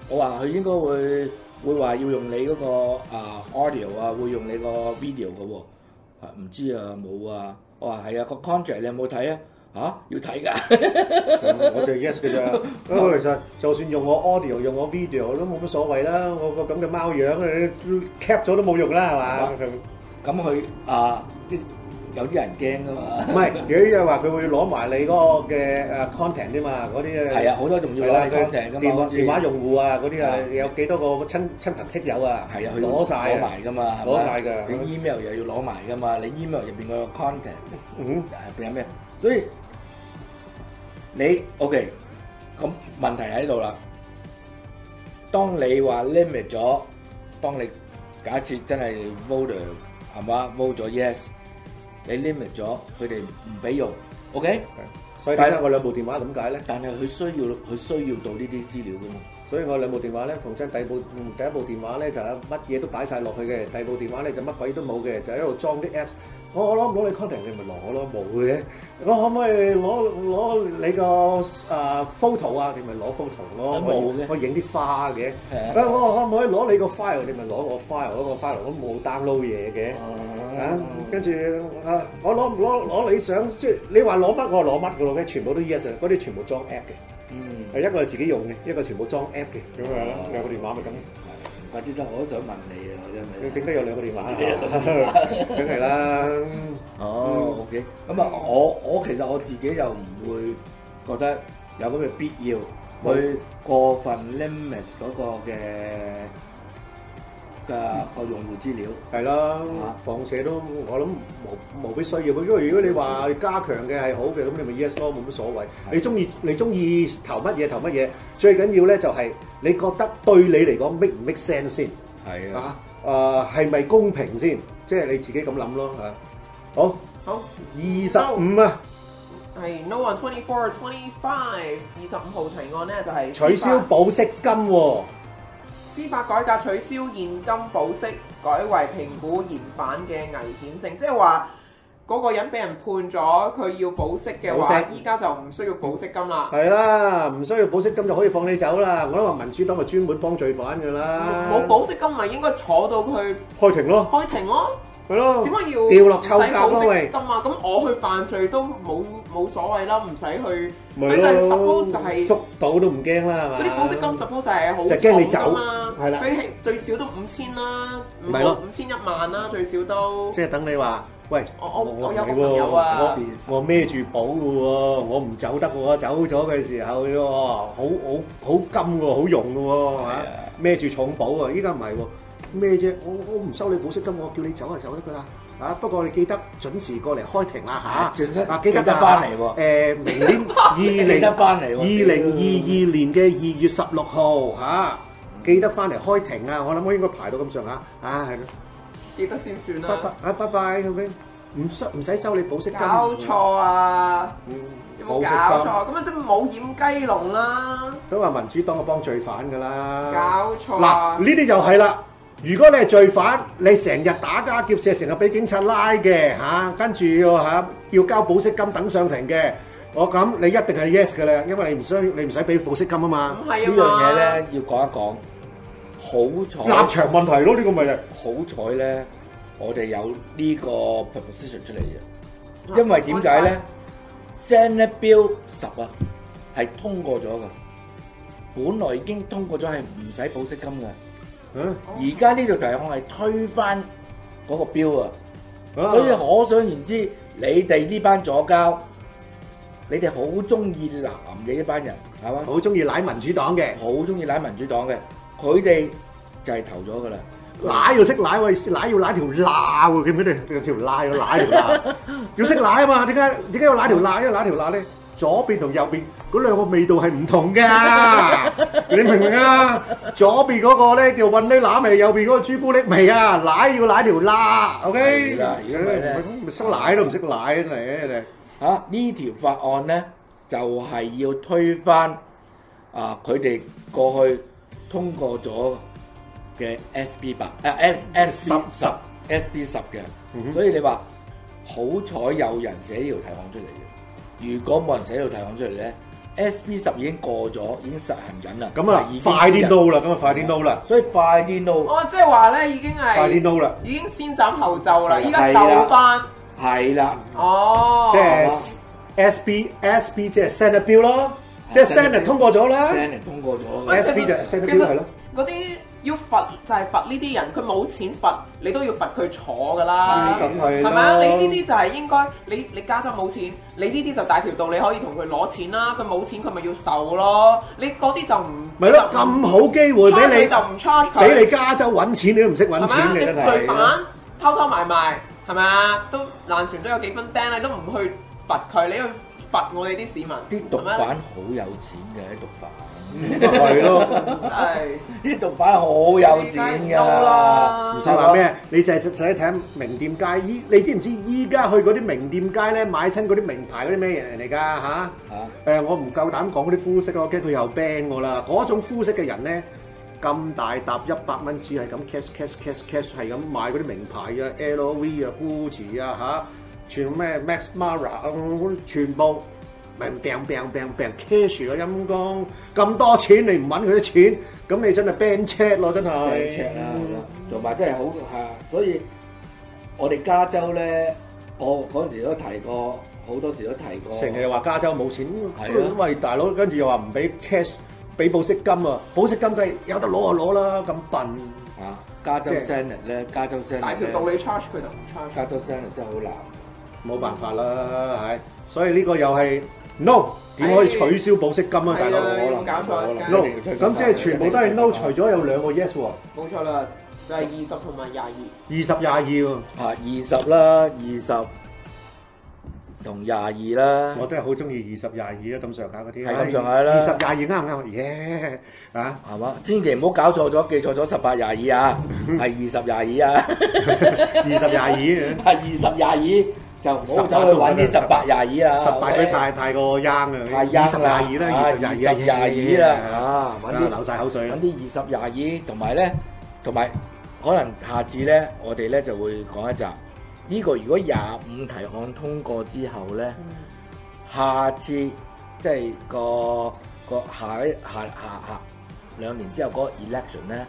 S1: 我話佢應該會會話要用你嗰個啊 à, audio 啊，會用你個 video Ờ, 嘅喎。啊唔知啊，冇啊。我話係啊，個 contract 你有冇睇啊？嚇，要睇 㗎。
S2: 我就 yes 嘅
S1: 哦
S2: 咋。不過其實就算用我 audio 用我 video 都冇乜所謂啦。我個咁嘅貓樣你 cap 咗都冇用啦，係嘛？
S1: 咁佢啊啲有啲人驚㗎嘛
S2: 唔。係，如果又話佢會攞埋你嗰個嘅誒 content 啫嘛，嗰啲
S1: 係啊，，好多仲要
S2: 係啦
S1: 攞，contract 㗎嘛。
S2: 電話
S1: 好似
S2: 電話用戶啊，嗰啲啊
S1: 啊，
S2: 有幾多個親親朋戚友啊，
S1: 係啊，佢
S2: 攞晒
S1: 攞
S2: 啊，
S1: 埋㗎嘛，係咪
S2: 攞晒㗎
S1: 你 email Dạ, 又要攞埋㗎嘛，你 email 入邊個 content。
S2: 嗯，
S1: 入邊有咩？所以你 OK，咁問題喺度啦。當你話 limit 咗，當你假設真係 vote 係嘛 vote 咗 yes，你 limit 咗，佢哋唔俾用，OK？
S2: 所以
S1: 啊
S2: 點解我兩部電話咁解咧？
S1: 但係佢需要佢需要到呢啲資料噶嘛？
S2: 所以我兩部電話咧，逢親第一部嗯第一部電話咧就係乜嘢都擺晒落去嘅，第二部電話咧就乜鬼都冇嘅，就喺度裝啲 apps。我我攞唔攞你 contact 你咪攞咯，冇嘅。我可唔可以攞攞你個啊 photo 啊？你咪攞 photo 咯。
S1: 冇嘅
S2: 我影啲花嘅。
S1: 係啊
S2: 喂，我可唔可以攞你個 file？你咪攞我 file，攞我 file，我冇 download 嘢嘅。
S1: Ờ.
S2: 啊，跟住啊，我攞唔攞攞你想，即係你話攞乜我攞乜噶咯，全部都 yes，嗰啲全部裝 app 嘅。
S1: 嗯，
S2: 誒一個係自己用嘅，一個全部裝 app Ờ, 嘅，咁樣咯，兩個電話咪咁。
S1: 唔怪之得，我都想問你啊，
S2: 你
S1: 真
S2: 點
S1: 係。
S2: 解有兩個電話啊？ 梗係啦，
S1: 哦，OK，咁啊，我我其實我自己又唔會覺得有咁嘅必要去過分 limit 嗰個嘅嘅個用戶資料。
S2: 係啦，放射都我諗無無必需要，因為如果你話加強嘅係好嘅，咁你咪 yes 咯，冇乜所謂。你中意你中意投乜嘢投乜嘢，最緊要咧就係你覺得對你嚟講 make 唔 make sense Ờ, 先。
S1: 係啊，
S2: 啊，誒係咪公平先？即係你自己咁諗咯嚇。好，
S3: 好，
S2: 二十五啊，
S3: 係 No on twenty four twenty five 二十五號提案咧就係
S2: 取消
S3: 司法
S2: 保釋金喎。
S3: 司法改革取消現金保釋，改為評估嫌犯嘅危險性，即係話嗰個人俾人判咗，佢要保釋嘅
S2: 保
S3: 話，
S2: 釋
S3: 依家就唔需要保釋金啦。
S2: 係啦，唔需要保釋金就可以放你走啦。我諗話民主黨係專門幫罪犯㗎啦。
S3: 冇保釋金咪應該坐到佢
S2: 開庭咯，
S3: 開庭咯，
S2: 係咯。
S3: 點解要
S2: 掉哦落臭
S3: 唔使保
S2: 格咯
S3: 釋
S2: 喂
S3: 金啊？咁我去犯罪都冇冇所謂啦，唔使去。
S2: 咪
S3: 佢就係 suppose 係
S2: 捉到都唔驚啦，係嘛？
S3: 嗰啲保釋金 suppose 係好
S2: 就驚你
S3: 重㗎嘛
S2: 走係啦
S3: 佢係最少都五千啦，唔
S2: 咪咯
S3: 好五千一萬啦，最少都。
S2: 即係等你話，喂，
S3: 我我我
S2: 唔
S3: 有個
S2: 係
S3: 朋友啊
S2: 我我孭住寶嘅喎，我唔走得嘅喎，走咗嘅時候喎，好好好金嘅喎，好用嘅喎，係嘛
S1: 係啊
S2: 孭住重寶啊！依家唔係喎，咩啫？我我唔收你保釋金，我叫你走就走得㗎啦。啊！不過你記得準時過嚟開庭啦嚇，
S1: 準時
S2: 啊記得
S1: 記得返嚟喎
S2: 喎。誒，明年二
S1: 記
S2: 零
S1: 得返嚟喎
S2: 二零二二年嘅二月十六號嚇，記得翻嚟開庭啊！我諗我應該排到咁上下，啊係咯。
S3: 記得先算
S2: 拜拜
S3: 啦。
S2: 啊，拜拜咁樣，唔收唔使收你保釋金。
S3: 搞錯啊！
S2: 嗯，
S3: 有
S2: 保
S3: 冇
S2: 釋
S3: 搞
S2: 金
S3: 錯？咁啊，即係冇掩雞籠啦！
S2: 都話民主黨係幫罪犯㗎啦。
S3: 搞錯
S2: 嗱，
S3: 啊
S2: 呢！啲又係啦。如果你係罪犯，你成日打家劫舍，成日俾警察拉嘅嚇，跟住要嚇要交保釋金等上庭嘅，我咁你一定係 yes 㗎啦，因為你唔需你唔使俾保釋金啊嘛。
S3: 唔
S1: 呢
S3: 係啊
S1: 樣嘢咧要講一講，好
S2: 立
S1: 彩
S2: 場問題咯，呢個咪係
S1: 好彩咧，我哋有呢個 proposition 出嚟嘅，
S3: 嘛，
S1: 因為點解咧？Senate Bill 十啊係通過咗嘅，本來已經通過咗係唔使保釋金嘅。
S2: 嗯
S1: 而家呢度就係我係推翻嗰個標啊，
S2: 啊
S1: 所以可想而知，你哋呢班左膠，你哋好中意男嘅一班人，係嘛？
S2: 好中意奶民主黨嘅，
S1: 好中意攬民主黨嘅，佢哋就係投咗噶啦。
S2: 奶要識奶喎，奶要奶條罅喎，記唔記得條罅要奶條罅？要識奶啊嘛，點解點解要奶條罅？因為奶條罅咧，左邊同右邊嗰兩個味道係唔同㗎，你明唔明啊？左邊嗰個咧叫混呢乸味，右邊嗰個朱古力味啊，奶要奶條罅，OK？
S1: 係啦如果唔係咧
S2: 咪識奶都唔識奶真係真係
S1: 嚇、呢條法案咧，就係、要推翻啊佢哋過去通過咗嘅 SB 八啊 S S
S2: 十
S1: 十 SB 十嘅，所以你話好彩有人寫呢條提案出嚟嘅。如果冇人寫呢條提案出嚟咧，SB 十已經過咗，已經實行緊啦。
S2: 咁啊
S1: 已，經
S2: 快
S1: 有
S2: 啲
S1: 人
S2: no 啦，咁啊快啲 no 啦，
S1: 所以快啲到
S3: 哦，即係話咧已經
S2: 快啲
S3: 係
S2: no 啦，
S3: 已經先斬後奏啦，
S1: 係啊
S3: 依家就翻
S1: 係啦，
S3: 哦
S2: 即。係 SB SB 即係 Senate Bill 咯，即係 Senate 通過咗啦。
S1: 聲嚟通過咗。
S3: 喂
S2: SB 就
S3: 其實
S2: SB
S3: 其實
S2: 係咯
S3: 嗰啲要罰就係罰呢啲人，佢冇錢罰你都要罰佢坐噶
S2: 係
S3: 啦，
S2: 梗係啦
S3: 咪啊？你呢啲就係應該你你家陣冇錢，你呢啲就大條道理可以同佢攞錢啦，佢冇錢佢咪要受咯，你嗰啲就唔啊
S2: 咪咯，咁好機會俾
S3: 俾
S2: 你
S3: 你就唔 charge 佢，
S2: 俾你加州揾錢，你都唔識揾
S3: 係
S2: 錢
S3: 咪啊？
S2: 嘅真
S3: 你
S2: 係。
S3: 罪犯偷偷埋埋係咪啊？都爛船都有幾分釘，你都唔去罰佢，你去罰我哋啲市民，
S1: 啲毒
S3: 係咪
S1: 販好有錢嘅，啲毒販，
S2: 係咯。
S3: 真係
S1: 啲毒販好有錢
S3: 梗係夠
S1: 㗎。
S3: 啦
S2: 唔使話咩，你就係就係睇名店街。依你知唔知依家去嗰啲名店街咧，買親嗰啲名牌嗰啲咩人嚟㗎嚇？
S1: 嚇
S2: 誒、我唔夠膽講嗰啲膚色咯，我驚佢又 ban 我啦。嗰種膚色嘅人咧，咁大沓一百蚊紙係咁 cash cash cash cash 係咁買嗰啲名牌啊，LV 啊、Gucci 啊嚇，全咩 Max Mara 咁全部。咪病病病病 cash 咯陰公，咁多錢你唔揾佢啲錢，咁你真係 ban check 咯，真係。
S1: 係赤啦，係啦啊同埋真係好嚇，所以我哋加州咧，我嗰陣時都提過，好多時都提過，
S2: 成日又話加州冇錢
S1: 係啊，
S2: 喂大佬，跟住又話唔俾 cash，俾保釋金啊，保釋金梗係有得攞就攞啦，咁笨。
S1: 啊加州
S2: 即係
S1: Senate 咧，加州
S3: 大
S1: Senate
S3: 條道
S1: 咧，
S3: 理 charge 佢就唔 charge。
S1: 加州 Senate 真係好難。
S2: 冇辦法啦，係，所以呢個又係 no，點可以取消保釋金啊，大
S3: 係
S2: 佬
S3: 啊
S1: 可能
S3: 搞錯
S1: 可能
S3: 梗係
S1: 一
S2: no，
S1: 定要推啊翻
S2: 咁即係全部都係 no，
S1: 一定要推
S2: 除
S1: 翻
S2: 咗有兩個 yes 喎，
S3: 冇錯啦，就係二十同埋廿二，
S2: 二十廿二喎，
S1: 啊二十啦，二十同廿二啦，
S2: 我都係好中意二十廿二啊，咁上下嗰啲。
S1: 係咁上下啦
S2: 二十廿二啱唔啱？耶啊！
S1: 係嘛？千祈唔好搞錯咗，記錯咗十八廿二啊，係二十廿二啊，
S2: 二十廿
S1: 係
S2: 二
S1: 二十廿二就唔好走去揾啲十八廿二啊，
S2: 十八佢太太過 young
S1: 太
S2: 啊，
S1: 陰
S2: 二十廿二啦，二十
S1: 啊
S2: 廿二，
S1: 二十廿二啦啊揾啲
S2: 流晒口水啦
S1: 揾。啲二十廿二，同埋咧，同埋可能下次咧，我哋咧就會講一集。呢、個如果廿五提案通過之後咧，下次即係個個下一下下下兩年之後嗰個 election 咧，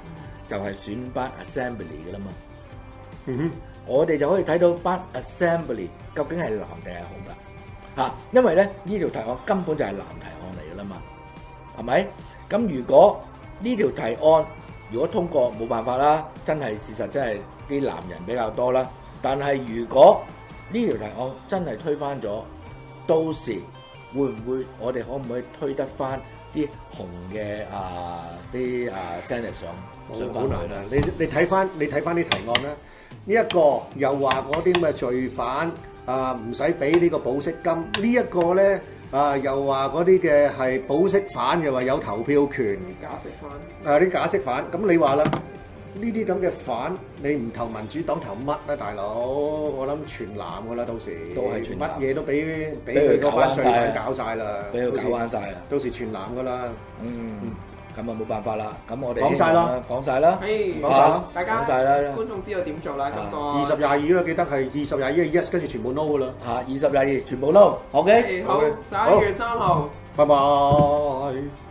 S1: 就係、選班 assembly 噶啦嘛。
S2: 嗯哼
S1: 我哋就可以睇到班 assembly 究竟係藍定係紅啦。嚇、因為咧呢條提案根本就係藍提案嚟㗎啦嘛，係咪？咁如果呢條提案如果通過冇辦法啦，真係事實真係啲男人比較多啦。但係如果呢條提案真係推翻咗，到時會唔會我哋可唔可以推得翻啲紅嘅啊啲啊 Senate 上上
S2: 好
S1: 翻
S2: 難啊！你你睇翻你睇翻啲提案啦，呢、一個又話嗰啲咁嘅罪犯啊唔使俾呢個保釋金，呢、一個咧 à, 啊又話嗰啲嘅係保釋犯又話有投票權，
S3: 假食翻。
S2: 啊啲假釋犯，咁你話啦，呢啲咁嘅犯你唔投民主黨投乜啊，大佬？我諗全藍噶啦，到時
S1: 都係全藍
S2: 乜嘢都俾俾
S1: 俾佢
S2: 佢嗰班
S1: 搞彎晒
S2: 罪犯
S1: 啊
S2: 搞晒啦，
S1: 俾佢搞
S2: 到時
S1: 彎晒啦。啊
S2: 到時全藍噶啦。
S1: 嗯，咁啊冇辦法啦。咁我哋啊
S2: 講晒啦，
S1: 講晒啦，
S3: 係
S2: 講晒啦
S3: 大家
S1: 講晒啦
S3: 觀眾知道點做啦，今個
S2: 二十廿二啦，記得係二十廿二 yes，跟住全部 no 噶啦，
S1: 嚇二十廿二全部撈，OK。
S3: 好，十一月三號。
S2: 拜拜。